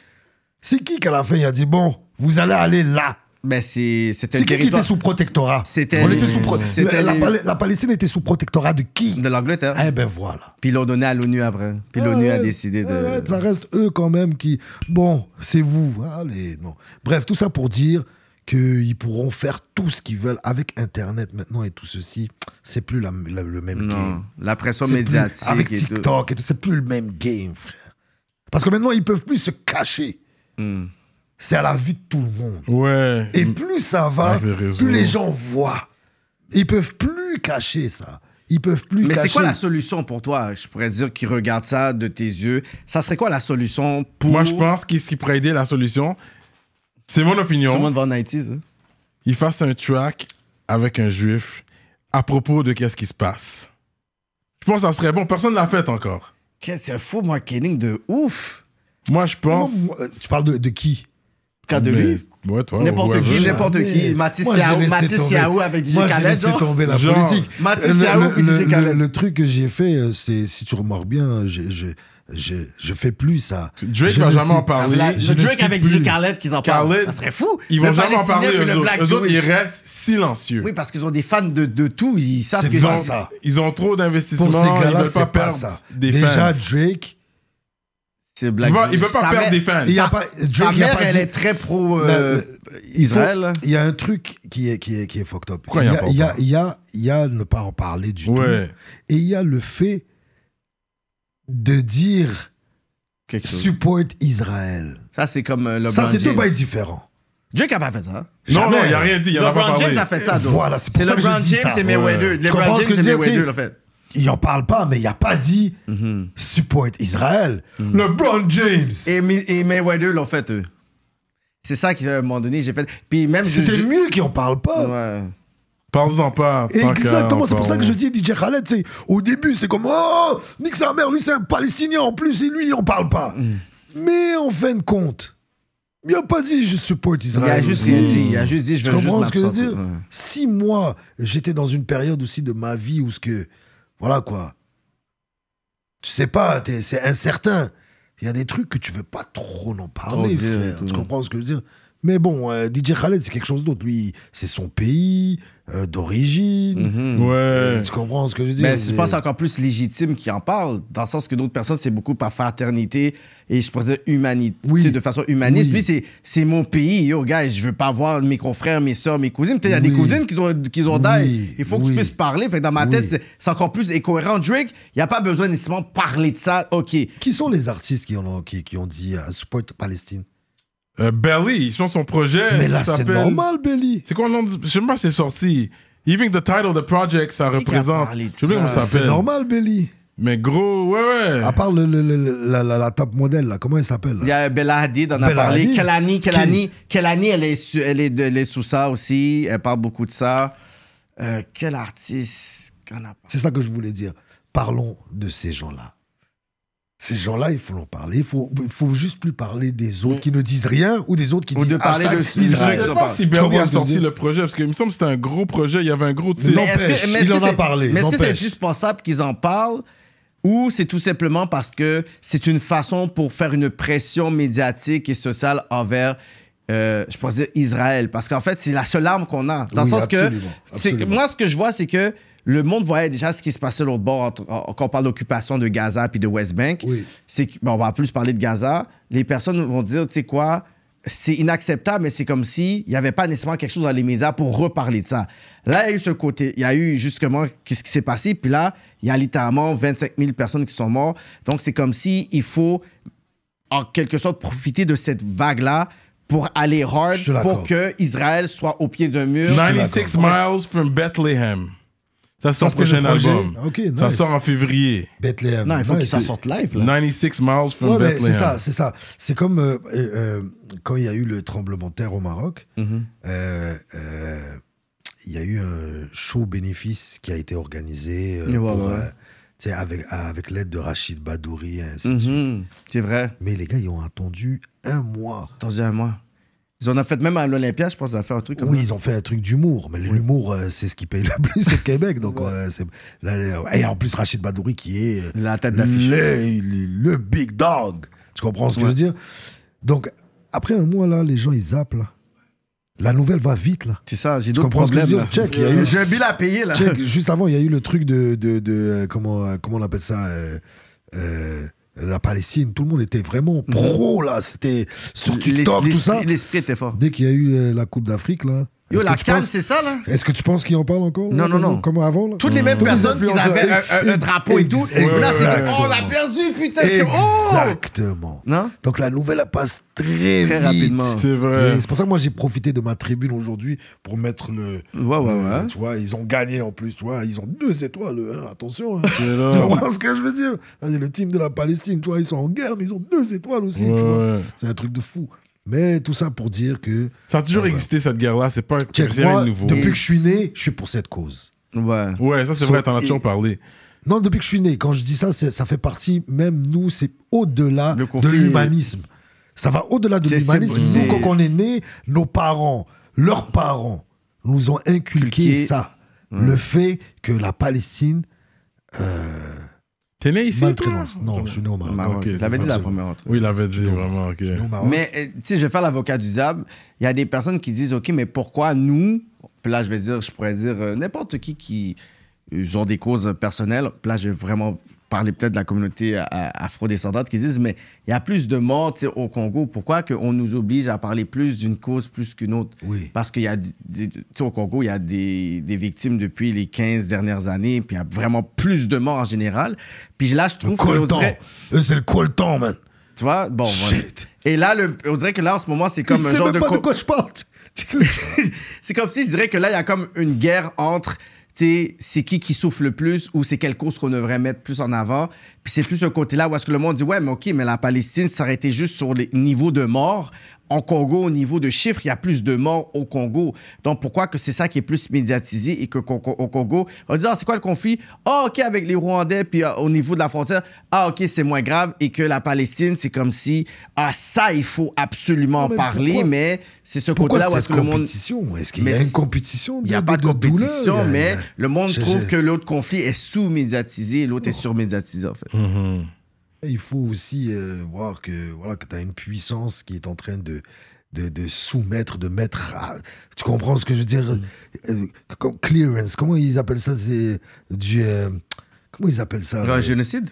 C'est qui qu'à la fin, il a dit bon, vous allez aller là
Ben, c'est c'était
C'est
le
qui qui était
territoire
sous protectorat
C'était
On
les-
était sous pro-
c'était
la, la
les-
Pal- la Palestine était sous protectorat de qui
de l'Angleterre.
Eh ben voilà.
Puis ils l'ont donné à l'ONU après. Puis l'ONU a
Arrête,
décidé de.
arrête, ça reste eux quand même qui. Bon, c'est vous. Allez, non. Bref, tout ça pour dire qu'ils pourront faire tout ce qu'ils veulent avec Internet maintenant et tout ceci. C'est plus la- la- le même
non,
game.
la pression
C'est plus-
médiatique.
avec
et tout.
TikTok et tout, c'est plus le même game, frère. Parce que maintenant, ils peuvent plus se cacher.
Hmm.
C'est à la vue de tout le monde.
Ouais.
Et
Mm.
plus ça va,
Avec les réseaux.
plus les gens voient. Ils peuvent plus cacher ça. Ils peuvent plus
Mais
cacher.
c'est quoi la solution pour toi Je pourrais dire qu'ils regardent ça de tes yeux. Ça serait quoi la solution pour.
Moi, je pense que ce qui pourrait aider la solution, c'est mon
Tout le
opinion,
monde va en Haïti, ça.
il fasse un track avec un juif à propos de qu'est-ce qui se passe. Je pense que ça serait bon. Personne ne l'a fait encore.
Qu'est-ce que C'est un faux marketing de ouf.
Moi, je
Moi,
pense.
moi, euh, Tu parles de, de qui
Quand de
Mais-
lui.
Ouais, toi.
N'importe
ouais,
qui,
ouais.
n'importe qui. Matisse
Moi, j'ai
Yahoo,
laissé
Matisse
tomber.
Yahoo avec DJ
Moi, j'ai
Khaled,
laissé
genre.
tomber la
Genre,
politique.
Matisse
Euh, le-
Yahoo
le-
et DJ
le-
Khaled.
le- Le truc que j'ai fait, euh, c'est si tu remarques bien, je, je, je, je fais plus ça.
Drake
Je
va
ne
jamais
sais-
en parler.
La-
je
le
ne
Drake
sais
avec
plus.
DJ Khaled qu'ils en parlent.
Khaled,
Ça serait fou.
Ils
Le
vont jamais en parler,
Palestinien puis
eux
le Black
autres. Eux autres, ils
Jewish.
restent silencieux.
Oui, parce qu'ils ont des fans de, de tout. Ils savent
C'est
que
ils
Ils
pas
ont,
ça.
ils ont trop d'investissements.
Pour ces
Ils
gars-là,
veulent pas
c'est pas
perdre
ça.
des
Déjà,
fans.
Drake,
C'est
Ils
Black
veulent, ils veulent
Jewish.
pas
Sa
perdre
mère-
des fans.
il y a pas,
Sa
Drake, il a
mère,
pas
elle
dit-
est très pro euh,
Euh,
Israël.
Il y a un truc qui est, qui est, qui est fucked up.
Pourquoi
il y a,
pas
il y, a,
encore
il y, a, il y a ne pas en parler du
Ouais.
tout. Et il y a le fait de dire
Quelque chose.
support Israël.
Ça, c'est comme euh, LeBron
Ça, c'est deux
James.
bails différents.
Drake a pas fait ça. hein.
Non, non,
Jamais.
il n'y a rien dit. Il n'y en a pas
LeBron
parlé.
James a fait ça, donc.
Voilà, c'est pour ça que
LeBron
je dis
James
ça.
et Mayweather.
Ouais.
comprends
LeBron
ce
James
que je
et
veux dire,
Mayweather,
tu
en fait.
Il en parle pas, mais il a pas dit support Israël. LeBron James.
Mhm. Et, Mi- et Mayweather l'ont fait, eux. C'est ça qu'à un moment donné, j'ai fait. Puis même. je-
C'était
je-
mieux qu'il en parle pas.
Ouais.
Parle-en pas. tant
Exactement,
qu'à en
c'est pour ça que je
parler.
dis DJ Khaled, tu sais, au début c'était comme Oh, nique
Mhm.
sa mère, lui c'est un Palestinien en plus et lui il en parle pas. Mais en fin de compte, Il a pas dit je supporte
Il a
Israël.
juste
aussi.
rien dit. Il a juste dit, je
Tu
veux juste
comprends ce que je veux
m'absenter.
dire
Ouais.
Si moi, j'étais dans une période aussi de ma vie où ce que. Voilà quoi. Tu sais pas, t'es- c'est incertain. Il y a des trucs que tu veux pas trop en parler,
dire et
frère.
tout.
Tu comprends ce que je veux dire Mais bon, euh, DJ Khaled, c'est quelque chose d'autre. Lui, c'est son pays, euh, d'origine. Euh,
Mhm.
Ouais.
Tu comprends ce que je veux dire
Mais je pense que c'est
C'est-
encore plus légitime qu'il en parle, dans le sens que d'autres personnes, c'est beaucoup par fraternité et je pourrais dire humanité,
Oui.
tu sais, de façon humaniste.
Oui.
Puis c'est- c'est mon pays, yo, gars, je veux pas voir mes confrères, mes soeurs, mes cousines. Peut-être il y a des
Oui.
cousines qui ont, qui ont
Oui.
d'âge. Il faut que
Oui.
tu puisses parler. Fait que dans ma
Oui.
tête, c'est- c'est encore plus incohérent. Drake, il n'y a pas besoin nécessairement de parler de ça. OK.
Qui sont les artistes qui ont, qui, qui ont dit euh, support Palestine
Euh, Belly, je pense son projet.
Mais là,
ça
c'est
s'appelle-
normal, Belly.
C'est quoi le nom du- Je sais même pas si c'est sorti. Even the title of the project, ça
Qui qui a
représente.
parlé de
Je sais pas comment
ça?
ça
C'est
s'appelle.
normal, Ah, Belly.
Mais gros, ouais, ouais.
À part le, le- le- la, la, la top modèle, là, comment elle s'appelle là
Il y a Bella Hadid, on a
Bella
parlé.
Hadid?
Kelani,
Qui?
Kelani, Kelani, elle est, su- elle, est de- elle est sous ça aussi. Elle parle beaucoup de ça. Euh, quel artiste qu'on a parlé?
C'est ça que je voulais dire. Parlons de ces gens-là. Ces gens-là, il faut en parler. Il faut, il faut juste plus parler des autres qui ne disent rien ou des autres qui
Ou de
disent
parler
hashtag
de ceux-
Je
Ouais,
Israël.
ils
sais
ont
pas
parlé.
si
Tu
Belly
comprends
a
ce que je veux
sorti
dire
le projet, parce qu'il me semble que c'était un gros projet, il y avait un gros titre.
Non. N'empêche,
est-ce que- est-ce
il
que
en a
c'est-
parlé,
Mais est-ce que c'est
n'empêche.
indispensable qu'ils en parlent ou c'est tout simplement parce que c'est une façon pour faire une pression médiatique et sociale envers, euh, je pourrais dire, Israël? Parce qu'en fait, c'est la seule arme qu'on a. Dans
Oui,
le sens que,
absolument,
c'est-
absolument.
moi, ce que je vois, c'est que le monde voyait déjà ce qui se passait de l'autre bord entre- en- quand on parle d'occupation de Gaza puis de West Bank.
Oui.
C'est que- bon, on va plus parler de Gaza. Les personnes vont dire, tu sais quoi, c'est inacceptable, mais c'est comme s'il n'y avait pas nécessairement quelque chose dans les médias pour reparler de ça. Là, il y a eu ce côté, il y a eu justement qu'est-ce qui s'est passé, puis là, il y a littéralement 25 000 personnes qui sont mortes. Donc, c'est comme si il faut, en quelque sorte, profiter de cette vague-là pour aller hard,
Je te l'accorde.
pour que Israël soit au pied d'un mur.
96 Miles from Bethlehem. Ça, c'est son
Ça, c'était
prochain
le projet.
album.
Ok,
Ça
nice.
sort en février.
Bethléem.
Non, il faut
Ouais,
qu'ils s'en
c'est-
sortent live, là.
96 Miles from
Ouais, mais
Bethlehem.
c'est ça, c'est ça. C'est comme euh, euh, euh, quand il y a eu le tremblement de terre au Maroc,
Mhm.
euh, euh, il y a eu un show bénéfice qui a été organisé euh,
Ouais,
pour,
ouais.
euh, tu sais, avec, avec l'aide de Rachid Badouri et ainsi de suite.
Mhm. C'est vrai.
Mais les gars, ils ont attendu un mois.
Attendez à moi. Ils en ont fait même à l'Olympia, je pense, ils ont fait un truc comme
Oui,
ça.
ils ont fait un truc d'humour, mais l'humour, euh, c'est ce qui paye le [laughs] plus au Québec. Donc, euh, c'est- là, là, et en plus, Rachid Badouri qui est euh,
La tête d'affiche.
le, le big dog. Tu comprends ce que je veux dire Donc, après un mois, là, les gens, ils zappent. Là. La nouvelle va
[laughs]
vite, là.
C'est ça, j'ai
Tu
d'autres
comprends ce que je
problèmes.
veux
là.
dire Check, il y a eu-
J'ai un bill à payer là. [laughs]
check, juste avant, il y a eu le truc de... de, de, euh, comment, euh, comment on appelle ça euh, euh, La Palestine. Tout le monde était vraiment pro, là. C'était sur TikTok,
Mhm. L'es-
tout ça.
l'es- L'esprit était fort.
Dès qu'il y a eu euh, la Coupe d'Afrique, là.
Yo,
est-ce
la
que tu
canne,
penses-
c'est ça là
Est-ce que tu penses qu'ils en parlent encore là,
Non, non,
maintenant,
non.
Comme avant là
Toutes les mêmes
Mm. Tous les
personnes qui
influenceurs.
avaient un, un- un drapeau et tout.
Ex-
Là, c'est comme,
exactement.
oh, on a perdu, putain. c'est comme, Oh
Exactement.
Non
Donc la nouvelle elle passe
Très
très, vite.
rapidement.
C'est vrai.
C'est pour ça que moi j'ai profité de ma tribune aujourd'hui pour mettre le.
Ouais, ouais,
euh,
ouais.
tu vois, ils ont gagné en plus, tu vois, ils ont deux étoiles, hein, attention. hein.
C'est là.
[laughs] tu vois ce que je veux dire Vas-y, Le team de la Palestine, tu vois, ils sont en guerre, mais ils ont deux étoiles aussi,
Ouais,
tu vois.
ouais.
C'est un truc de fou. Mais tout ça pour dire que,
Ça a toujours existé, cette guerre-là. C'est pas c'est
check,
rien
moi,
de nouveau.
depuis que je suis né, je suis pour cette cause.
Ouais.
Ouais, ça, c'est
Sauf-
vrai, t'en as
et-
toujours parlé.
Non, depuis que je suis né, quand je dis ça, c'est- ça fait partie, même nous, c'est au-delà
Le
de
conflit
l'humanisme. Ça va au-delà de
C'est-
l'humanisme.
c'est- c'est-
Nous, quand on est né, nos parents, leurs parents, nous ont inculqué
Inculqué.
ça. Le fait que la Palestine
T'es né ici, toi
maltraitance. Non, je suis né au Maroc.
Maroc.
Ok,
J'avais
c'est
dit la
absolument.
première entrée.
Oui, il avait dit, vraiment, ok.
Je suis né au Maroc.
Mais euh, tu sais, je vais faire l'avocat du diable. Il y a des personnes qui disent, OK, mais pourquoi nous Puis là, je vais dire, je pourrais dire euh, n'importe qui qui ils ont des causes personnelles. Puis là, je vais vraiment parler peut-être de la communauté euh, afrodescendante qui disent, mais il y a plus de morts tu sais, au Congo. Pourquoi qu'on nous oblige à parler plus d'une cause plus qu'une autre
Oui.
Parce qu'il y a, des- des- tu sais, au Congo, il y a des, des victimes depuis les 15 dernières années. Puis il y a vraiment plus de morts en général. Puis là, je
Le
trouve qu'on
coltan.
dirait-
Eux, c'est le coltan, man.
tu vois, bon. voilà.
Shit.
Et là, le, on dirait que là, en ce moment, c'est
Comme
comme
je
un
sais
genre
même
de.
pas de
co-
quoi je parle. [laughs]
[laughs] c'est comme si je dirais que là, il y a comme une guerre entre, tu sais, c'est qui qui souffle le plus ou c'est quelle cause qu'on devrait mettre plus en avant. Puis c'est plus ce côté-là où est-ce que le monde dit, ouais, mais OK, mais la Palestine s'arrêtait juste sur les niveaux de mort. en Congo au niveau de chiffres, il y a plus de morts au Congo. Donc pourquoi que c'est ça qui est plus médiatisé et que qu'au- qu'au- au Congo, on dit ah c'est quoi le conflit Ah ok avec les Rwandais puis ah, au niveau de la frontière, ah ok c'est moins grave et que la Palestine c'est comme si ah ça il faut absolument
mais
parler
pourquoi-
mais c'est ce
Pourquoi
côté-là où est-ce
cette
que le monde
compétition Est-ce qu'il y
Mais
a une
c'est-
compétition
il n'y a pas de
douleur,
compétition,
il y a-
mais le monde
Je-
trouve
je-
que l'autre conflit est sous-médiatisé et l'autre est surmédiatisé, en fait.
Mhm.
Il faut aussi euh, voir que, voilà, que tu as une puissance qui est en train de, de, de soumettre, de mettre. à- Tu comprends ce que je veux dire
Mm.
Euh, comme Clearance, comment ils appellent ça C'est du. euh, comment ils appellent ça
Un
euh,
génocide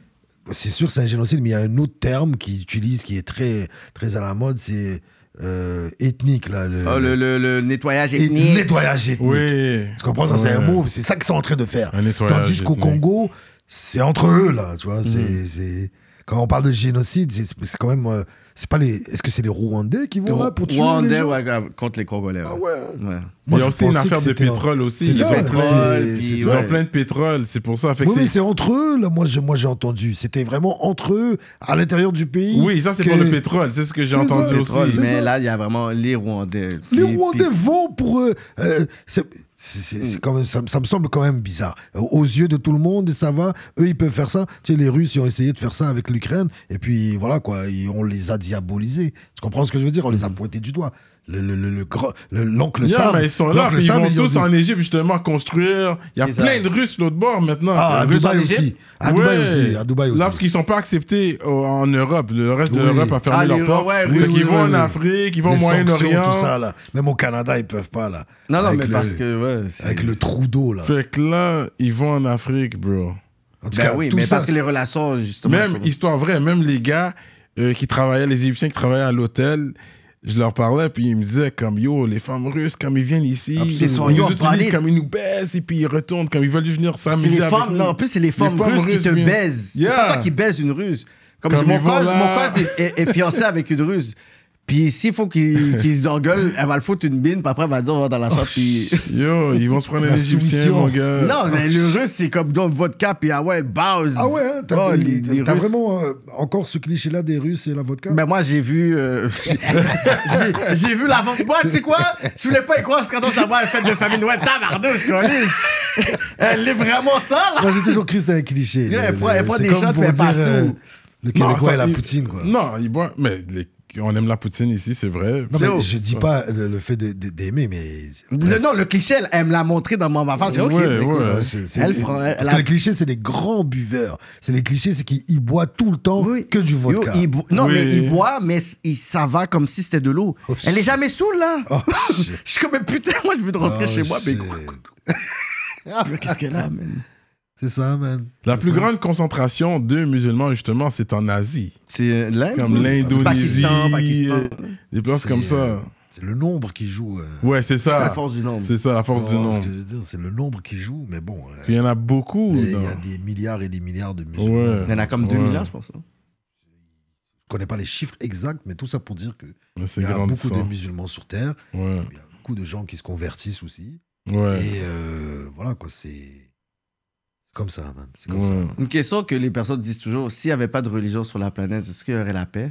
C'est sûr, c'est un génocide, mais il y a un autre terme qu'ils utilisent qui est très, très à la mode, c'est euh, ethnique, là. Le,
Ah, le, le- le nettoyage
et-
ethnique.
nettoyage ethnique.
Oui.
Tu comprends, ça, c'est un
Ouais.
mot, c'est ça qu'ils sont en train de faire.
Un nettoyage
Tandis qu'au
ethnique.
Congo, c'est entre eux, là, tu vois.
Mm.
c'est- C'est Quand on parle de génocide, c'est c'est quand même. euh, C'est pas les. Est-ce que c'est les Rwandais qui vont là pour tuer
Rwandais,
les gens
ouais, grave, contre les Congolais. ouais.
Ah ouais.
Ouais.
Moi,
Il y a
je
aussi une
pensais
affaire
que
de
c'était-
pétrole aussi.
C'est
Ils
ça,
ont plein-
c'est-
puis
c'est
Ils
ça.
ont plein de pétrole, c'est pour ça. Fait que
Oui, mais
c'est-
c'est entre eux, là. Moi, j'ai moi, j'ai entendu. C'était vraiment entre eux, à l'intérieur du pays.
Oui, ça c'est
que
pour le pétrole, c'est ce que
C'est
j'ai
ça,
entendu
le
Troll,
pétrole,
aussi.
c'est
mais
ça.
là, il y a vraiment les Rwandais.
Les
Puis-
Rwandais
puis-
vont pour eux. Euh, c'est- c'est- c'est quand même- ça, me- ça me semble quand même bizarre. Euh, Aux yeux de tout le monde, ça va. Eux, ils peuvent faire ça. Tu sais, les Russes, ils ont essayé de faire ça avec l'Ukraine. Et puis, voilà, quoi. ils- on les a diabolisés. Tu comprends ce que je veux dire On les a pointés du doigt. Le- le- le- le grand- le- L'oncle
Mm-hmm. Yeah,
Sam.
mais ils sont là,
l'oncle
puis ils
Sam,
vont
ont
tous
dit-
en Égypte justement construire. Il y a
C'est ça.
plein de Russes de l'autre bord maintenant.
Ah, à
Russes en
Dubaï
Égypte
aussi. À Dubaï
Ouais.
aussi. À Dubaï aussi.
Là, parce qu'ils sont pas acceptés au- en Europe. Le reste de
Oui.
l'Europe a fermé
Ah, les-
leurs portes.
ouais,
Donc,
oui,
ils
oui,
vont
oui,
en
oui.
Afrique, ils vont au
Les sanctions,
Moyen-Orient.
tout ça, là. Même au Canada, ils peuvent pas, là.
Non, non,
Avec
mais
le-
parce que. Ouais, c'est-
Avec le trou d'eau, là.
Fait que là, ils vont en Afrique, bro.
En tout
Ben
cas,
oui,
tout
mais
ça-
parce que les relations, justement.
Même,
sont-
histoire vraie, même les gars euh, qui travaillaient, les Égyptiens qui travaillaient à l'hôtel, je leur parlais, puis ils me disaient comme, yo, les femmes russes, quand ils viennent ici,
Absolument.
ils
Ils sont-
nous
ils ont
utilisent
parlé.
comme ils nous baissent, et puis ils retournent, comme ils veulent juste venir
C'est
s'amuser
les
avec
femmes,
nous.
là. En plus, c'est les femmes
femmes
russes qui
russes,
te
bien.
baisent. C'est
Yeah.
pas toi qui baise une russe. Comme,
Comme
je- mon
ils vont
cos,
là.
mon cos est, est- est fiancé avec une russe. Puis s'il faut qu'ils qu'ils engueulent, elle va le foutre une bine, puis après, elle va dire, on va
Oh,
dans la chambre, puis...
Yo, ils vont se prendre
La
les Égyptiens,
soumission.
mon gars.
Non, mais le russe, c'est comme dans vodka, puis ah ouais, base.
Ah ouais, hein, t'as
Oh, les- les
t'as
Russes-
vraiment euh, encore ce cliché-là des Russes et la vodka
Ben moi, j'ai vu... euh, [laughs] j'ai- j'ai- j'ai vu la... Moi, tu sais quoi? Je voulais pas y croire jusqu'à temps d'avoir une fête de famille de Noël. Tabarnouche, Colis! Elle est vraiment ça, là!
Moi, Ah, j'ai toujours cru que c'était un cliché.
Ouais,
Le-
elle
le-
prend- elle prend
c'est
des
comme
shots,
pour
mais elle
dire,
passe
euh,
où
Le
Non,
Québécois
ça,
et la
ils-
Poutine, quoi. Non,
Non, ils boivent, mais les- on aime la poutine ici, c'est vrai.
mais
Yo.
je dis pas le, le fait de- de- d'aimer, mais.
Le- non, le cliché, elle, elle me l'a montré dans mon enfance. J'ai dit, OK,
Ouais,
ben, écoute,
ouais.
Ouais, c'est- c'est-
Elle prend- elle-
parce
elle
que
a-
les clichés, c'est des grands buveurs. C'est les clichés, c'est qu'ils boivent tout le temps que du
Yo,
vodka.
il bo- non,
Oui.
mais il boit, mais s- il, ça va comme si c'était de l'eau.
Oh,
Elle est
shit.
jamais saoule, là.
Oh,
[laughs] je
shit.
suis comme, mais putain, moi, je veux te rentrer
Oh,
chez moi, mais
shit.
qu'est-ce qu'elle a, man?
C'est ça, man.
La
C'est
plus
ça.
grande concentration de musulmans, justement, c'est en Asie.
euh,
C'est l'Inde?
Comme l'Indonésie.
Pakistan, Pakistan.
euh, Des places
C'est,
comme
euh,
ça.
C'est le nombre qui joue. euh,
Ouais, c'est
C'est la
ça.
force du nombre.
C'est ça, la
tu
force du
vois ce
nombre.
que je veux dire, C'est le nombre qui joue, mais bon. euh,
Puis Il y en a beaucoup.
Il y a- il y
dans-
a des milliards et des milliards de musulmans.
Ouais.
Il y en a comme 2
Ouais.
milliards, je pense. hein.
Je connais pas les chiffres exacts, mais tout ça pour dire qu'il
Mais C'est
y a beaucoup
grandissant.
de musulmans sur Terre.
Ouais.
Il y a beaucoup de gens qui se convertissent aussi.
Ouais.
Et euh, voilà, quoi, c'est. C'est comme ça, man. C'est comme
Ouais.
ça.
Une question que les personnes disent toujours, s'il n'y avait pas de religion sur la planète, est-ce qu'il y aurait la paix?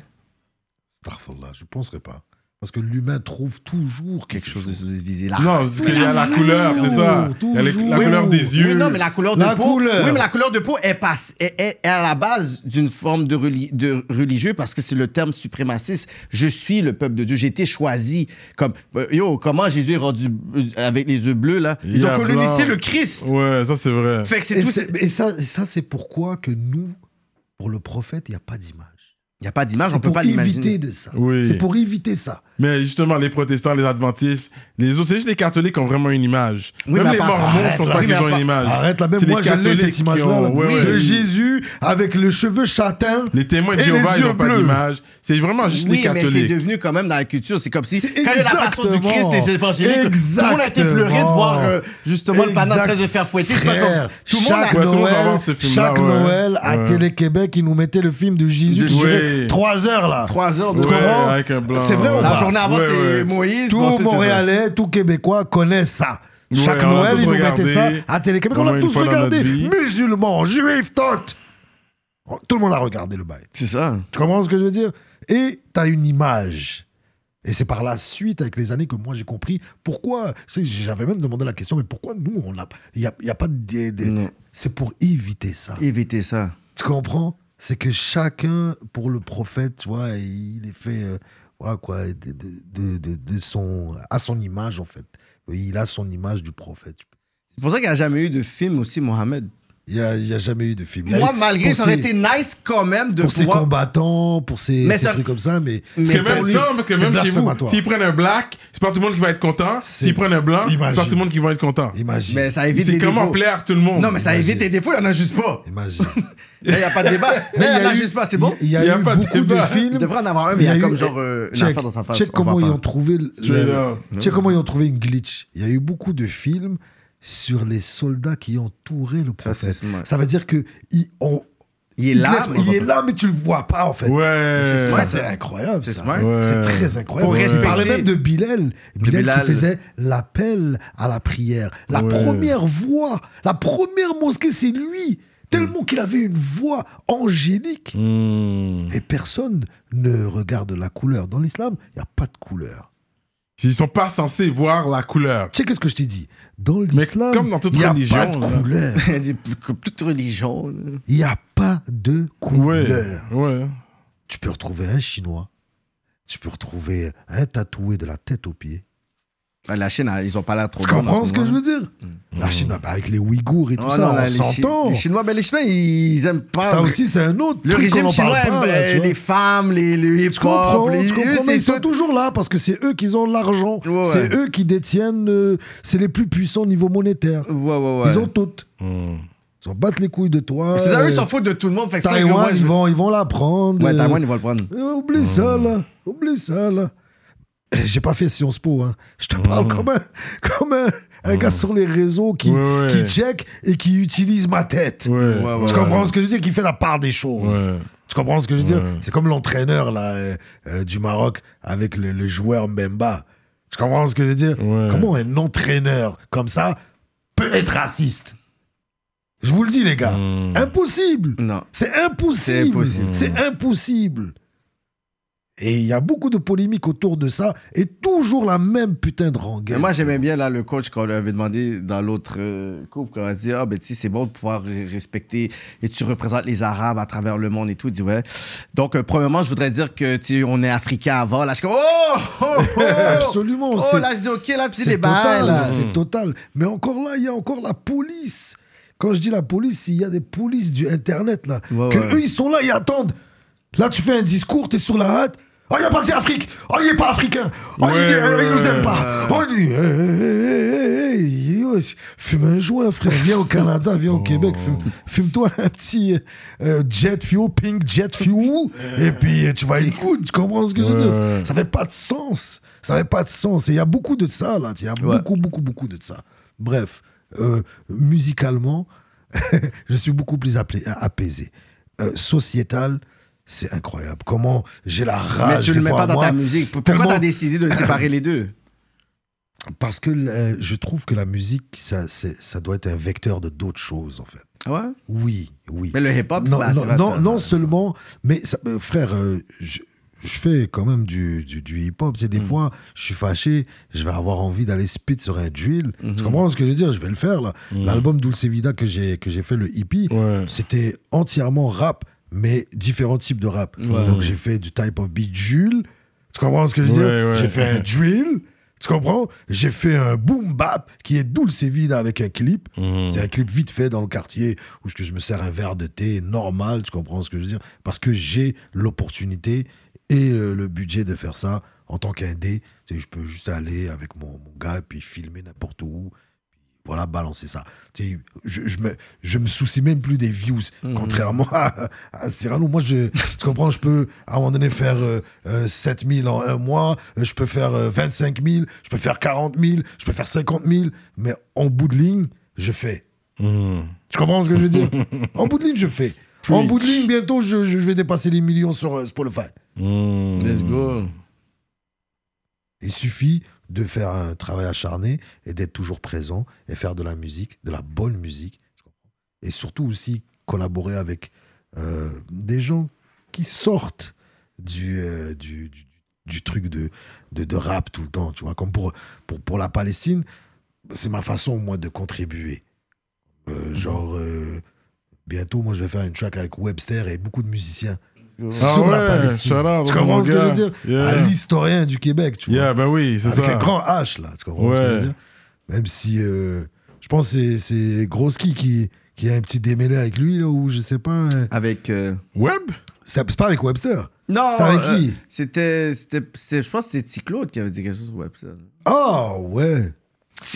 Starfallah, je penserais pas. Parce que l'humain trouve toujours quelque,
Quelque chose de divisé là.
Non, c'est qu'il y a la
Toujours,
couleur, c'est ça. Il y a les- la
toujours.
couleur des yeux.
Oui, non, mais la couleur de
La
peau.
couleur.
Oui, mais la couleur de peau est, passe- est- est- est à la base d'une forme de, reli- de religieux parce que c'est le terme suprémaciste. Je suis le peuple de Dieu. J'ai été choisi. Comme euh, yo, comment Jésus est rendu euh, avec les yeux bleus là Ils
Il
ont
a
colonisé
blanc.
le Christ.
Ouais, ça c'est vrai.
Fait que c'est
Et,
tout.
c'est- et ça, et ça c'est pourquoi que nous, pour le prophète, il n'y a pas d'image.
Il y a pas d'image, on
C'est
peut
pour
pas
éviter
l'imaginer.
de ça.
Oui.
C'est pour éviter ça.
Mais justement, les protestants, les adventistes, les autres, c'est juste les catholiques qui ont vraiment une image.
Oui,
Même
mais
les
à part-
mormons, je
arrête,
pense
là.
pas
Oui,
qu'ils
mais
ont
à
une
part-
image.
Arrête là,
Ah, C'est
même
les
moi, je l'ai
catholiques
cette
qui
image-là.
ont-
là,
ouais,
de
ouais.
Jésus avec le cheveu châtain.
Les témoins de
Et les
Jéhovah, ils
yeux
n'ont pas
bleus.
d'image. C'est vraiment juste les
Oui, mais c'est
catholiques.
devenu quand même dans la culture. C'est comme si
C'est
quand il y a la passion du Christ
exactement.
des évangéliques, tout le monde a été pleuré de voir euh, justement le panneau en train de se faire fouetter. C'est pas comme
Frère,
si- Tout le monde a
chaque
Ouais, tout le monde va
Noël,
voir ce film-là,
chaque
ouais.
Noël à
Ouais.
Télé-Québec, ils nous mettaient le film de Jésus
De
qui
Jésus.
durait 3 heures là.
trois heures.
Tu
de-
Ouais,
comprends
avec un blanc,
C'est vrai
ouais.
ou
La
pas
journée avant,
Ouais, ouais.
c'est Moïse. puis
Tout
ensuite, c'est ça.
Montréalais, tout Québécois connaît ça.
Ouais,
Chaque
on a
Noël,
tous
ils nous
regardé.
mettaient ça à Télé-Québec.
Au
On
moins
l'a
une
tous
fois dans
regardé.
notre vie.
Musulmans, juifs, tot. Tout le monde a regardé le bail.
C'est ça.
Tu comprends ce que je veux dire Et tu as une image. Et c'est par la suite, avec les années, que moi j'ai compris pourquoi. Tu sais, J'avais même demandé la question, mais pourquoi nous, on a, il n'y a, il y a pas des, des-
Non.
C'est pour éviter ça.
Éviter ça.
Tu comprends C'est que chacun, pour le prophète, tu vois, il est fait, euh, voilà quoi, de, de- de- de- de son, à son image en fait. Il a son image du prophète.
C'est pour ça qu'il n'y a jamais eu de film aussi, Mohamed.
Il n'y a, il y a jamais eu de film. Il y a
Moi,
eu-
malgré
pour
ça aurait
ses-
été nice quand même de
pour ses
pouvoir.
combattants, pour ses,
Mais
ces
ça-
trucs comme ça, mais.
C'est même
pour
ça,
lui,
parce que
c'est
même chez vous,
blasphématoire.
s'ils prennent un black, c'est pas tout le monde qui va être content.
C'est-
S'ils prennent un blanc, c'est pas
Imagine.
tout le monde qui va être content.
Imagine.
Mais ça évite
C'est
les
comment
défauts.
plaire à tout le monde.
Non, mais ça
Imagine.
évite les défauts, il n'y en a juste pas. [laughs]
Imagine.
Là, il n'y a pas de
[laughs]
débat. Là, il n'y en a juste pas, c'est bon.
Il y a,
Il y a
eu
pas de
beaucoup de,
débat.
films.
Il devrait en avoir un, mais il y a comme genre, euh, une
check,
affaire dans sa face.
Check
On
comment
va
ils
pas.
ont trouvé. le-
Je
le-
vais là.
check comment ils ont trouvé une glitch. Il y a eu beaucoup de films sur les soldats qui entouraient le
Ça, c'est
prophète. Ça,
smart.
veut dire que il, on-
Il est
il te
là.
laisse-
mais on
il
va [laughs]
est
pas-
là, mais tu le vois pas en fait.
Ouais.
Ça,
smart. hein.
c'est incroyable.
C'est
ça.
smart.
Ouais.
C'est très incroyable.
Pour
On parlait
respecter.
même de Bilal. Bilal,
Bilal.
qui faisait l'appel à la prière. La
Ouais.
première voix, la première mosquée, c'est lui.
Mm.
Tellement qu'il avait une voix angélique.
Hmm.
Et personne ne regarde la couleur. Dans l'islam, il n'y a pas de couleur.
Ils sont pas censés voir la couleur.
Tu sais qu'est-ce que je t'ai dit Dans
Mais
l'islam,
comme dans toute
il n'y a
religion,
pas de
là.
couleur.
Elle dit, comme toute religion. là.
Il n'y a pas de
Ouais.
couleur.
Ouais.
Tu peux retrouver un chinois. Tu peux retrouver un tatoué de la tête aux pieds.
Ah, La Chine, ah, ils n'ont pas l'air trop
Tu
bons en
comprends ce que je
moment.
veux dire La Chine, bah, avec les Ouïghours et tout
Ah,
ça,
non, là,
on
les Chi-
s'entend.
Les Chinois, ben, les Chinois, ils aiment pas.
Ça aussi, c'est un autre
Le
truc qu'on
régime
en parle
chinois,
pas,
aime,
là,
ben,
tu vois.
les femmes, les, les
Tu
hip-hop,
comprends,
les.
tu comprends,
eux,
mais ils
c'est
sont
tout.
toujours là parce que c'est eux qui ont l'argent.
Ouais, ouais.
C'est eux qui détiennent, euh, c'est les plus puissants au niveau monétaire.
Ouais, ouais, ouais.
Ils ont toutes. Ils en battent les couilles de toi.
C'est ça, eux,
euh,
ils s'en foutent de tout le monde. Fait que ça,
Taïwan,
moi, je-
ils, vont, ils vont la prendre.
Ouais,
euh,
Taïwan, ils vont le prendre.
euh, oublie
Hmm.
ça, là. Oublie ça, là. [clears throat] J'ai pas fait Sciences Po, hein. Je te
Hmm.
parle comme un, comme un, un gars sur les réseaux qui,
Ouais, ouais.
qui check et qui utilise ma tête.
Ouais.
Ouais, ouais,
Tu
ouais.
comprends ce que je veux dire Qui fait la part des choses.
Ouais.
Tu comprends ce que je veux dire
Ouais.
C'est comme l'entraîneur là euh, euh, du Maroc avec le, le joueur Mbemba. Tu comprends ce que je veux dire
Ouais.
Comment un entraîneur comme ça peut être raciste Je vous le dis les gars,
Mm.
impossible.
Non.
C'est
C'est
impossible.
impossible.
C'est impossible. Et il y a beaucoup de polémiques autour de ça et toujours la même putain de
Mais
rengaine.
moi, j'aimais bien là, le coach quand on lui avait demandé dans l'autre euh, couple, quand on a dit Ah, ben, tu sais, c'est bon de pouvoir euh, respecter et tu représentes les Arabes à travers le monde et tout. Il dit Ouais. Donc, euh, premièrement, je voudrais dire que, tu sais, on est africain avant. Là, je suis comme Oh, oh, oh!
[laughs] Absolument,
Oh,
c'est-
là, je dis Ok, là, tu sais,
C'est
les bails,
total,
là.
c'est total. Mais encore là, il y a encore la police. Quand je dis la police, il y a des polices du Internet, là.
Ouais,
que
ouais.
eux, ils sont là, ils attendent. Là, tu fais un discours, t'es sur la hâte. Oh, il a pas dit Afrique. Oh, il est pas africain. Oh, il,
Ouais,
euh, il nous aime
ouais,
pas. Oh, il dit, hey, hey, hey, hey, hey, fume un joint, frère. Viens au Canada, viens au Québec.
Oh.
Fume- Fume-toi un petit euh, jet fuel, pink jet fuel. et puis, euh, tu vas être good. Tu comprends ce que je veux dire?
Ouais.
Ça fait pas de sens. Ça fait pas de sens. Et il y a beaucoup de ça, là. Il y a beaucoup, beaucoup, beaucoup de ça. Bref, euh, musicalement, [laughs] je suis beaucoup plus appelé- apaisé. Euh, sociétal, c'est incroyable. Comment j'ai la rage.
Mais tu
des
le mets
fois,
pas dans
moi,
ta musique. Pourquoi
tellement-
t'as décidé de séparer les deux
Parce que euh, je trouve que la musique, ça, c'est- ça doit être un vecteur de d'autres choses, en fait.
Ah Ouais.
Oui, oui.
Mais le hip-hop,
non,
bah,
non,
c'est vrai,
non,
t'as-
non seulement, mais ça- euh, frère, euh, je, je fais quand même du, du, du hip-hop. C'est
Mm.
des fois, je suis fâché, je vais avoir envie d'aller spit sur un drill.
Mm-hmm.
Tu comprends ce que je veux dire Je vais le faire là. L'album Dulce Vida que j'ai que j'ai fait le hippie,
Ouais.
c'était entièrement rap, mais différents types de rap. Donc j'ai fait du type of beat Jules. Tu comprends ce que je veux
Ouais,
dire
ouais.
J'ai fait un drill. Tu comprends J'ai fait un boom bap qui est Dulce Vida avec un clip.
Hmm. Mm.
C'est un clip vite fait dans le quartier où ce que je me sers un verre de thé normal, tu comprends ce que je veux dire Parce que j'ai l'opportunité et euh, le budget de faire ça en tant qu'indé. Tu sais, Je peux juste aller avec mon, mon gars et puis filmer n'importe où. Voilà, balancer ça. Tu sais, Je, je, me, je me soucie même plus des views. Contrairement [laughs] à, à Cyrano, moi, je, tu comprends, je peux à un moment donné faire euh, 7000 en un mois, euh, je peux faire euh, 25 000, je peux faire 40 000, je peux faire 50 000, mais en bout de ligne, je fais.
Hmm.
Tu comprends ce que je veux dire En bout de ligne, je fais. En bout de ligne, bientôt, je, je- je vais dépasser les millions sur euh, Spotify.
Hmm.
Let's go.
Il suffit de faire un travail acharné et d'être toujours présent et faire de la musique, de la bonne musique. Et surtout aussi collaborer avec euh, des gens qui sortent du, euh, du, du- du truc de, de, de rap tout le temps, tu vois. Comme pour, pour, pour la Palestine, c'est ma façon, moi, de contribuer.
Mhm.
Euh, Genre, euh, bientôt, moi, je vais faire une track avec Webster et beaucoup de musiciens
Ah
sur la Palestine. Tu comprends ce que je veux dire À
Yeah,
l'historien du Québec, tu vois.
Yeah, ben oui, c'est
Avec
ça.
un grand H, là. Tu comprends ce que je veux
Ouais.
dire Même si euh, je pense que c'est- c'est Groski qui, qui a un petit démêlé avec lui, là, ou je sais pas. euh,
Avec. euh,
Web
C'est c'est pas avec Webster.
Non, euh,
C'était avec qui
C'était, c'était, c'était- je pense que c'était Ticlaude qui avait dit quelque chose sur Webster.
Oh, ouais.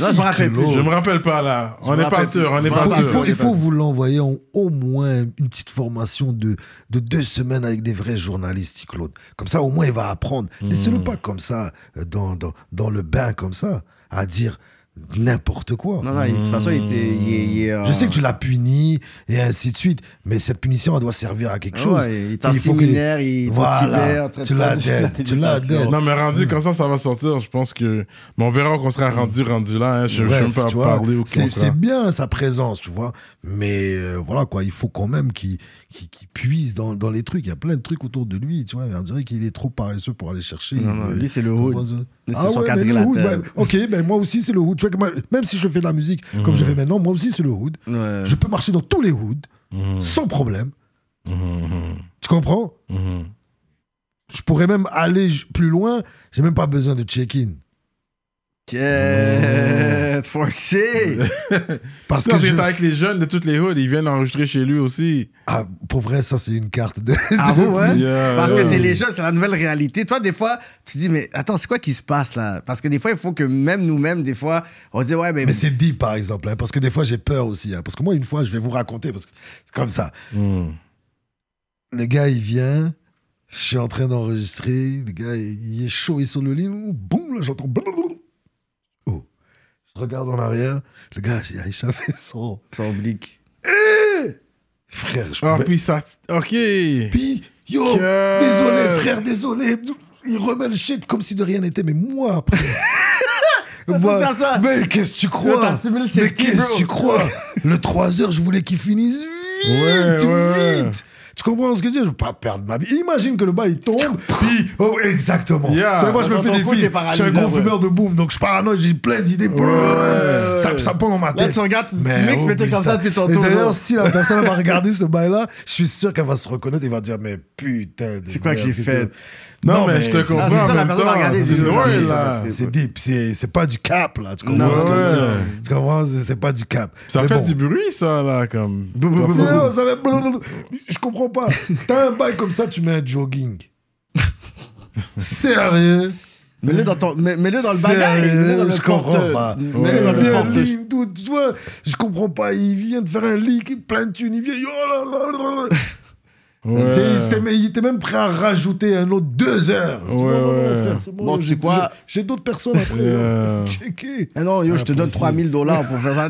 Non, je me rappelle
Oh.
plus.
Je me rappelle pas là.
Je
On
me
n'est pas
rappelle
sûr,
plus.
on n'est
Je me
pas
Faut- il
rappelle
sûr.
faut,
sûr.
il faut vous l'envoyer en au moins une petite formation de, de deux semaines avec des vrais journalistes, Claude. Comme ça, au moins, il va apprendre.
Hmm.
Laissez-le pas comme ça, euh, dans, dans, dans le bain, comme ça, à dire n'importe quoi.
Non, non, il- de toute façon, il était. il est- il est, euh,
Je sais que tu l'as puni et ainsi de suite, mais cette punition, elle doit servir à quelque chose.
Ouais, il est
Tu sais,
en
il faut que-
séminaire, il est au Tibet, en
Voilà,
train de
tu l'as
faire de la
dead, tu l'as
méditation.
dead.
Non, mais
Hmm.
rendu comme ça, ça va sortir. Je pense que. Mais on verra qu'on sera rendu, rendu là. hein. Je ne
Bref,
peux même pas
tu vois,
parler au
c'est, c'est
hein.
contraire.
bien sa présence, tu vois. Mais euh, voilà, quoi, il faut quand même qu'il, qu'il- qu'il puise dans, dans les trucs. Il y a plein de trucs autour de lui, tu vois. On dirait qu'il est trop paresseux pour aller chercher.
Non, non,
Euh,
lui, c'est le
on
hood.
pense-
c'est
Ah
son
ouais, mais le hood,
quadrilatère.
ben, ok, ben moi aussi, c'est le hood. Tu vois que moi, même si je fais de la musique comme je fais maintenant, moi aussi, c'est le hood.
Ouais.
Je peux marcher dans tous les hoods,
Hmm,
sans problème. Tu comprends
hmm.
Je pourrais même aller j- plus loin. J'ai même pas besoin de check-in.
Get
[laughs]
forcé!
Parce que
Parce que
je-
t'es avec les jeunes de toutes les hoods, ils viennent enregistrer chez lui aussi.
Ah, pour vrai, ça, c'est une carte de. [laughs]
Ah
de
vous, ouais?
plus.
Yeah,
Parce
yeah.
que c'est les jeunes, c'est la nouvelle réalité. Toi, des fois, tu dis, mais attends, c'est quoi qui se passe là? Parce que des fois, il faut que même nous-mêmes, des fois, on se dit, ouais, mais.
Mais c'est dit, par exemple, hein, parce que des fois, j'ai peur aussi. hein, parce que moi, une fois, je vais vous raconter, parce que c'est comme ça. Hmm. Le gars, il vient, je suis en train d'enregistrer, le gars, il est chaud, il est sur le lit, boum, là, j'entends. blablabla. Oh. Je regarde en arrière, le gars, il a échappé son. Eh!
Son oblique.
Frère, je
Ah,
pouvais-
puis ça. Ok.
Puis, yo,
Que-
désolé, frère, désolé. Il remet le shit comme si de rien n'était, mais
[laughs]
moi, après. Moi,
faire ça.
mais qu'est-ce que tu crois
Attends, tu mets le
Mais
safety,
qu'est-ce que
bro. [laughs]
tu crois Le 3 heures, je voulais qu'il finisse vite,
Ouais,
vite.
ouais.
Tu comprends ce que je veux dire Je veux pas perdre ma vie. Imagine que le bas, il tombe, puis... Oh, exactement.
Yeah.
Tu sais, moi, je me
Dans
fais
ton
des
coup, t'es
films. Je suis
paralysé,
un gros
ouais.
fumeur de boom, donc je paranoïe, j'ai plein d'idées.
Ouais.
Ça, ça pend dans ma
Là,
tête.
tu regardes, tu
Mais
mixes, mais t'es
oublie
comme ça depuis ton
Et
tour.
D'ailleurs, si la personne
[laughs]
elle va regarder ce bail-là, je suis sûr qu'elle va se reconnaître et va dire Mais putain, de
C'est quoi que
merde,
j'ai
c'est
fait
que-
Non, mais je te
c'est-
comprends.
Ah, c'est ça,
en
la
même
personne va
temps.
regarder,
C'est
c'est-
drôle,
c'est-
là.
C'est deep, c'est c'est pas du cap là, tu comprends
Non,
ce que je veux dire
ouais.
Tu comprends C'est c'est pas du cap.
Ça
Mais
fait
bon.
du bruit, ça, là, comme.
Non, ça fait blablabla. Je
[laughs]
comprends pas. T'as un bail comme ça, tu mets un jogging. Sérieux
Mets-le dans, ton... mets- mets-le [laughs] dans le
Sérieux,
bagage. Mets-le dans le
je comprends
porte-
pas.
Mets-le dans
Il
le
vient
porte.
lean, dude, tu vois, je comprends pas. Il vient de faire un leak, plein de thunes. Il vient. yo oh là là là là.
Ouais.
Tu sais, il, était, mais il était même prêt à rajouter un autre deux heures. Tu dis, non, non, non,
ouais.
frère, c'est bon,
Bon, tu
j'ai-
sais quoi
j'ai- J'ai d'autres personnes après.
Yeah.
hein. [laughs] Checker.
Ah non, yo, je te donne
Impossible.
3000 dollars pour faire ça.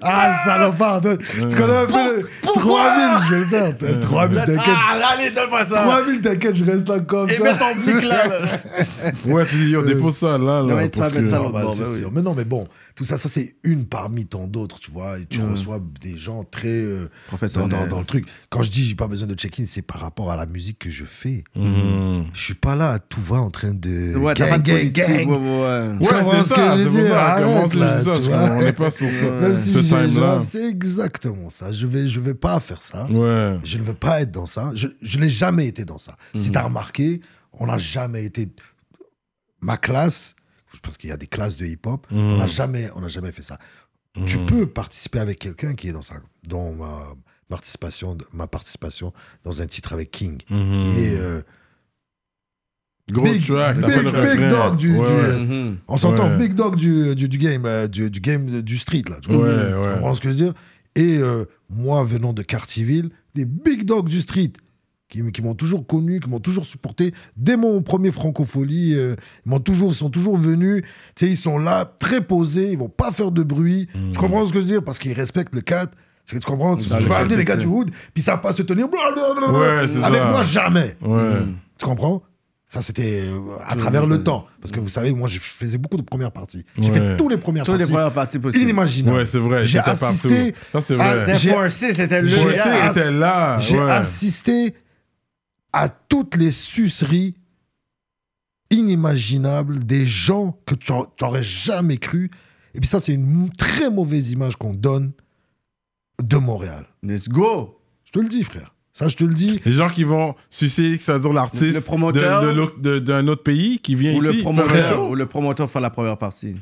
Ah, salopard. donne- Tu connais un peu le. 3000, je vais le faire. t'as- 3000, t'inquiète.
là, Ah, allez, donne-moi
3000, t'inquiète, je reste là comme ça. [laughs]
ton blic là.
Ouais, tu dis, yo, dépose ça, là, là.
ouais, tu vas
parce
mettre
que-
ça dans-
normal,
Bon,
c'est
bah oui.
sûr. Mais non, mais bon, tout ça, ça c'est une parmi tant d'autres, tu vois. Et tu
Mhm.
reçois des gens très euh, dans,
Professionnels.
dans- dans le truc. Quand je dis j'ai pas besoin de check-in, c'est par rapport à la musique que je fais.
Hmm.
Je suis pas là à tout va en train de
Mhm. Ouais, t'as
gang,
pas de
gang,
politique. ouais,
gang.
ouais, ouais.
Tu
Ouais,
comprends
c'est
ce que
ça,
je
c'est
veux
pour
dire
ça. Comment
Arrête,
je
là,
dis ça
tu
je
vois.
comprends, On n'est pas sur ça.
Même
ce
si j'ai le
time-là.
genre, c'est exactement ça. Je vais, je vais pas faire ça.
Mhm.
Ouais.
Je ne veux pas être dans ça. Je, je n'ai jamais été dans ça. Si
Mhm.
tu as remarqué, on n'a jamais été. Ma classe, parce qu'il y a des classes de hip-hop, on
Mhm.
n'a jamais, on n'a jamais fait ça. Tu
Mhm.
peux participer avec quelqu'un qui est dans ça, dans ma participation, ma participation dans un titre avec King,
Mhm.
qui est euh,
Gros
big,
track, t'as
big,
fait le
big
refrain.
dog du-
Ouais,
du-
ouais.
Mhm.
On s'entend
Ouais.
big dog du, du, du game, euh, du, du game euh, du street, là. Tu, vois,
Ouais,
Tu
ouais.
comprends ce que je veux dire Et euh, moi, venant de Cartierville, des big dogs du street qui, m- qui m'ont toujours connu, qui m'ont toujours supporté. Dès mon premier Francofolie, euh, ils m'ont toujours, ils sont toujours venus. Tu sais, ils sont là, très posés, ils vont pas faire de bruit.
Mhm.
Tu comprends ce que je veux dire Parce qu'ils respectent le 4. C'est que tu comprends Tu
Dans
tu
le
vas appeler les
cadre,
gars du hood, puis ils savent pas se tenir. blablabla.
Mm. Ouais, c'est
Avec
ça.
moi, jamais.
Ouais.
Tu comprends Ça, c'était euh, à travers le temps. Parce que vous savez, moi, je faisais beaucoup de premières parties. J'ai
Ouais.
fait tous les premières
Tous les
parties.
premières parties possibles.
inimaginables.
Ouais, c'est vrai.
Mm. J'ai
t'étais
assisté.
partout. Ça, c'est
à-
vrai.
J'ai-
C'était forcé, c'était
J'ai-
le
Forcé
gars.
ass-
était là.
J'ai
ouais.
assisté à toutes les suceries inimaginables des gens que tu n'aurais jamais cru. Et puis ça, c'est une très mauvaise image qu'on donne de Montréal.
Let's go.
Je te le dis, frère. Ça, je te le dis.
Les gens qui vont sucer, que ça dure l'artiste
Le promoteur.
de- de l'autre- de- d'un autre pays qui vient
Ou
ici.
le,
faire un show.
promoteur, ou le promoteur fait la première partie.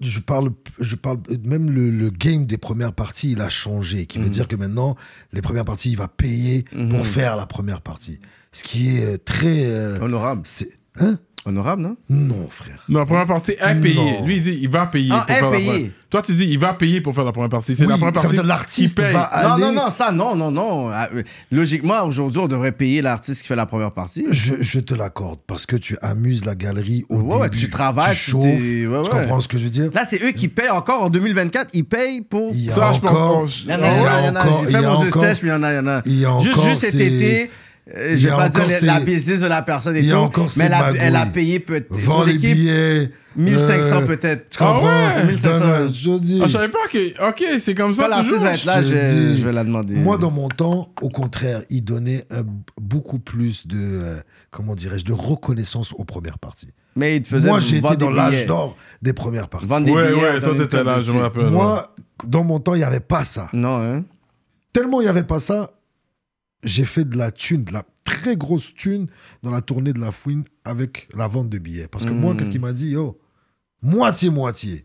Je parle, je parle même le, le game des premières parties, il a changé. Qui veut
Mhm.
dire que maintenant, les premières parties, il va payer
Mhm.
pour faire la première partie. Ce qui est euh, très. euh,
Honorable.
c'est- hein
Honorable, non
Non, frère.
Non, la première partie est
Non.
payée. Lui, il dit il va payer
Ah,
pour
est
faire la
payé.
première. Toi, tu dis il va payer pour faire la première partie. C'est
Oui,
la première
ça veut
partie.
dire l'artiste
qui paye.
va
Non,
aller.
non, non, ça, non, non, non. Ah, euh, Logiquement, aujourd'hui, on devrait payer l'artiste qui fait la première partie.
Je, je te l'accorde parce que tu amuses la galerie au
Ouais, ouais,
début.
tu travailles,
tu
tu
chauffes.
t'es- ouais,
tu
ouais.
comprends ce que je veux dire
Là, c'est eux qui payent encore en 2024. Ils payent pour.
Il y a
Ça, je pense
encore,
qu'on-
Il y en a, il y en a, il y en a.
encore-
J'ai
il y
fait
a
mon jeu
encore-
sèche, mais il y en a, il y en a.
il y a
Juste,
encore
juste cet
ces-
été, euh,
il
je
y
vais
a
pas dire
encore
la-
ces-
la business de la personne et
il y a
tout,
encore
mais
ces
elle a, elle a
magouilles.
payé peut-être.
Vends
Son
les
équipe,
billets.
1500
euh,
peut-être.
Tu comprends
Ah ouais?
1500.
1500.
Je te dis.
Ah, je savais pas que. Ok, c'est comme
Quand
ça. toujours.
l'artiste va être là,
je
je,
te le dis.
je vais la demander.
Moi, dans mon temps, au contraire, il donnait un- beaucoup plus de, euh, comment dirais-je, de reconnaissance aux premières parties.
Mais il te faisait
Moi,
vendre
j'étais
des
dans l'âge
billets.
d'or des premières parties.
Vendre des
Ouais,
billets.
ouais, toi,
donner
t'étais
une
là,
carte
je me
dessus.
rappelle. ouais.
Moi, dans mon temps, il n'y avait pas ça.
Non, hein.
Tellement il n'y avait pas ça, j'ai fait de la thune, de la très grosse thune dans la tournée de la fouine avec la vente de billets. Parce que moi,
Mm.
qu'est-ce qu'il m'a dit Yo, moitié-moitié.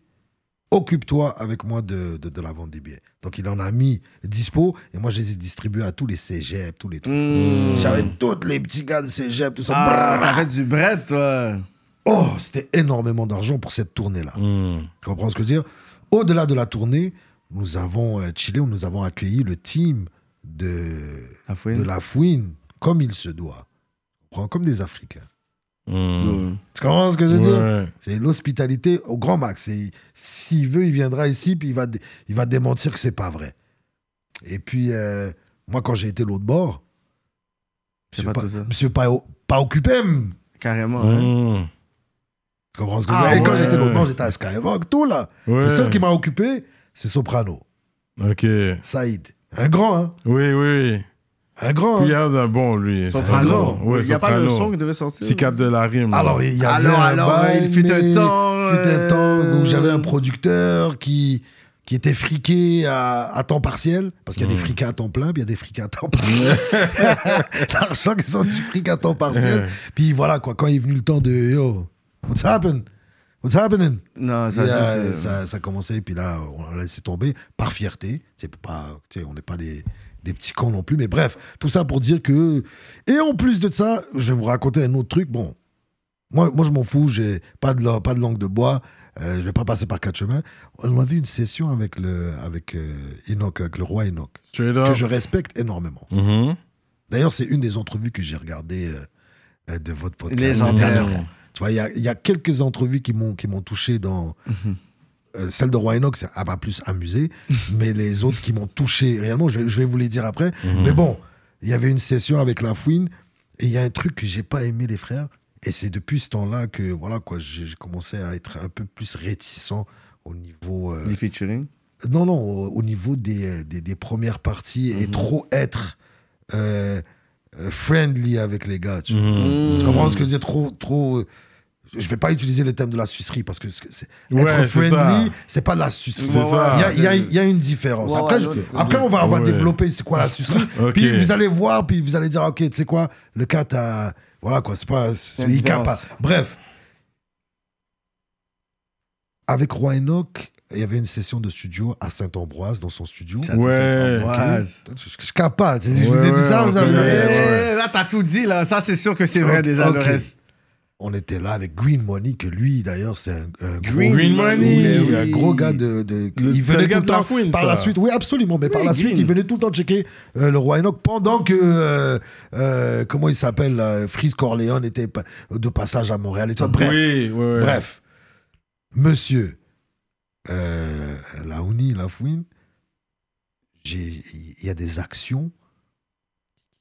Occupe-toi avec moi de, de, de la vente des billets. Donc, il en a mis dispo et moi, je les ai distribués à tous les cégeps, tous les trucs.
Mmh.
Hmm. J'avais tous les petits gars de cégep, tout ça.
Ah,
Brrr.
t'as fait du bread, toi.
Oh, c'était énormément d'argent pour cette tournée-là.
Hmm.
Tu comprends ce que je veux dire Au-delà de la tournée, nous avons euh, chillé, où nous avons accueilli le team de,
La fouine.
de la fouine comme il se doit. Tu comprends Comme des Africains.
Hmm.
Mmh.
Tu comprends ce que je veux dire
Ouais.
C'est l'hospitalité au grand max. Et S'il veut, il viendra ici, puis il va, dé- il va démentir que c'est pas vrai. Et puis, euh, moi, quand j'ai été l'autre bord,
C'est
monsieur
pas
pas,
tout ça.
monsieur pas, o- pas occupé. hum.
Carrément, hein.
Hmm.
Tu comprends ce que je veux
Ah
dire Et quand
ouais.
j'étais l'autre bord, j'étais à Skyrock, tout là.
Ouais.
Le seul qui m'a occupé, c'est Soprano,
Ok.
Saïd. Un grand, hein
Oui, oui.
Un grand, hein
Puis a un bon, lui.
Soprano.
Ouais,
Il n'y a pas le
Soprano.
son qui devait sortir.
Psychiatre de la rime.
Alors, il y avait
Alors,
un
alors,
bail,
il fut un
mais-
temps,
il fut un
euh,
temps où j'avais un producteur qui, qui était friqué à, à temps partiel, parce qu'il y a des
Hmm.
friqués à temps plein, puis il y a des friqués à
[laughs]
temps partiel. [laughs] L'argent qui sont du fric à temps partiel. Puis voilà, quoi, quand est venu le temps de « Yo, what's happened What's happening
Non,
Puis,
Ah, ça,
euh,
c'est-
ça, ça commençait, puis là, on l'a laissé tomber par fierté. C'est pas, tu sais, on n'est pas des, des petits cons non plus, mais bref, tout ça pour dire que. Et en plus de ça, je vais vous raconter un autre truc. Bon, moi, moi je m'en fous, j'ai pas de, la- pas de langue de bois, euh, je vais pas passer par quatre chemins. On avait une session avec le, avec, euh, Enoch, avec le roi Enoch,
Straight
Ah.
que
up.
je respecte énormément.
Mhm.
D'ailleurs, c'est une des entrevues que j'ai regardées euh, euh, de votre podcast.
Légendaire.
Tu vois, il y a, il y a quelques entrevues qui m'ont qui m'ont touché dans. Euh, celle de Roy Enoch, ça m'a plus amusé, [laughs] mais les autres qui m'ont touché réellement, je, je vais vous les dire après. Mais bon, il y avait une session avec la fouine, et il y a un truc que j'ai pas aimé, les frères, et c'est depuis ce temps-là que voilà quoi, j'ai j'ai commencé à être un peu plus réticent au niveau. euh,
Les featuring.
non, non, au, au niveau des, euh, des, des premières parties et trop être euh, euh, friendly avec les gars. Tu,
Hmm.
Mhm.
tu comprends ce que je veux dire Trop, trop. euh, Je vais pas utiliser le thème de la sucerie parce que c'est- c'est-
Ouais,
être
c'est
friendly,
ça.
c'est pas de la sucerie.
C'est ça.
Il y a, il y a- il y a une différence.
Ouais,
après,
ouais,
je-
l'autre,
après, on va, on va
Ouais.
développer c'est quoi la sucerie.
[laughs] Ok.
Puis vous allez voir, puis vous allez dire, ok, tu sais quoi, le cas, t'as. Voilà quoi, c'est pas.
y
C'est
a une
il capte
différence.
pas. Bref. Avec Roy Enoch, il y avait une session de studio à Saint-Ambroise, dans son studio.
Ça, tout
Ouais.
Saint-Ambroise.
Ok. Je, je capte pas. tu sais, je vous
Ouais,
ai dit
ouais,
ça,
on
vous avez
connaît,
Eh,
ouais.
Eh, Là, t'as tout dit, là. Ça, c'est sûr que c'est vrai,
Ok,
déjà, le
ok.
reste.
On était là avec Green Money, que lui, d'ailleurs, c'est un, un
Green
gros,
Green Money.
Mais oui,
Oui.
un gros gars de. de-
Le-
il
c'est le
venait
gars
tout le
de la
temps.
Fouine,
par
ça.
la suite, oui, absolument. Mais par
Oui,
la
Green.
suite, il venait tout le temps checker euh, le roi Enoch pendant que. euh, euh, comment il s'appelle là, Freeze Corleone était pa- de passage à Montréal et tout. Bref.
Oui, ouais, ouais.
Bref. Monsieur euh, Laouni, Lafouine, j'ai- il y a des actions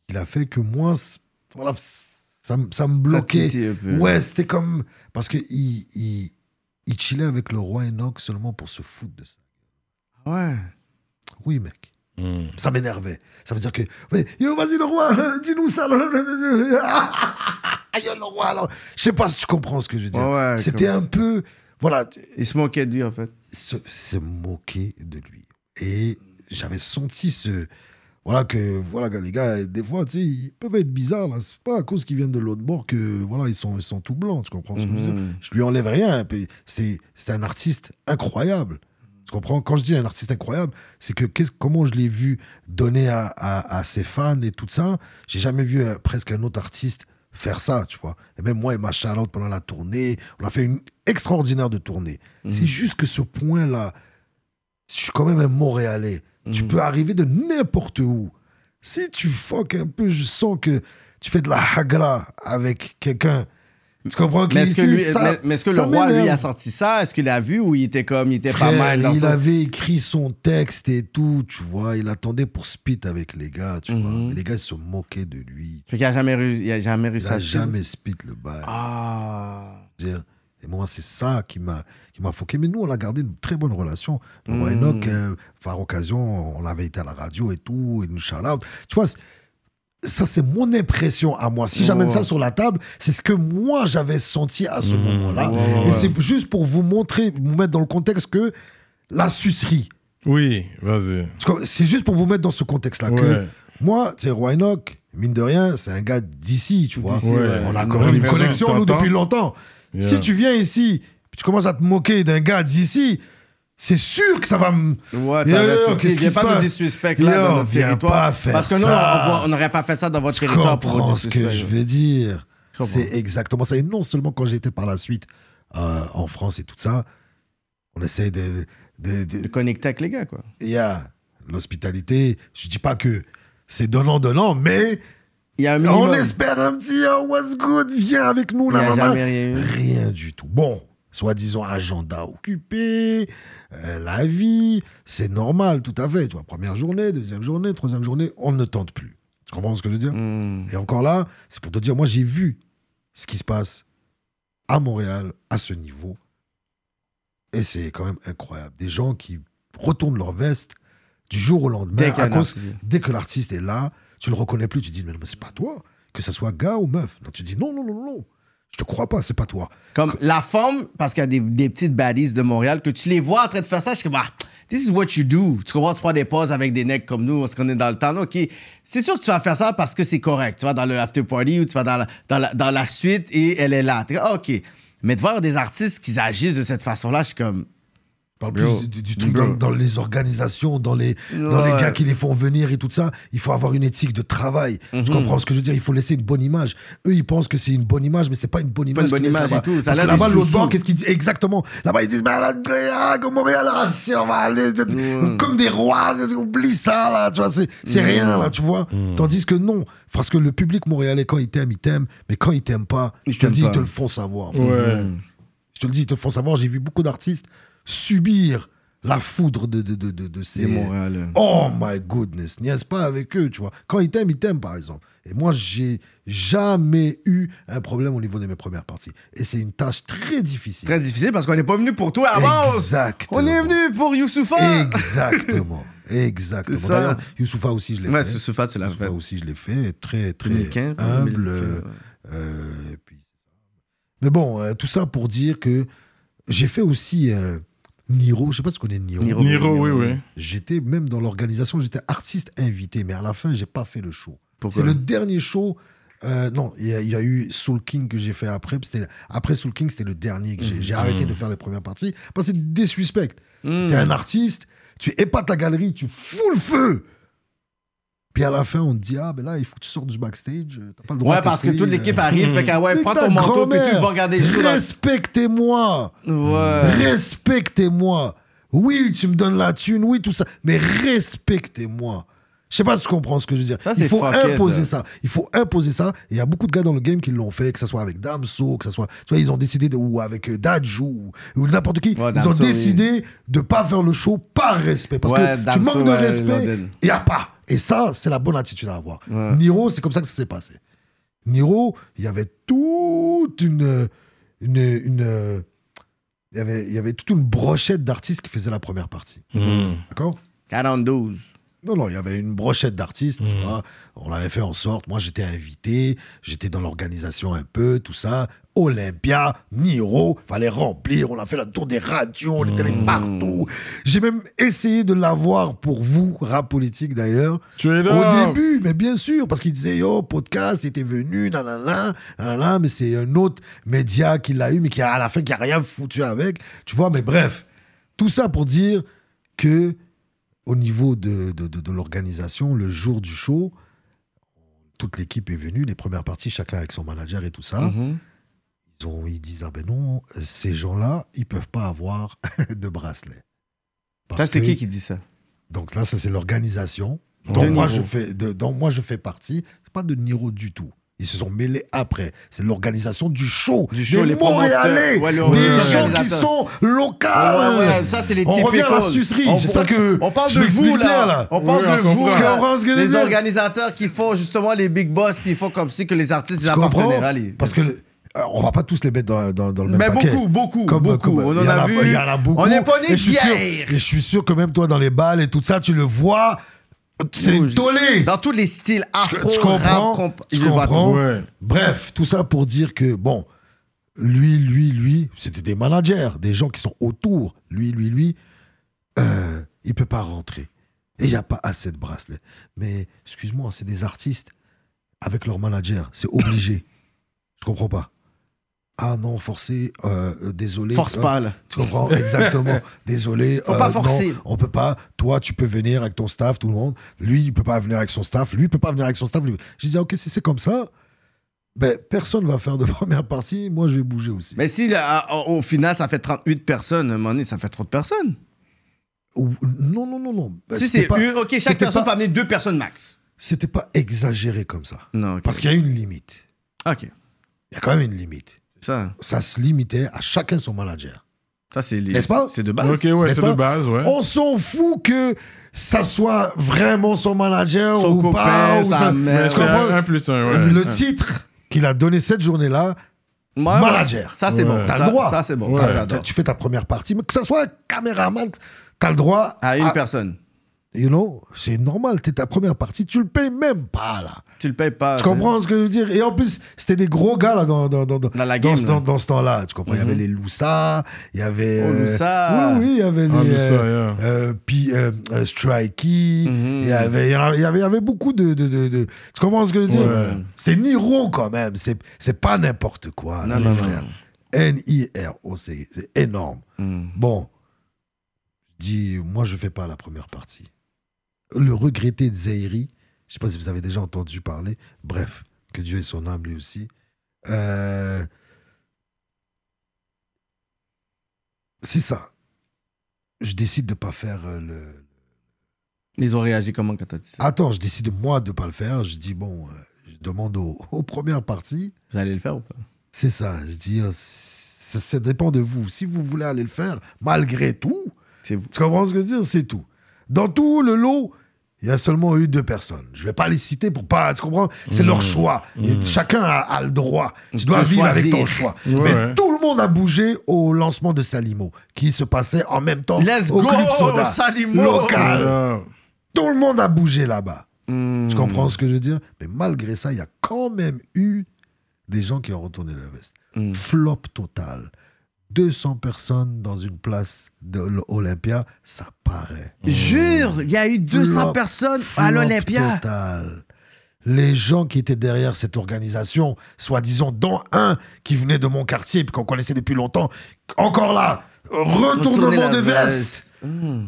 qu'il a fait que moi, c- voilà, ça, me- ça me bloquait.
Ça titille un peu.
Ouais, c'était comme. Parce que il, il, il chillait avec le roi Enoch seulement pour se foutre de ça.
Ah Ouais.
Oui, mec.
Mhm.
Ça m'énervait. Ça veut dire que, ouais, yo, vas-y le roi, euh, dis-nous ça. là, là, là, là, là. [laughs] Ah, yo, le roi, alors. Je sais pas si tu comprends ce que je veux dire.
Ouais, ouais,
C'était
comme-
un peu, voilà,
Il se moquait de lui, en fait.
se, se moquer de lui. Et j'avais senti ce. Voilà que voilà que les gars, des fois, tu sais, ils peuvent être bizarres. Là. C'est pas à cause qu'ils viennent de l'autre bord que voilà, ils sont, ils sont tout blancs. Tu comprends ce que je veux dire
Mhm.
Je lui enlève rien. puis C'est, c'est un artiste incroyable. Tu comprends Quand je dis un artiste incroyable, c'est que qu'est-ce, comment je l'ai vu donner à, à- à ses fans et tout ça, j'ai jamais vu euh, presque un autre artiste faire ça, tu vois. Et même moi et ma Charlotte pendant la tournée, on a fait une extraordinaire de tournée.
Mhm.
C'est juste que ce point-là, je suis quand même un Montréalais.
Mhm.
Tu peux arriver de n'importe où. Si tu fuck un peu, je sens que tu fais de la hagra avec quelqu'un. Tu comprends
Mais est-ce que,
qu'ici,
lui-
ça-
mais- mais est-ce que le
ça
roi, lui,
m'énerve.
a sorti ça? Est-ce qu'il a vu ou il était comme, il était pas
Frère,
mal dans
il
ça?
avait écrit son texte et tout, tu vois. Il attendait pour spit avec les gars, tu vois.
Mhm.
Mais les gars ils se moquaient de lui.
Fait qu'il a jamais réussi, il a jamais
Il
réussi à
a
le suivre.
jamais spit le bail.
Ah.
dire. Et moi, c'est ça qui m'a qui m'a foqué. Mais nous, on a gardé une très bonne relation. Le roi
Mm.
Enoch, euh, par occasion, on l'avait été à la radio et tout, il nous shout out. Tu vois, c'est- ça, c'est mon impression à moi. Si j'amène
Ouais. Mhm.
ça sur la table, c'est ce que moi, j'avais senti à ce moment-là.
Ouais, ouais,
Et
ouais.
c'est juste pour vous montrer, vous mettre dans le contexte que la sucerie,
Oui, vas-y.
parce que C'est juste pour vous mettre dans ce contexte-là que
Ouais.
moi, c'est Roy Enoch, mine de rien, c'est un gars d'ici, tu vois.
D'ici, ouais.
On a
Dans
quand même une
l'univers,
connexion, nous,
t'entends.
depuis longtemps.
Yeah.
Si tu viens ici, puis tu commences à te moquer d'un gars d'ici, c'est sûr que ça va me.
Ouais, t'as
Yo, yo,
raison.
qu'est-ce
Il y a
qui se
pas de
passe
disrespect là
Yo,
dans notre
viens pas
territoire.
faire
Parce que nous, on-
ça.
on va- on n'aurait pas fait ça dans votre
Tu
territoire pour
comprends
votre
ce que je veux dire.
Je comprends.
C'est exactement ça. Et non seulement quand j'étais par la suite euh, en France et tout ça, on essaye de- de- de,
De connecter avec les gars, quoi.
Il y a l'hospitalité. Je dis pas que c'est donnant-donnant, mais
Il y a un
on
minimum.
espère un petit oh, what's good, viens avec nous.
Il n'y
Là,
a
maman.
jamais rien eu.
Rien du tout. Bon, soi-disant agenda occupé, euh, la vie, c'est normal, tout à fait. Tu vois, première journée, deuxième journée, troisième journée, on ne tente plus. Tu comprends ce que je veux dire
Hmm.
Et encore là, c'est pour te dire, moi j'ai vu ce qui se passe à Montréal à ce niveau. Et c'est quand même incroyable. Des gens qui retournent leur veste du jour au lendemain
Dès qu'il y a
à
un
cause-
narcissique.
dès que l'artiste est là, tu le reconnais plus, tu dis mais, non, mais c'est pas toi, que ce soit gars ou meuf. Non, tu dis non non non non, non. Je te crois pas, c'est pas toi.
Comme la forme, parce qu'il y a des, des petites baddies de Montréal que tu les vois en train de faire ça, je suis comme, ah, this is what you do. Tu comprends, tu prends des pauses avec des necks comme nous, parce qu'on est dans le temps. là, OK, c'est sûr que tu vas faire ça parce que c'est correct. Tu vas dans le after party ou tu vas dans la, dans la, dans la suite et elle est là. T'es comme, ah, OK. Mais de voir des artistes qui agissent de cette façon-là, je suis comme,
Je parle
Bro.
plus du, du- du truc
Bro.
dans, dans les organisations, dans les, dans les
Ouais.
gars qui les font venir et tout ça. Il faut avoir une éthique de travail.
Mhm.
Je comprends ce que je veux dire. Il faut laisser une bonne image. Eux, ils pensent que c'est une bonne image, mais c'est pas une bonne
Pas une
image.
bonne
qu'ils laissent
image et
là-bas.
tout. Ça
Parce
a
que
l'air des
là-bas, l'autre
sous-sous.
bord, qu'est-ce qu'ils disent Exactement. Là-bas, ils disent Mais là, ah, comme Montréal, ah, si, on va aller de- comme des rois. Oublie ça, là. Tu vois, c'est c'est rien, là, tu vois.
Hmm.
Tandis que non. Parce que le public montréalais, quand il t'aime, il t'aime. Mais quand il t'aime pas,
Ils
je te le
t'aiment
dis, ils
pas. Mhm.
te le font savoir.
Ouais.
Je te le dis, ils te font savoir, j'ai vu beaucoup d'artistes subir la foudre de, de, de, de, de ces...
c'est Montréal.
Oh my goodness, niaise pas avec eux, tu vois. Quand ils t'aiment, ils t'aiment, par exemple. Et moi, j'ai jamais eu un problème au niveau de mes premières parties. Et c'est une tâche très difficile.
Très difficile parce qu'on n'est pas venu pour toi avant.
Exactement.
On est venu pour Youssoufa.
Exactement. Exactement.
[laughs] C'est ça.
D'ailleurs, Youssoufa aussi, je l'ai
Ouais,
fait.
Youssoufa, tu l'as fait.
Youssoufa aussi, je l'ai fait. Très, très
2015,
humble.
2015, ouais.
Euh, et puis, c'est ça. Mais bon, euh, tout ça pour dire que j'ai fait aussi euh, Niro. Je sais pas si tu connais Niro.
Niro.
Niro, oui, oui.
J'étais même dans l'organisation, j'étais artiste invité, mais à la fin, j'ai pas fait le show.
Pourquoi?
C'est le dernier show. euh, non, il y, a- il y a eu Soul King que j'ai fait après. puis c'était- Après Soul King, c'était le dernier que j'ai
Mmh.
j'ai arrêté de faire les premières parties parce que c'est des suspects.
Hmm. Mmh.
T'es un artiste, tu épates la galerie, tu fous le feu. Puis à la fin, on te dit Ah, ben là, il faut que tu sortes du backstage. euh, T'as pas le droit
Ouais,
de
parce que
t'écrire,
toute l'équipe arrive. Fait que, ah
euh,
ouais,
Mais
prends
ta
ton manteau puis tu
grand-mère,
vas regarder le show. là.
Respectez-moi.
Ouais.
Respectez-moi. Oui, tu me donnes la thune, oui, tout ça, mais respectez-moi. Je sais pas si tu comprends ce que je veux dire.
Ça,
Il
c'est hein.
faut
fucké,
imposer
ça.
ça. Il faut imposer ça. Et Il y a beaucoup de gars dans le game qui l'ont fait, que ce soit avec Damso, que ce soit. Tu vois, ils ont décidé, de, ou avec euh, Dadju, ou, ou n'importe qui.
Ouais,
ils
Damso,
ont
oui.
décidé de pas faire le show par respect. Parce
Ouais,
que
Damso,
tu manques de
ouais,
respect,
London.
il n'y a pas. Et ça, c'est la bonne attitude à avoir. Niro, c'est comme ça que ça s'est passé. Niro, il y avait toute une. une, une il
Mm.
y, avait, il y avait toute une brochette d'artistes qui faisaient la première partie. D'accord
42.
Non, non, il y avait une brochette d'artistes,
Mmh.
tu vois. On avait fait en sorte. Moi, j'étais invité, j'étais dans l'organisation un peu, tout ça. Olympia, Niro, fallait remplir. On a fait la tour des radios, on était allé
Mmh.
partout. J'ai même essayé de l'avoir pour vous, rap politique d'ailleurs.
Tu es là.
Au début, mais bien sûr, parce qu'il disait yo, podcast, était venu, nanana, nanana, mais c'est un autre média qui l'a eu, mais qui a, à la fin qui a rien foutu avec, tu vois. Mais bref, tout ça pour dire que au niveau de, de, de- de l'organisation, le jour du show, toute l'équipe est venue, les premières parties, chacun avec son manager et tout
Hein?
ça.
Mhm.
Ils, ont, ils disent ah ben non, ces gens-là, ils peuvent pas avoir [laughs] de bracelet.
Ça,
Parce
c'est
que-
qui qui dit ça
donc là, ça c'est l'organisation
De
dont, moi,
Niro.
je fais- de- dont moi je fais partie. C'est pas de Niro du tout. Ils se sont mêlés après. C'est l'organisation du show.
Du show,
des
les promoteurs.
Montréalais,
Ouais, le-
des
les
gens qui
organisateurs.
sont locaux.
Ah ouais, ouais, ça c'est les
On
typicals.
revient à la sucerie.
On-
J'espère
on-
que
on parle
je
de
m'explique
vous là.
bien, là.
On parle
Oui, on
de vous,
comprend.
Tu
là.
comprends ce que je veux
les
dire
organisateurs qui font justement les big boss puis ils font comme si que les artistes
Tu
ils
comprends
appartenaient à les-
Parce que le- euh, on va pas tous les mettre dans, la- dans- dans le même
Mais
paquet.
beaucoup, beaucoup, beaucoup. On en
il y
a vu.
Il y en a beaucoup.
On n'est pas nés
Et je suis sûr-
d'hier.
Et je suis sûr que même toi dans les balles et tout ça, tu le vois. C'est
Yo,
une
je-
tollée.
Dans tous les styles afro,
tu
rap,
comprends,
comp-
tu
je vois
comprends.
tout.
Ouais.
Bref, tout ça pour dire que, bon, lui, lui, lui, c'était des managers, des gens qui sont autour. Lui, lui, lui, euh, il peut pas rentrer. Et il n'y a pas assez de bracelets. Mais, excuse-moi, c'est des artistes avec leur manager. C'est obligé. Je comprends pas. Ah non, forcé, euh, euh, désolé.
Force
Euh,
pas là.
tu
[laughs]
comprends Exactement. Désolé. euh,
Faut pas forcer.
non, on peut pas. Toi, tu peux venir avec ton staff, tout le monde. Lui, il peut pas venir avec son staff. Lui, il peut pas venir avec son staff. Lui- Je disais, ok, si c'est comme ça, ben, personne va faire de [laughs] première partie. Moi, je vais bouger aussi.
Mais si là, à- au au final ça fait 38 personnes, à un moment donné, ça fait trop de personnes.
Ou- Non, non, non, non. Ben,
Bah, si
c'était
c'est
pas-
une- OK,
c'était
chaque personne peut
pas-
amener deux personnes max.
C'était pas exagéré comme ça.
Non, OK.
Parce qu'il y a une limite.
OK.
Il y a quand même une limite.
Ça,
Ça se limitait à chacun son manager.
ça c'est les-
N'est-ce pas
C'est de base.
Ok, ouais,
bah, N'est-ce
c'est
pas Oh,
de base, ouais.
On s'en fout que ça soit vraiment son manager
Son
ou
copain,
pas. ou
sa
ça-
mère.
Mais
Tu
c'est
comprends
un, un plus un, ouais.
le titre qu'il a donné cette journée-là,
Ouais, ouais.
Manager.
Ça c'est
Ouais.
bon.
t'as
Ça-
le droit.
Ça c'est bon.
Ouais.
Ça,
T'as-
j'adore.
Tu fais ta première partie, mais que ça soit un caméraman, t'as le droit
À une personne.
You know, c'est normal, t'es ta première partie, tu le payes même pas, là.
Tu le payes pas.
tu comprends ce que je veux dire Et en plus, c'était des gros gars, là, dans, dans, dans, dans,
Dans la game,
ce-
là. Mhm.
dans- dans ce temps-là. Tu comprends Il y avait les Loussa, il y avait...
Oh,
euh,
Loussa.
Oui, oui, il y avait
Ah,
les...
Loussa,
euh,
yeah.
euh, puis, euh, euh, Strikey,
Mhm.
il y avait- il y en avait- il y avait- il y avait beaucoup de, de, de, de- Tu comprends ce que je veux dire
Ouais.
C'est Niro, quand même. C'est c'est pas n'importe quoi, là,
Non, non,
les
non. Hmm.
frères. N-I-R-O, c'est c'est énorme. Bon, je dis, moi, je fais pas la première partie. Le regretté de Zahiri, je sais pas si vous avez déjà entendu parler, bref, que Dieu ait son âme lui aussi. Euh, C'est ça. Je décide de pas faire euh, le.
Ils ont réagi comment quand t'as dit ça
Attends, je décide moi de pas le faire. Je dis, bon, euh, je demande aux, [laughs] aux premières parties.
Vous allez le faire ou pas
C'est ça. Je dis, euh, ça, ça dépend de vous. Si vous voulez aller le faire, malgré tout,
C'est vous.
Tu comprends ce que je veux dire C'est tout. Dans tout le lot, il y a seulement eu deux personnes. Je vais pas les citer pour pas. Tu comprends C'est leur choix. Et chacun a, a le droit. Tu dois
Mmh. peux
vivre avec
choisir.
ton choix.
Ouais,
Mais
ouais.
tout le monde a bougé au lancement de Salimo, qui se passait en même temps
Let's
au
go, oh,
Club Soda
Salimo
local.
Voilà.
Tout le monde a bougé là-bas.
Hmm.
Tu comprends ce que je veux dire Mais malgré ça, il y a quand même eu des gens qui ont retourné la veste.
Mm.
Flop total. 200 personnes dans une place de l'Olympia, ça paraît.
Jure, il y a eu 200
Flop,
Hmm. personnes à
Flop
l'Olympia.
total. Les gens qui étaient derrière cette organisation, soi-disant dont un qui venait de mon quartier, puis qu'on connaissait depuis longtemps, encore là,
Retourner la
retournement de veste,
veste. Hmm.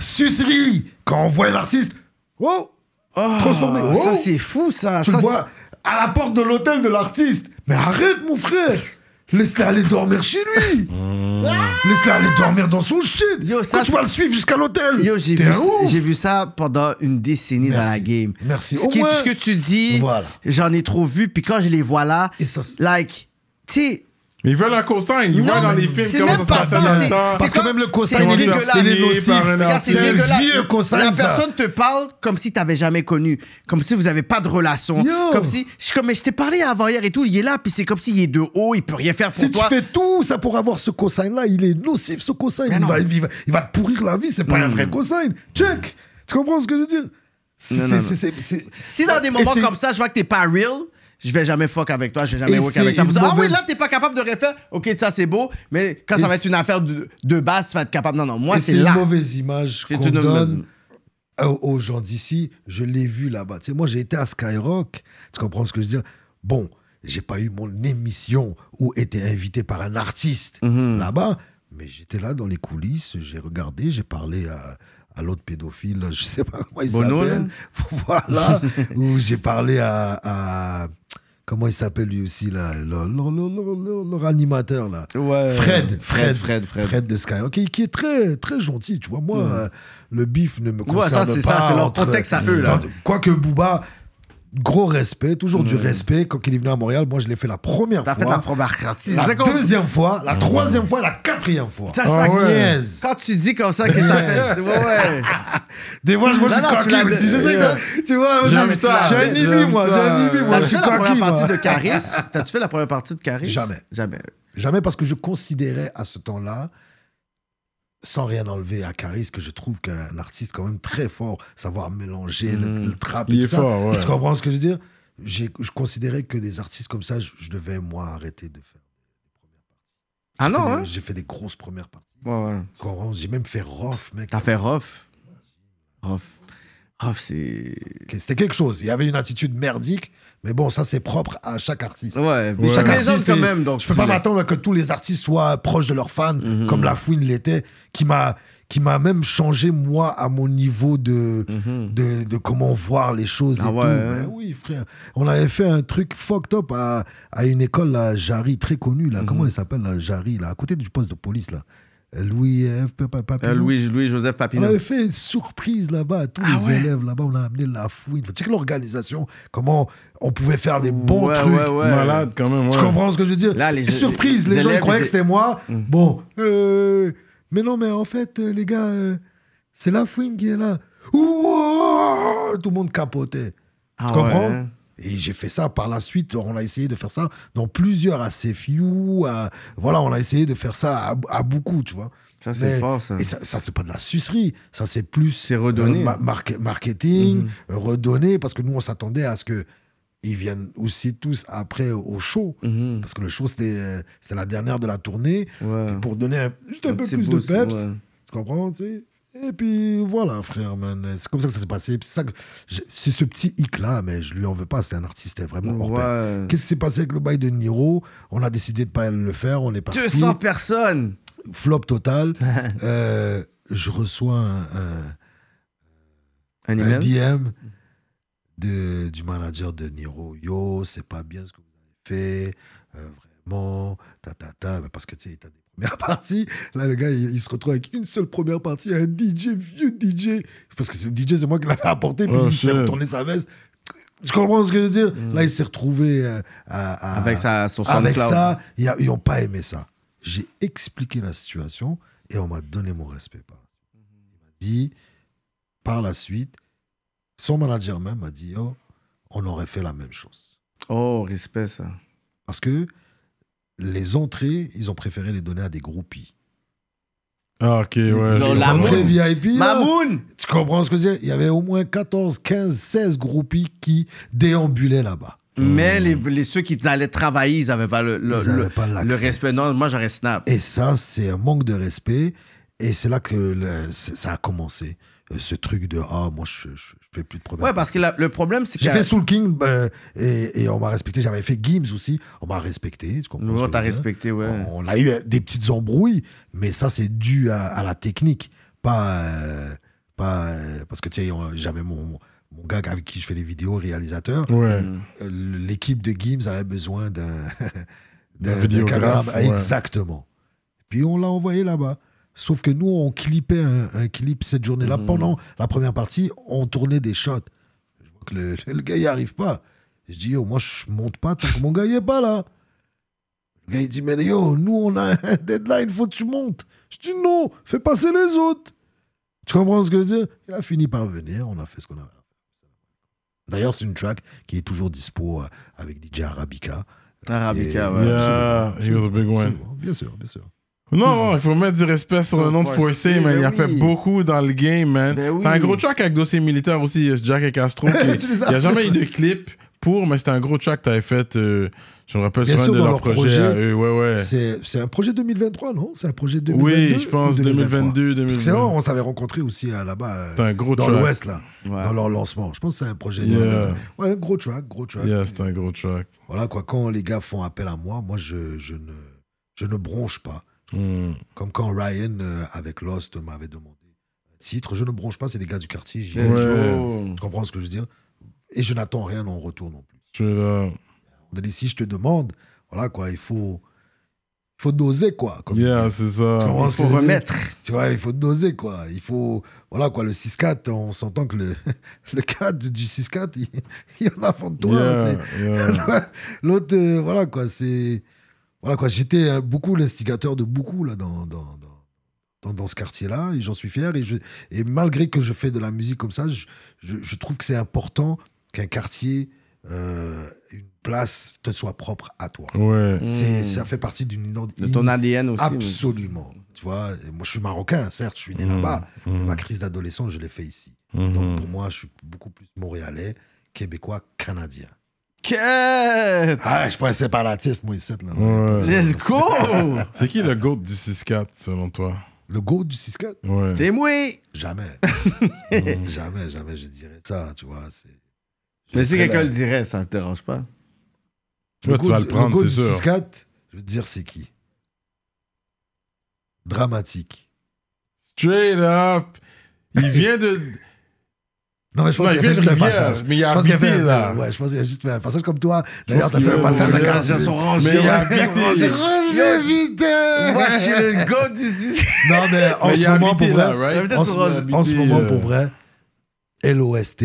sucerie, quand on voit un artiste, oh, transformé,
Ah,
oh,
Ça c'est fou ça.
Tu
Ah, Ça,
le vois à la porte de l'hôtel de l'artiste. Mais arrête, mon frère. Laisse-le aller dormir chez lui. Laisse-le aller dormir dans son shit.
Yo, ça,
Quand tu
c'est-
vas le suivre jusqu'à l'hôtel.
c'est- Yo, j'ai
T'es
vu,
un ouf.
j'ai vu ça pendant une décennie dans
Merci.
la game.
Merci.
Ce,
Au
qui-
moins-
ce que tu dis,
Voilà.
j'en ai trop vu. Puis quand je les vois là,
Et ça, c'est-
like, tu sais,
Mais ils veulent un cosign, ils
Non,
voient dans
mais
les films
c'est
comment
même
ça
pas
se
ça,
passait dans
c'est-
le temps.
Parce que
comme-
même le
c'est
cosign, il est
dégueulasse.
il est nocif.
Par un
Regarde,
artiste.
c'est
C'est un
dégueulasse. vieux cosign,
La
ça.
personne te parle comme si t'avais jamais connu, comme si vous avez pas de relation,
Yo.
comme si je comme mais je t'ai parlé avant hier et tout. Il est là, puis c'est comme s'il est de haut, il peut rien faire pour
Si tu
toi.
fais tout ça pour avoir ce cosign-là, il est nocif, ce cosign. Il va, il, va, il va te pourrir la vie. C'est pas un vrai cosign. Check. Tu comprends ce que je veux dire C'est-
Non, non,
c'est-
non.
c'est- c'est- c'est- Euh,
Si dans des
Et
moments
c'est-
comme ça, je vois que t'es pas real, je vais jamais fuck avec toi, je vais
Et
jamais work
c'est
avec toi.
une
Ah oui,
mauvaise-
là, t'es pas capable de refaire. Ok, ça, c'est beau, mais quand
Et
ça va être
c'est-
une affaire de, de base, tu vas être capable. Non, non, moi,
et
c'est
c'est une
là.
mauvaise image
C'est
qu'on
une mauvaise-
donne à- aux, gens d'ici. Je l'ai vu là-bas. Tu sais, moi, j'ai été à Skyrock. Tu comprends ce que je veux dire Bon, j'ai pas eu mon émission ou été invité par un artiste
Mhm.
là-bas, mais j'étais là dans les coulisses. J'ai regardé, j'ai parlé à, à l'autre pédophile, je sais pas comment il
Bono,
s'appelle.
[laughs]
[laughs] voilà. où j'ai parlé à. à- Comment il s'appelle lui aussi, là, leur, leur- leur- leur- leur- leur animateur, là.
Ouais.
Fred, Fred,
Fred, Fred, Fred. Mm.
de Sky, ok, qui est très, très gentil. Tu vois, moi, euh, le bif ne me
ça,
concerne
c'est
pas.
ça, c'est leur
entre-
contexte à eux, là.
Quoique Booba, gros respect, toujours du respect. Quand il est venu à Montréal, moi, je l'ai fait la première
Mm. T'as fait
fois,
ta première partie.
la,
C'est qu'on-
deuxième fois, la troisième fois, la quatrième fois.
Ça,
Ah
ça
ouais.
Yes.
Quand tu dis comme ça que t'as fait. Ouais, ouais.
Des fois, moi, je suis
Non, non, tu l'as-
coquille aussi. Je sais
Yeah.
que, tu vois, moi,
J'aime
j'ai-
ça.
j'ai un
J'aime
ibi, moi,
ça.
j'ai un ibi, moi, je
T'as-tu
suis
fait la
coquille,
première
moi.
partie de Caris T'as-tu fait la première partie de Caris
Jamais.
Jamais.
Jamais parce que je considérais à ce temps-là, sans rien enlever à Caris, que je trouve qu'un artiste quand même très fort, savoir mélanger le, le trap et
Hmm. Il
tout
est
ça.
fort, ouais.
Tu comprends ce que je veux dire J'ai- Je considérais que des artistes comme ça, je, je devais moi arrêter de faire.
Ah non,
J'ai fait
hein
des- J'ai fait des grosses premières parties.
Ouais, ouais.
Tu comprends J'ai même fait Rof, mec.
T'as fait Rof Rof. Rof, c'est.
Ok, C'était quelque chose. Il y avait une attitude merdique, mais bon, ça c'est propre à chaque artiste.
Ouais, mais
Ouais.
chaque
Chaque
légende
artiste
quand
est-
même. Donc
Je peux
tu
pas
l'as-
m'attendre à que tous les artistes soient proches de leurs fans,
Mhm.
comme La Fouine l'était, qui m'a qui m'a même changé moi à mon niveau de de, de comment voir les choses
Mhm. Ah
et
ouais,
tout.
hein.
Ben oui, frère. On avait fait un truc fucked up à, à une école là, Jarry très connue
Mhm.
là. Comment elle s'appelle là, Jarry là, à côté du poste de police là. Euh, Louis euh, F- P- P- Papineau.
Euh, Louis, Louis-Joseph
On
Papineau.
avait fait une surprise là-bas à tous
Ah
les
ouais.
élèves là-bas. On a amené la fouine. Check l'organisation, comment on pouvait faire des bons
ouais,
trucs.
ouais, ouais.
Malade quand même, ouais.
Tu comprends ce que je veux dire
Là, les-
Surprise, les,
les
gens ils
élèves,
croyaient
ils- Hmm.
que c'était moi. Bon, euh, mais non, mais en fait, euh, les gars, euh, c'est la fouine qui est là. Ouah Tout le monde capotait.
Ah
tu comprends
ouais.
Et j'ai fait ça par la suite. On a essayé de faire ça dans plusieurs, à CFU, à- voilà, on a essayé de faire ça à, à beaucoup, tu vois.
Ça, c'est
Mais-
fort, ça.
Et ça, ça, c'est pas de la sucerie. Ça, c'est plus.
C'est redonné. Mhm.
euh, ma- marque- marketing, euh, redonné, parce que nous, on s'attendait à ce que ils viennent aussi tous après au show.
Mhm.
Parce que le show, c'était euh, c'était la dernière de la tournée.
Ouais.
Puis pour donner un- juste un,
Mhm. Un
peu
petit
plus
boost,
de peps.
ouais.
Tu comprends tu sais Et puis voilà, frère, man. C'est comme ça que ça s'est passé. Puis C'est ça que j'ai- c'est ce petit hic-là, mais je lui en veux pas. C'était un artiste vraiment hors pair.
Ouais.
Qu'est-ce qui s'est passé avec le bail de Niro On a décidé de pas le faire. On est parti.
200 personnes
Flop
[laughs]
total. Euh, je reçis un, un-
Un
un
email
DM de, du manager de Niro. Yo, c'est pas bien ce que vous avez fait. euh, vraiment. Ta, ta, ta. Mais Parce que tu sais, t'as des premières [laughs] parties. Là, le gars, il, il se retrouve avec une seule première partie. Un DJ, vieux DJ. Parce que c'est DJ, c'est moi qui l'avais apporté. Puis
Oh,
il s'est
shit.
retourné sa veste. Tu comprends ce que je veux dire Là, il s'est retrouvé euh, à- à-
Mm. avec ça sur
ah, avec
SoundCloud.
ça, il y a- ils n'ont pas aimé ça. J'ai expliqué la situation et on m'a donné mon respect. par la suite. Il m'a dit, par la suite, son manager même m'a dit, Oh, on aurait fait la même chose.
Oh, respect, ça.
Parce que les entrées, ils ont préféré les donner à des groupies.
Ah, ok, ouais.
Non,
les
la
entrées
moune.
VIP, là,
Mamoun
tu comprends ce que je veux dire Il y avait au moins 14, 15, 16 groupies qui déambulaient là-bas.
Mais les, les- ceux qui allaient travailler, ils n'avaient pas le, le,
Ils avaient
le-
pas l'accès.
le respect. Non, moi, j'aurais snap.
Et ça, c'est un manque de respect. Et c'est là que le- c'est- ça a commencé. Euh, Ce truc de Ah, moi, je, je, je fais plus de problème.
Ouais, parce que la- le problème, c'est que.
Bah. J'ai fait Soul King euh, et, et on m'a respecté. J'avais fait Gims aussi. On m'a respecté. Tu comprends ce que
Ouais,
je
t'as
veux dire
respecté, ouais.
On, on a eu euh, des petites embrouilles, mais ça, c'est dû à, à la technique. Pas. euh, pas euh, parce que, tu sais, on- j'avais mon, mon gars avec qui je fais les vidéos, réalisateur
Ouais.
l'équipe de Gims avait besoin d'un [laughs] d'un-
D'un
d'un
vidéographe,
caméraman.
ouais.
Exactement. Puis on l'a envoyé là-bas. Sauf que nous, on clippait un, un clip cette journée-là. Pendant la première partie, on tournait des shots. Je vois que le, [laughs] le gars, il arrive pas. Je dis, yo, moi, je monte pas tant que mon gars, il est pas là. Le gars, il dit, mais yo, nous, on a un [laughs] deadline, faut que tu montes. Je dis, non, fais passer les autres. Tu comprends ce que je veux dire Il a fini par venir, on a fait ce qu'on avait à faire. D'ailleurs, c'est une track qui est toujours dispo euh, avec DJ Arabica.
Arabica,
Et-
ouais.
Yeah.
Yeah, he was a big one.
Absolument, Bien sûr, bien sûr.
Non, non, il faut mettre du respect sur le nom de
Forcé,
Forcé, man.
ben
il a
oui.
fait beaucoup dans le game, man.
Ben oui.
T'as un gros track avec dossier militaire aussi, euh, Jack et Castro. qui-
[laughs] Tu les as
il n'y a
appelés,
jamais eu
toi.
de clip pour, mais c'était un gros track que t'avais fait. euh, je me rappelle
Bien
souvent
sûr,
de
dans
leur,
leur
projet,
projet,
à eux. Ouais, ouais.
C'est c'est un projet 2023, non C'est un projet 2022
Oui, je pense
ou
2022, 2023.
Parce que c'est là où on s'avait rencontré aussi euh, là-bas,
C'est
euh,
un gros
dans
track.
l'Ouest, là,
Ouais.
euh, dans leur lancement. Je pense que c'est un projet
Yeah.
2022. Ouais, gros track, gros track.
Yeah, c'était un gros track.
Voilà, quoi. Quand les gars font appel à moi, moi, je, je, ne, je ne bronche pas.
Hmm.
Comme quand Ryan, euh, avec Lost, m'avait demandé un titre. Je ne bronche pas, c'est des gars du quartier. j'y vais,
Let's
je
Ouais.
fais.
go.
Tu comprends ce que je veux dire Et je n'attends rien en retour non plus.
Je suis là.
On a dit, si je te demande, voilà quoi, il faut, il faut doser quoi. Comme
Yeah,
ils disent.
c'est ça.
Tu comprends
Il
ce que
faut
je veux dire
remettre.
Tu vois, il faut doser quoi. Il faut, voilà quoi, le 6-4, on s'entend que le, [laughs] le cas du, du 6-4, il, [laughs] il y en a fond de toi. là,
Yeah,
c'est- [laughs]
yeah.
L'autre, euh, voilà quoi, c'est. Voilà quoi, j'étais euh, beaucoup l'instigateur de beaucoup là dans. dans, dans dans, dans ce quartier-là, et j'en suis fier. Et, je, et malgré que je fais de la musique comme ça, je, je, je trouve que c'est important qu'un quartier, euh, une place, te soit propre à toi.
Ouais.
C'est-
Mm.
Ça fait partie d'une identité.
De ton ADN aussi.
Absolument. Tu vois, et moi je suis marocain, certes, je suis né
Mm.
là-bas, mais
Mm.
ma crise d'adolescence, je l'ai fait ici.
Mhm.
Donc pour moi, je suis beaucoup plus montréalais, québécois, canadien.
Que-
Ah, je pourrais séparatiste, moi, ici. Là,
Ouais.
Let's go!
[laughs]
C'est qui le GOAT du 6-4 selon toi
Le go du 6-4
Ouais. Hmm.
C'est moi!
[laughs]
Jamais. [laughs]
Mmh.
jamais, jamais, je dirais ça, tu vois. c'est-
Mais si
Après,
quelqu'un
la-
le dirait, ça te dérange pas.
Tu vois,
go
tu vas
du-
le prendre,
go
c'est
du
sûr.
6-4, je veux te dire, c'est qui Dramatique.
Straight up. Il vient de.
Non, mais [laughs] je pense
Non,
qu'il y
il
avait
vient
juste
de
un
Rivière,
passage.
mais il a
je pense qu'il y
habité,
avait,
là.
Ouais, je pense qu'il y a juste un passage comme toi. D'ailleurs, t'as
qu'il
fait un
veut
passage à
mourir.
Garage.
gens sont
Mais
rangés.
il a
là.
habité.
Rangez vite
[laughs] Moi, je suis le go d'ici.
[laughs] Non, mais en
Mais il
ce
a
moment,
habité
pour
là,
vrai,
right?
J'habitais
en
sur
ce,
Orange.
en ce
Habité,
moment,
euh,
pour vrai, LOST,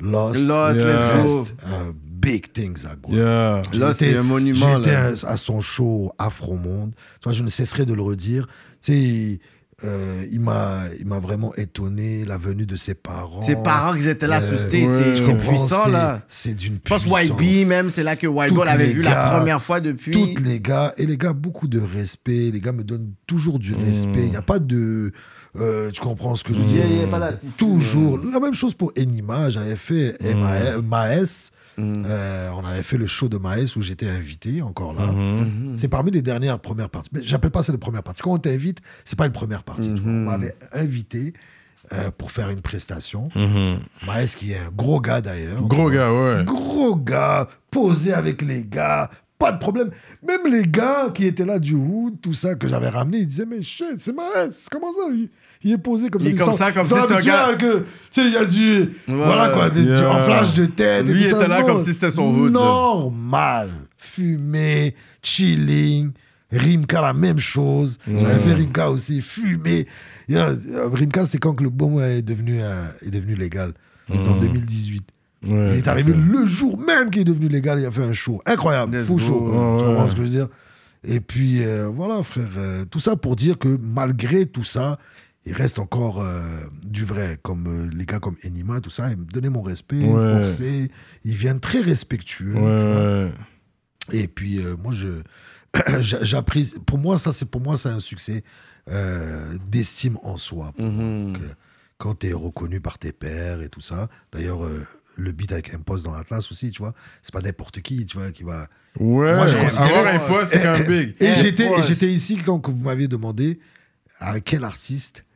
Lost,
Lost,
Yeah.
let's go.
reste un big things à Guadeloupe.
Yeah.
Là,
J'étais-
c'est un monument.
J'étais
là.
à, à son show Afro Monde. Tu vois, je ne cesserai de le redire. Tu sais, il- euh, il m'a, il m'a vraiment étonné la venue de ses parents.
Ses parents qui étaient là
Euh,
sous stage,
ouais,
c'est
je
Tu
c'est
comprends,
puissant,
c'est-
là.
C'est d'une
Je pense
puissance.
YB, même, c'est là que YB
Toutes
l'avait
les
vu
gars,
la première fois depuis.
Toutes les gars, et les gars, beaucoup de respect. Les gars me donnent toujours
Mm.
du respect. Il n'y a pas de. euh, tu comprends ce que je veux dire
Mm. Il y a pas d'attitude. Mm.
Toujours. La même chose pour Enima. J'avais fait Ma- Maes. Euh, on avait fait le show de Maes où j'étais invité, encore là.
Mm-hmm.
C'est parmi les dernières premières parties. Mais j'appelle pas ça une première partie. Quand on t'invite, c'est pas une première partie. tu vois.
Mm-hmm.
On m'avait invité euh, pour faire une prestation.
Mm-hmm.
Maes, qui est un gros gars d'ailleurs.
Gros gars, ouais.
Gros gars, posé avec les gars, pas de problème. Même les gars qui étaient là du Wood, tout ça, que j'avais ramené, ils disaient Mais shit, c'est Maes, comment ça il, il est posé comme
Il est
ça.
comme ça, comme si c'était un
habitués
gars.
à que, tu sais, il y a du. voilà quoi, des,
Yeah.
du enflage de tête. et
Lui,
tout
il
ça.
était là
Non,
comme si c'était son hood, là.
Normal. Fumé, chilling. Rimka, la même chose. J'avais fait Rimka aussi, fumé. Yeah, euh, Rimka, c'était quand que le bon est devenu, euh, est devenu légal. C'est en
Hmm.
2018.
Ouais,
Il est arrivé
ok.
le jour même qu'il est devenu légal, il a fait un show. Incroyable,
Let's
fou
go.
show. hein.
Ouais,
tu
Ah ouais.
comprends ce que je veux dire Et puis, euh, voilà, frère. euh, tout ça pour dire que malgré tout ça, il reste encore euh, du vrai. Comme euh, les gars comme Enima, tout ça, ils me donnaient mon respect,
Ouais.
forcé. Ils viennent très respectueux.
Ouais,
tu vois.
ouais.
Et puis, euh, moi, je. [clears throat] j'a- J'apprécie. Pour moi, ça, c'est pour moi, c'est un succès euh, d'estime en soi. pour
Mhm.
donc, euh, quand tu es reconnu par tes pairs et tout ça, d'ailleurs, euh, le beat avec Impost dans Atlas aussi, tu vois, c'est pas n'importe qui, tu vois, qui va.
Ouais,
Moi, je considérais-
avoir un poste, c'est quand
[laughs]
même big.
Et
Impost.
j'étais et j'étais ici quand vous m'aviez demandé à quel artiste.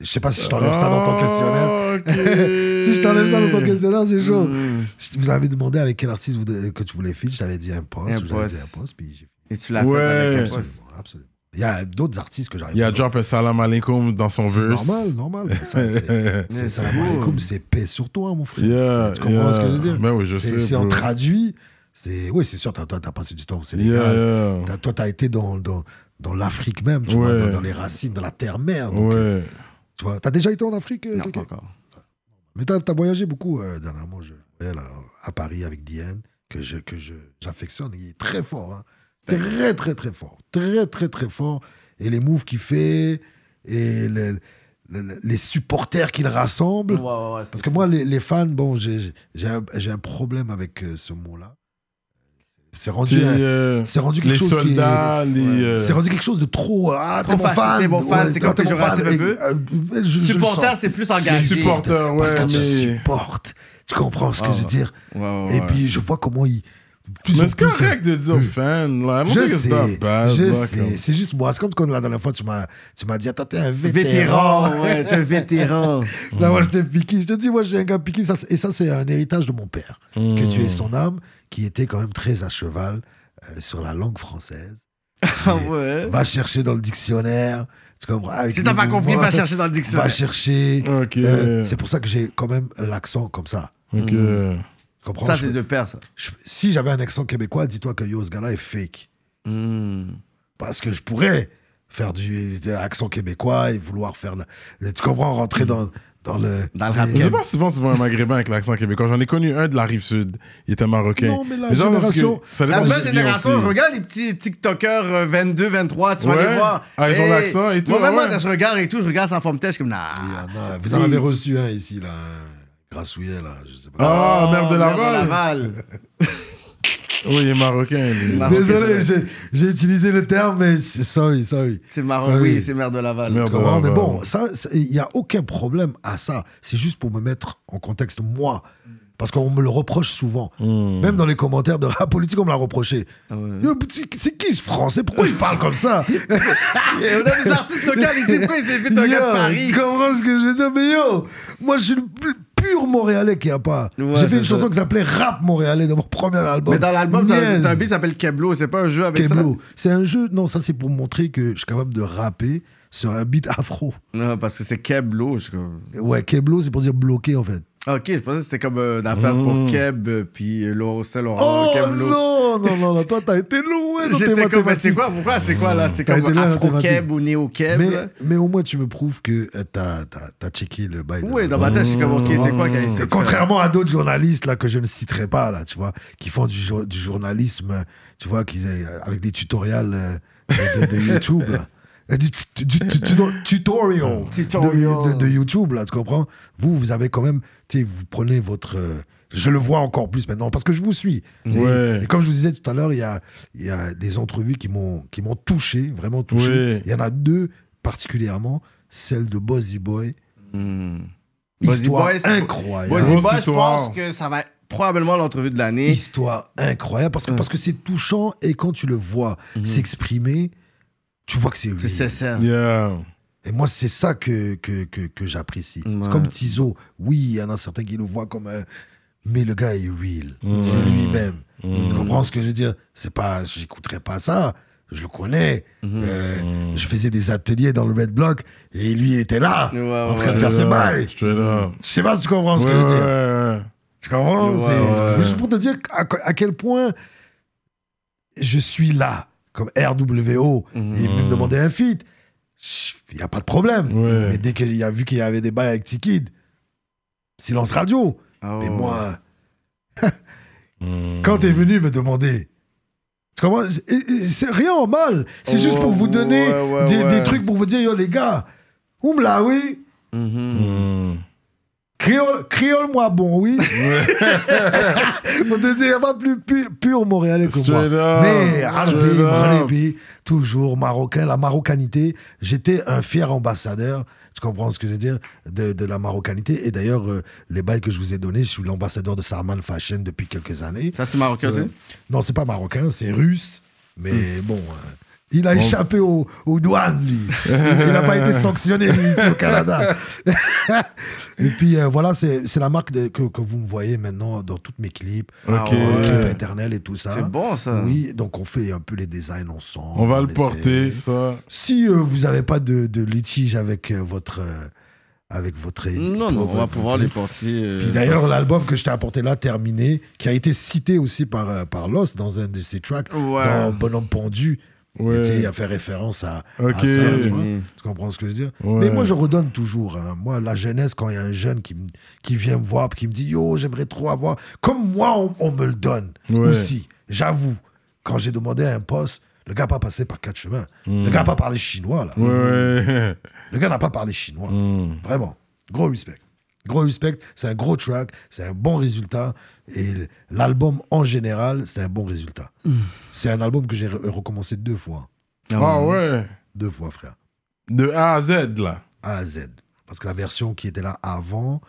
Je sais pas si je t'enlève ça
Ah,
dans ton questionnaire.
Oh,
[laughs] Si je t'enlève ça dans ton questionnaire, c'est chaud.
Mm.
Mhm.
Je vous avais demandé avec quel artiste vous de- que tu voulais filer. Je t'avais dit Impost, je t'avais dit
Impost.
Impost, puis j'ai
Et tu l'as
Ouais.
fait avec un poste.
Absolument, absolument. Il y a d'autres artistes que j'arrive
Il y a
pas à-
drop un salam alaikum dans son verse.
Normal, normal. mais ça, c'est- C'est ça,
cool.
comme c'est paix sur toi, mon
[laughs]
frère.
Yeah,
C'est- tu comprends
yeah.
ce que je veux dire
Ben oui, je
C'est-
sais,
Si on
bro.
traduit, c'est. Oui, c'est sûr, t'as- toi, t'as passé du temps au Sénégal.
Yeah, yeah.
T'as- toi, t'as été dans, dans, dans l'Afrique même, tu vois,
Ouais.
dans, dans les racines, dans la terre-mère. donc, euh,
Ouais.
Tu vois, t'as déjà été en Afrique euh,
Non, pas
quelqu'un
encore.
Mais t'as as voyagé beaucoup euh, dernièrement. Je voyais là, à Paris avec Diane, que je que je- j'affectionne. Il est très fort. hein. Très, très, très fort. Très, très, très fort. Et les moves qu'il fait, et le- le- les supporters qu'il rassemble. Parce que moi, les, les fans, bon, j'ai j'ai un, j'ai un problème avec euh, ce mot-là. C'est
C'est,
rendu, un-
euh,
c'est rendu quelque
les
chose
soldats, les,
qui est.
euh,
C'est rendu quelque chose de trop. euh, Ah,
Trop
t'es mon
facile,
fan.
t'es mon fan, c'est
t'es-
comme
t'es mon
péjoratif
fan.
un peu.
Et, euh, je- je le
Supporter,
sens.
c'est plus
Les
engagé.
supporters, ouais,
Parce que tu
mais...
supportes. Tu comprends ce que
Ouais,
je veux
ouais.
dire?
Ouais, ouais, ouais.
Et puis, je vois comment il. plus en
Mais c'est
plus, hein.
correct de dire fan, là.
Je sais, je sais.
sais.
C'est juste moi. C'est comme quand la dernière fois, tu m'as, tu m'as dit, attends, t'es un vétéran.
Vétéran, ouais, t'es un vétéran.
[laughs] Là, moi, j'étais piqué. Je te dis, moi, je suis un gars piqué. Ça, c'est- et ça, c'est un héritage de mon père. Que
Hmm.
Hmm.
tu es son âme, qui était quand même très à cheval euh, sur la langue française.
[laughs] Ah ouais.
Va chercher dans le dictionnaire. Tu comprends? Ah, Avec
Si t'as
les
pas compris,
mouvements,
va chercher dans le
Va
dictionnaire.
chercher.
Ok.
Euh, c'est Hmm. pour ça que j'ai quand même l'accent comme ça.
Ok.
Tu comprends?
Ça,
Je-
c'est de père, ça.
je- si j'avais un accent québécois, dis-toi que yo, ce gars-là est fake.
Hmm.
parce que je pourrais faire du de l'accent québécois et vouloir faire de- tu comprends rentrer dans dans le
Hmm.
Eh,
Dans le rap
Je sais
game.
pas souvent tu vois un maghrébin avec l'accent québécois. J'en ai connu un de la rive sud. Il était marocain.
Non, mais la
genre, parce que
génération-
ça dépend
La
du
nouvelle
client
génération,
aussi.
regarde les petits TikTokers euh, 22, 23, tu vas
Ouais.
les voir.
Ah, ils ont
Hey,
l'accent et tout,
Moi, même
ah ouais.
moi, quand je regarde et tout, je regarde sans forme tête, je suis comme, nah.
Il y en a- vous en avez reçu un ici là un grassouillet là je sais pas
Ah, merde de Laval.
Oh, Laval.
Oui, il est marocain. lui.
Marocain.
désolé j'ai j'ai utilisé le terme mais c'est- sorry sorry
C'est
Ça,
marrant,
oui.
oui, c'est merde de Laval.
Merde.
Tu comprends?
Ouais,
mais
bah.
ouais,
bon,
ouais.
ça, ça- il n'y a aucun problème à ça. C'est juste pour me mettre en contexte, moi. Parce qu'on me le reproche souvent.
Hmm.
Même dans les commentaires de rap politique, on me l'a reproché.
Ah
Yo, C'est c'est qui ce français Pourquoi il parle
[laughs]
comme ça
Et on a des artistes locaux
[laughs]
ici, pourquoi ils invitent un gars de
Yo,
Paris?
Tu comprends ce que je veux dire Mais yo, moi je suis le plus pur Montréalais qu'il n'y a pas.
Ouais,
J'ai
c'est
fait une
ça.
chanson qui s'appelait Rap Montréalais dans mon premier album.
Mais dans l'album, t'as
Niaise.
t'as un beat qui s'appelle Keblo, c'est pas un jeu avec
Keblo. C'est un jeu, non, ça c'est pour montrer que je suis capable de rapper sur un beat afro.
ça. Non, parce que c'est Keblo. je suis comme-
Ouais, Keblo, c'est pour dire bloqué en fait.
Ok, je pensais que c'était comme euh, une affaire
Mm.
pour Keb, euh, puis euh, Laurent Saint Laurent,
Oh
Keblo.
non, non, non, non, toi t'as été loin dans tes
J'étais comme, mais c'est
mathématiques.
quoi, pourquoi, c'est quoi là? C'est
T'as été
comme
loin dans tes
Afro-Keb
mathématiques.
ou Néo-Keb?
Mais,
là?
mais au moins tu me prouves que euh, t'as t'as- t'as checké le bail. de
Oui,
la-
dans ma tête, je suis comme, ok, c'est quoi qu'il y a
Que
ici?
Mmh. Contrairement à d'autres journalistes là que je ne citerai pas là, tu vois, qui font du, jour- du journalisme, tu vois, qui, euh, avec des tutoriels euh, de, de
[laughs]
YouTube. là. Euh, Du, tu- du tu- tu- tutorial,
Tutorial.
De, de- de YouTube là, tu comprends Vous, vous avez quand même, tu sais, vous prenez votre, euh, je le vois encore plus maintenant parce que je vous suis. Tu sais,
Ouais.
Et comme je vous disais tout à l'heure, il y a, il y a des entrevues qui m'ont, qui m'ont touché, vraiment touché.
Ouais.
Il y en a deux particulièrement, celle de Bozzy Boy,
Hmm. Bozzy
histoire
Boy, c'est-
incroyable.
Vas-y,
Grosse
moi, je
histoire.
pense que ça va être probablement l'entrevue de l'année.
histoire incroyable parce que, parce que c'est touchant et quand tu le vois s'exprimer, tu vois que c'est lui.
C'est sincère.
Yeah.
Et moi, c'est ça que, que, que, que j'apprécie.
Ouais.
C'est comme Tizo. Oui, il y en a certains qui le voient comme un- Mais le gars est real. C'est lui-même.
Mhm. Mm.
Tu comprends ce que je veux dire C'est pas... J'écouterai pas ça. Je le connais. Euh, Je faisais des ateliers dans le Red Block et lui, il était là,
Ouais,
en train de
ouais.
faire ses
Straight up,
bails.
Straight up.
Je sais pas si tu comprends ce
Ouais,
que je veux dire.
ouais, ouais.
Tu comprends
Ouais,
C'est- c'est
ouais.
juste pour te dire à, quoi- à quel point je suis là, comme RWO.
Mhm.
Il est venu me demander un feat. Chut, Il n'y a pas de problème.
Ouais.
Mais dès qu'il a vu qu'il y avait des bails avec Tikid, silence radio.
Ah ouais.
Mais moi, quand
Mhm.
t'es venu me demander. Tu comprends C'est- et- et C'est rien en mal. C'est juste pour vous donner
Oh, Ouais, ouais,
des,
ouais.
des trucs pour vous dire, yo les gars, oumla, oui.
Mhm.
Mm.
Créole, créole moi bon, oui. [laughs] Pour te dire, il n'y a pas plus pu- pur montréalais que moi.
Straight up,
Mais
straight
Arabi,
up.
Maghrébi, toujours marocain, la marocanité. J'étais un fier ambassadeur, tu comprends ce que je veux dire, de, de la marocanité. Et d'ailleurs, euh, les bails que je vous ai donnés, je suis l'ambassadeur de Sarman Fashion depuis quelques années.
Ça, c'est Hmm. marocain
Euh,
aussi.
non, c'est pas marocain, c'est russe. Mais bon, euh, il a échappé aux, aux douanes, lui. Il n'a pas été sanctionné, lui, ici
[laughs]
au Canada. Et puis euh, voilà, c'est c'est la marque de- que, que vous me voyez maintenant dans toutes mes clips,
Ok.
euh,
Ah, ouais.
clips internels et tout ça.
C'est bon, ça.
Oui, donc on fait un peu les designs ensemble.
On va le
essaie.
porter, ça.
Si euh, vous n'avez pas de, de litige avec euh, votre. euh, avec votre
Non, non, on va pouvoir les porter. euh,
puis d'ailleurs, l'album que je t'ai apporté là, terminé, qui a été cité aussi par, euh, par Lost dans un de ses tracks,
Ouais.
dans Bonhomme Pendu.
Ouais.
Il était à faire référence à, à
Ok.
ça, tu, vois.
Mhm.
Tu comprends ce que je veux dire
Ouais.
Mais moi, je redonne toujours. hein. Moi, la jeunesse, quand il y a un jeune qui, me- qui vient me voir, puis qui me dit Yo, j'aimerais trop avoir. Comme moi, on, on me le donne
Ouais.
aussi. J'avoue, quand j'ai demandé un poste, le gars n'a pas passé par quatre chemins.
Hmm.
Le gars n'a pas parlé chinois, là. Mm.
Ouais, ouais. Hmm.
Le gars n'a pas parlé chinois. Vraiment. Gros respect. Gros respect, c'est un gros track, c'est un bon résultat. Et l- l'album en général, c'est un bon résultat. C'est un album que j'ai re- recommencé deux fois.
Ah ouais.
Deux fois, frère.
De A à Z, là.
A à Z. Parce que la version qui était là avant,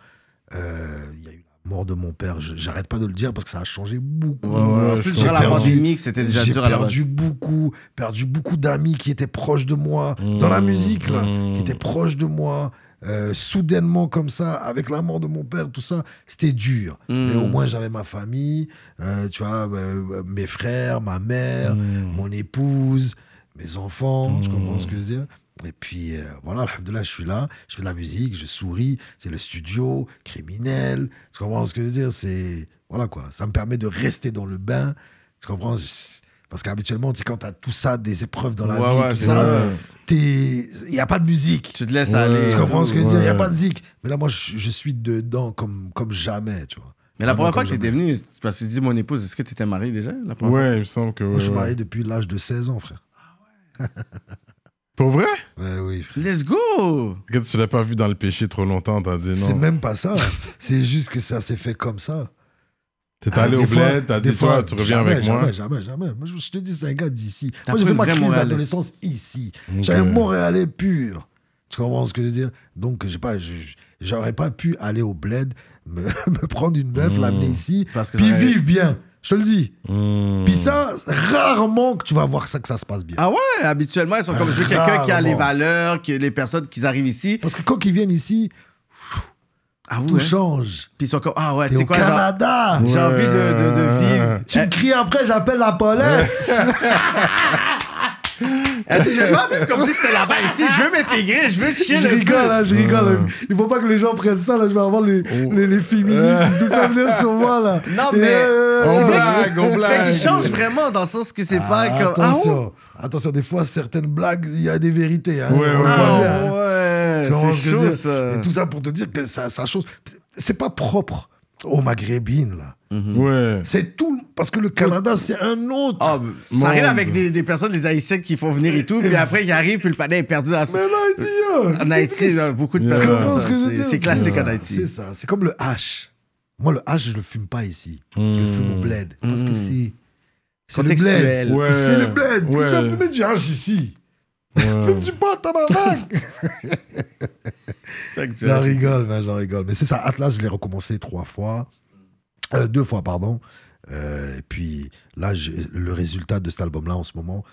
euh, il y a eu la mort de mon père. Je- J'arrête pas de le dire parce que ça a changé beaucoup.
Ouais, ouais,
En
je
plus,
suis
durant la
perdu.
pandémie, c'était déjà
J'ai
dur à la base.
perdu beaucoup, perdu beaucoup d'amis qui étaient proches de moi, dans la
Mmh,
musique, là,
mmh.
qui étaient proches de moi, euh, soudainement comme ça, avec la mort de mon père, tout ça, c'était dur.
Mmh.
Mais au moins, j'avais ma famille, euh, tu vois, euh, mes frères, ma
Mmh.
mère, mon épouse, mes enfants, je comprends ce que je veux dire. Et puis euh, voilà, alhamdoulilah, je suis là, je fais de la musique, je souris, c'est le studio, criminel, tu comprends ce que je veux dire C'est voilà quoi, ça me permet de rester dans le bain, tu comprends Je- Parce qu'habituellement, tu sais, quand t'as tout ça, des épreuves dans la
Ouais,
vie,
ouais,
tout
c'est
ça,
vrai.
il n'y a pas de musique.
Tu te laisses
Ouais.
aller.
Tu
et
comprends
tout.
ce que je veux dire Il n'y a pas de zik. Mais là, moi, je, je suis dedans comme, comme jamais, tu vois.
Mais la
Vraiment
première fois
comme
que t'étais
jamais.
venu, parce que tu dis mon épouse, est-ce que t'étais marié déjà la première fois?
Ouais, il me semble que.
Moi, je suis
ouais,
marié
ouais.
depuis l'âge de 16 ans, frère.
Pour vrai?
Ouais, oui, frère.
Let's go!
Regarde, tu l'as pas vu dans le péché trop longtemps, t'as dit
C'est
non.
même pas ça. C'est juste que ça s'est fait comme ça.
T'es
Ah,
allé
des
au
fois-
bled, t'as
des
dit toi,
fois,
tu reviens
jamais,
avec moi.
Jamais, jamais, jamais. Moi, je, je te dis, c'est un gars d'ici.
T'as
Moi, j'ai
pas
fait
une
ma
vraie
crise
Montréalais.
d'adolescence ici.
Ok.
J'avais un Montréalais pur. Tu comprends ce que je veux dire Donc, j'ai pas, je- je- j'aurais pas pu aller au bled, me, [laughs] me prendre une meuf, l'amener ici,
Parce que
puis
ça aurait-
vivre bien. Je te le dis.
Hmm.
Puis ça, rarement que tu vas voir ça que ça se passe bien.
Ah ouais, habituellement, ils sont comme je veux quelqu'un qui a les
Rarement.
valeurs, qui les personnes qui arrivent ici.
Parce que quand ils viennent ici,
Ah
tout
ouais. Puis
change.
ils sont comme Ah ouais, tu
T'es
sais
au
quoi, genre, Eh.
Canada.
j'ai envie de, de- de vivre.
Tu me cries après, j'appelle
Eh.
la police.
Elle dit, je veux pas vivre comme si c'était là-bas ici, je veux m'intégrer, je veux chill.
je
un peu.
rigole, hein, je rigole.
Ah.
Il faut pas que les gens prennent ça, là. Je vais avoir les,
Oh.
les, les féminismes,
Euh.
tout ça venir
[laughs]
sur moi, là.
Non,
Et,
mais-
euh,
On
C'est vrai
blague, on blague.
Fait qu'ils changent vraiment dans le sens que c'est pas
ah,
comme. Ah ouais?
attention, attention, des fois, certaines blagues, il y a des vérités. Hein,
Ouais,
On
ouais,
voit
ouais.
bien, hein.
Ah
Tu comprends
ouais,
ce que
c'est
je veux
chaud
dire
ça.
Et tout ça pour te dire que ça, ça change. C'est pas propre aux maghrébines, là.
Ouais.
C'est tout. Parce que le Canada, c'est un autre.
Ah, ben, ça arrive
Mon
avec des, des personnes, les Haïtiens qui font venir et tout, puis après ils arrivent, puis le panais est perdu dans la
Mais là, il dit, yo,
En Haïti, il y a beaucoup de
Tu
personnes.
comprends
comme
ce
ça.
que je veux
Euh, C'est-
dire
C'est classique
ça,
en
C'est
Haïti.
ça. C'est comme le H. Moi, le H, je le fume pas ici. Je le fume au bled. Parce que c'est.
Hmm.
C'est le bled.
Contextuel.
Ouais.
C'est le bled. Tu
Ouais.
vas fumer du H ici.
Ouais.
Fume du pot, tabarnak.
Fait que tu
J'en
vois,
rigole, man, j'en rigole. Mais c'est ça. Atlas, je l'ai recommencé trois fois. Euh, deux fois, pardon. Euh, et puis là, j'ai- le résultat de cet album-là en ce moment,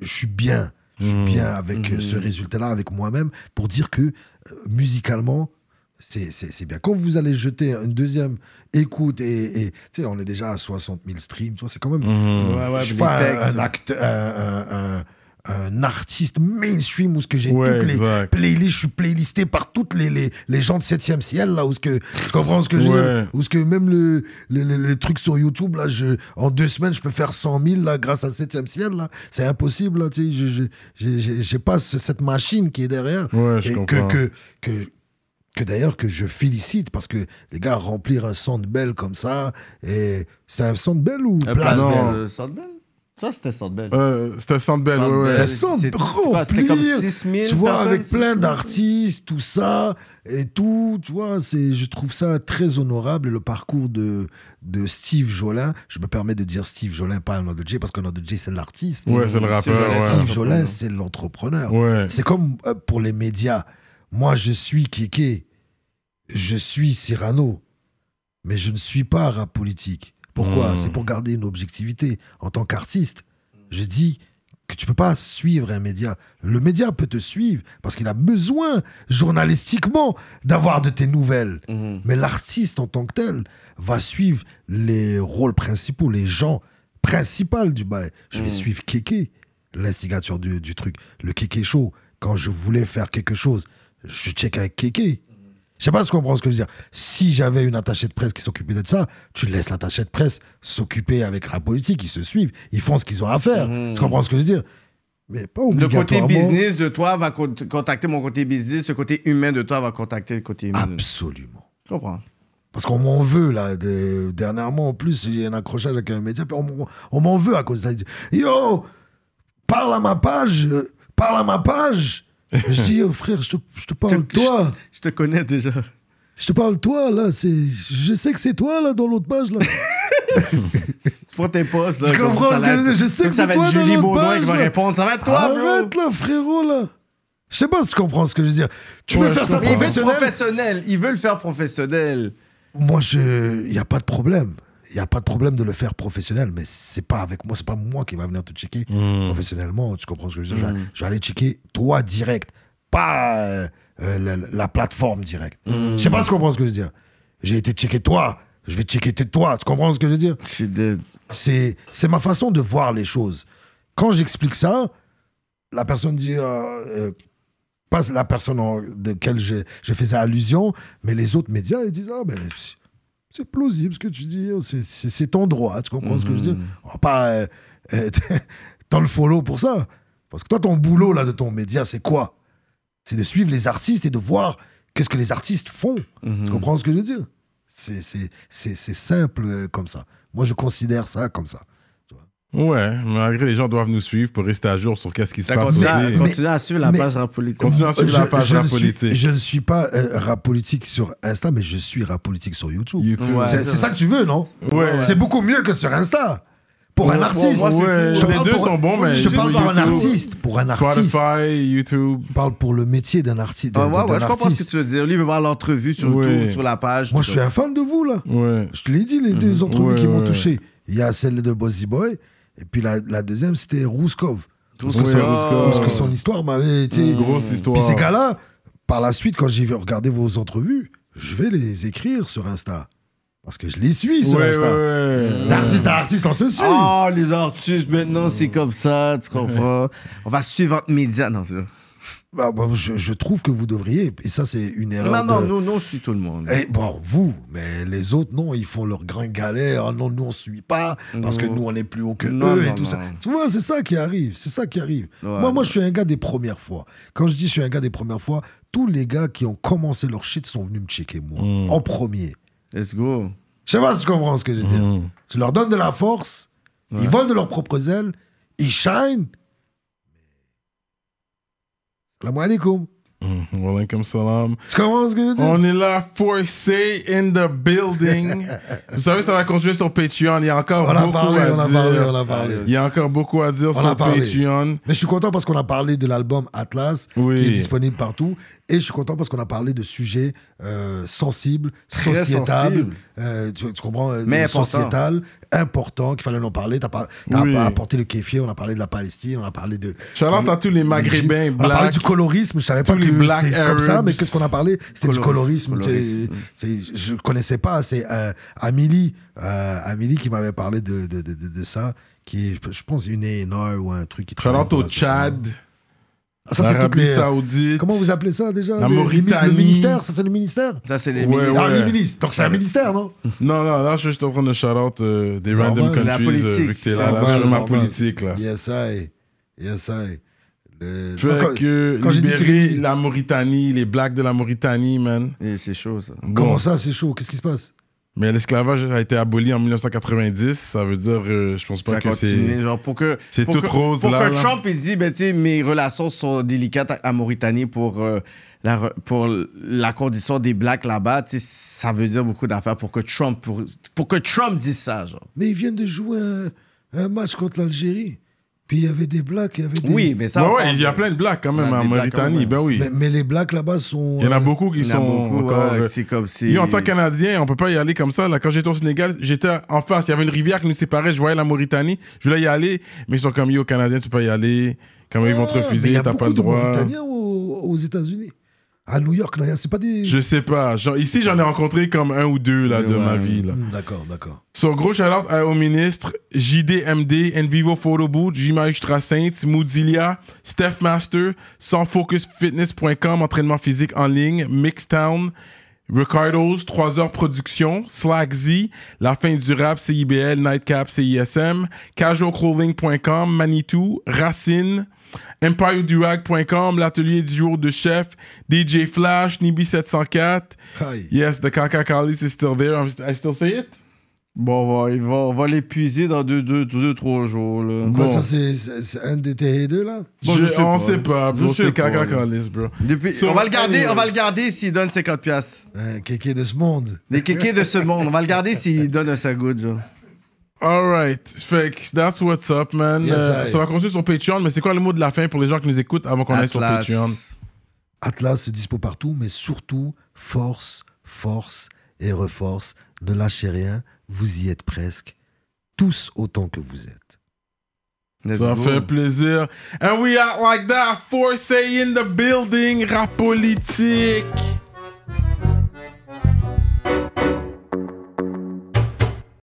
je suis bien. Je suis bien avec euh, ce résultat-là, avec moi-même, pour dire que euh, musicalement, c'est- c'est c'est bien. Quand vous allez jeter une deuxième écoute, et et, tu sais, on est déjà à 60 000 streams, tu vois, c'est quand
Mmh.
même.
Mhm.
Ouais, ouais,
je suis
les
pas un-
textes.
un, acteur, un, un- un- un artiste mainstream où ce que j'ai
Ouais, bah,
toutes les
exact.
playlists, je suis playlisté par toutes les, les, les gens de 7e ciel, là, où ce que, tu comprends ce que je veux
Ouais.
dire? Où ce que même le, le, le- les trucs sur YouTube, là, je, en deux semaines, je peux faire 100 000, là, grâce à 7e ciel, là. C'est impossible, là, tu sais, je, je, j'ai- j'ai- j'ai pas ce- cette machine qui est derrière.
Ouais, je
Et
comprends.
Que, que, que, que d'ailleurs que je félicite parce que les gars remplir un Soundbell comme ça et c'est un Soundbell ou
Euh,
Place
pas-
Bell
euh, Sandbell? Ça, c'était Sandbell.
Euh, C'était Sandbell,
Centre Bell.
ouais, ouais.
Ça
C'est-
semble
c'est- c'est quoi, c'était
remplir,
comme 6000
Tu vois,
personnes,
avec
6000?
plein d'artistes, tout ça, et tout, tu vois, c'est, je trouve ça très honorable. Et le parcours de, de Steve Jolin, je me permets de dire Steve Jolin, pas un de J, parce qu'un de J, c'est l'artiste.
Ouais, c'est le rappeur,
Mais
ouais.
Steve Jolin, c'est l'entrepreneur.
Ouais.
C'est comme euh, pour les médias. Moi, je suis Kéké, je suis Cyrano, mais je ne suis pas rap politique. Pourquoi
Mm.
C'est pour garder une objectivité. En tant qu'artiste, je dis que tu peux pas suivre un média. Le média peut te suivre parce qu'il a besoin journalistiquement d'avoir de tes nouvelles.
Mhm.
Mais l'artiste en tant que tel va suivre les rôles principaux, les gens principaux du bail. Je vais
Mm.
suivre Kéké, l'instigateur du, du truc, le Kéké Show. Quand je voulais faire quelque chose, je check avec Kéké. Je sais pas si tu comprends ce que je veux dire. Si j'avais une attachée de presse qui s'occupait de ça, tu laisses l'attachée de presse s'occuper avec la politique, ils se suivent, ils font ce qu'ils ont à faire. Tu comprends ce que je veux dire Mais pas
Mm. Le côté
obligatoirement.
business de toi va con- contacter mon côté business, ce côté humain de toi va contacter le côté humain. de-
Absolument.
Je comprends.
Parce qu'on m'en veut, là. de- dernièrement, en plus, il y a un accrochage avec un média. puis on m'en- on m'en veut à cause de ça. Il dit Yo, parle à ma page, euh, parle à ma page. je dis Yo, frère, je te, je te parle,
Je-
Oh, toi.
Je te connais déjà.
Je te parle toi là, c'est je sais que c'est toi là dans l'autre page là.
Tu prends tes postes, là.
Tu
comme
comprends
ça,
ce
ça va-
que je veux dire? Je sais
comme
que
ça
c'est
va
toi
être
dans
Julie
l'autre
Baudouin
page,
qui va
là.
répondre. Ça va être toi, bro.
Arrête là frérot là. Je sais pas si tu comprends ce que je veux dire. Tu veux
Ouais,
faire
je
ça
comprends. Il veut être
professionnel
professionnel. Il veut le faire professionnel.
Moi je y a pas de problème. Il y a pas de problème de le faire professionnel, mais c'est pas avec moi, c'est pas moi qui va venir te checker professionnellement. Tu comprends ce que je veux dire Je vais- je, vais aller checker toi direct, pas euh, euh, la, la plateforme direct. Je sais pas si tu comprends ce que je veux dire. J'ai été checker toi, je vais checker toi. Tu comprends ce que je veux dire
Je suis dead.
C'est, c'est ma façon de voir les choses. Quand j'explique ça, la personne dit, euh, euh, pas la personne en- de laquelle je, je faisais allusion, mais les autres médias, ils disent, ah ben, c'est- c'est plausible ce que tu dis, c'est, c'est- c'est ton droit, tu comprends ce que je veux dire On va pas euh, euh, [laughs] t'en le follow pour ça. Parce que toi, ton boulot là de ton média, c'est quoi C'est de suivre les artistes et de voir qu'est-ce que les artistes font. Tu comprends ce que je veux dire c'est, c'est, c'est, c'est simple euh, comme ça. Moi, je considère ça comme ça.
Ouais, malgré les gens doivent nous suivre pour rester à jour sur qu'est-ce qui se
Ça
passe.
continue, à-
aussi.
mais-
continue à suivre la
mais-
page rap politique.
Continue à suivre la page
je, ne
rap
suis,
politique.
je ne suis pas euh, rap politique sur Insta, mais je suis rap politique sur YouTube.
YouTube.
Ouais.
C'est c'est ça que tu veux, non
Ouais.
C'est beaucoup mieux que sur Insta. Pour un
Ouais,
artiste.
moi, moi,
Ouais,
Je te
les
parle
deux
pour-
sont bons, mais
Je te parle
YouTube,
pour un artiste. Pour un artiste.
Spotify, YouTube.
Je parle pour le métier d'un arti- d'un-
Ah, Ouais,
d'un artiste.
ouais, ouais, je comprends ce que tu veux dire. Lui, il veut voir l'entrevue sur,
Ouais.
tout- sur la page.
Moi,
tout
je suis
ça.
un fan de vous, là.
Ouais.
Je te l'ai dit, les deux entrevues
Ouais,
qui m'ont
ouais.
touché. Il y a celle de Bossy Boy, et puis la, la deuxième, c'était Rouskov. Parce que,
Ouais,
son,
Rouskov.
parce que son histoire m'avait été.
Grosse histoire.
Puis ces gars-là, par la suite, quand j'ai regardé vos entrevues, je vais les écrire sur Insta. Parce que je les suis sur
Ouais, ouais,
Insta.
ouais.
D'artiste à artiste, on se suit.
Oh, les artistes, maintenant, c'est comme ça, tu comprends? On va suivre entre médias. Non, c'est
Bah, bah, je, je trouve que vous devriez. Et ça, c'est une erreur.
Non, non,
euh,
de-
nous, nous, on suit tout le monde.
Eh, bon, vous, mais les autres, non, ils font leur grain galet. Ah non, nous, on suit pas parce que
Non.
nous, on est plus haut que
Non,
eux et
non,
tout
non.
ça. Tu vois, c'est ça qui arrive. C'est ça qui arrive.
Ouais,
moi, moi,
ouais.
je suis un gars des premières fois. Quand je dis je suis un gars des premières fois, tous les gars qui ont commencé leur shit sont venus me checker, moi, en premier.
Let's go.
Je sais pas si tu comprends ce que je veux dire. Tu leur donnes de la force, ils volent de leurs propres ailes, ils shine. Salam alaikum.
Mhm. Wa alaikum salam.
Tu comprends ce que je veux dire?
On est là, forcé in the
[laughs]
building. Vous savez, ça va continuer sur Patreon. Il y a encore
On a
beaucoup
parlé,
à
on a
dire.
parlé, on a parlé.
Il y a encore beaucoup à dire
On a
sur
parlé.
Patreon.
Mais je suis content parce qu'on a parlé de l'album Atlas,
Oui.
qui est disponible partout. Et je suis content parce qu'on a parlé de sujets euh, sensibles,
Très
sociétables,
sensibles.
euh, tu, tu comprends, euh,
Mais important.
sociétal, important, qu'il fallait en parler. T'as par- t'as
Oui.
apporté le kéfier, on a parlé de la Palestine, on a parlé de.
Shout-out à tous les Maghrébins,
On a parlé
Blacks.
du colorisme, je savais pas
Tous les
que
Black
c'était comme ça,
Arabs.
mais qu'est-ce qu'on a parlé C'était du
Colorisme,
colorisme.
colorisme.
c'est- c'est- je connaissais pas, c'est euh, Amélie, euh, Amélie qui m'avait parlé de, de, de, de- de ça, qui est, je- je pense, une énorme ou un truc qui travaille
Shout-out
pour
au
la-
Tchad,
Ah, ça, c'est toutes
l'Arabie
les-
Saoudite.
Comment vous appelez ça déjà
La
Le- le-
Mauritanie.
Le ministère, ça c'est le ministère
Ça, c'est les
Ouais,
médias.
Ah,
ouais.
les ministres. Donc c'est un ministère, non
Non, non, là, je suis juste en train de shout-out euh, des
Normal,
random countries.
la politique,
euh, vu que t'es là,
c'est
là,
normal,
je fais ma
normal.
politique, là.
Yes, I. Yes, I. Le- Ah,
Fait
Donc, quand-
que
quand j'ai dit
libérer
c'est-
la Mauritanie, les Blacks de la Mauritanie, man.
Et C'est chaud, ça.
Bon.
Comment ça, c'est chaud Qu'est-ce qui se passe
Mais l'esclavage a été aboli en 1990. Ça veut dire, euh, je pense pas
Ça
que c'est.
continue, genre, pour que...
c'est
pour
toute
que-
rose,
Pour
là,
que
là.
Trump, il dit, ben, tu sais, mes relations sont délicates à- à Mauritanie pour... euh, la, re- pour la condition des blacks là-bas, tu sais, ça veut dire beaucoup d'affaires pour que Trump pour, pour que Trump dise ça, genre.
Mais ils viennent de jouer un, un match contre l'Algérie. Puis il y avait des blacks, il y avait des...
Oui, mais ça.
Ouais,
on
ouais,
parle
il y a
de-
plein de Blacks quand même
On a
en
des Blacks quand
Mauritanie.
même.
Ben oui.
Mais, mais les blacks là-bas sont...
Il y en a
euh,
beaucoup qui
Il y en a
sont
beaucoup,
encore.
ouais,
euh,
c'est comme si.
Yo, en tant que Canadien, on peut pas y aller comme ça. Là. Quand j'étais au Sénégal, j'étais en face. Il y avait une rivière qui nous séparait. Je voyais la Mauritanie. Je voulais y aller, mais ils sont comme yo, Canadien, tu peux pas y aller. Comment ils vont te
Ah, mais il y
refuser,
a
t'as pas le
beaucoup de
droit.
Mauritaniens aux, aux États-Unis. À New York, là, c'est pas des...
Je sais pas. Genre, ici, j'en ai rencontré comme un ou deux là,
Ouais,
de ma
ouais.
vie. Là.
Hmm, D'accord, d'accord.
So, gros shout-out à- au ministre, JDMD, Envivo Photo Boot, J Magistra Saints, Moodilia, Steph Master, sansfocusfitness.com, entraînement physique en ligne, Mixtown, Ricardo's, 3 heures production, Slack Z, La fin du rap, CIBL, Nightcap, CISM, casualclothing.com, Manitou, Racine, EmpireDurag.com, l'atelier du jour de chef, DJ Flash, Nibi704,
Aïe.
Yes, the Kaka Kalis is still there. I'm- I still say it.
Bon, on va, il va- on va l'épuiser dans deux, deux, deux, deux, trois jours. Là.
Quoi,
Bon.
Bah, ça, c'est- c'est c'est un de tes deux, là
Bon,
Je-
je sais
on
pas.
sait pas,
Je
bro.
sais
C'est
pas,
caca
là.
calice, bro.
Depuis,
So,
on va le garder,
anyway.
on va le garder s'il donne 50 pièces.
Un kéké de ce monde.
Les kékés de ce monde, on va le garder s'il donne un sagoud. genre.
Alright. Fait que that's what's up, man.
Yes,
Euh,
I-
ça va continuer sur Patreon, mais c'est quoi le mot de la fin pour les gens qui nous écoutent avant qu'on aille sur
Atlas.
Patreon?
Atlas c'est dispo partout, mais surtout, force, force et reforce. Ne lâchez rien, vous y êtes presque, tous autant que vous êtes.
Let's
Ça
go.
fait plaisir. And we out like that. Force A in the building, rap politique.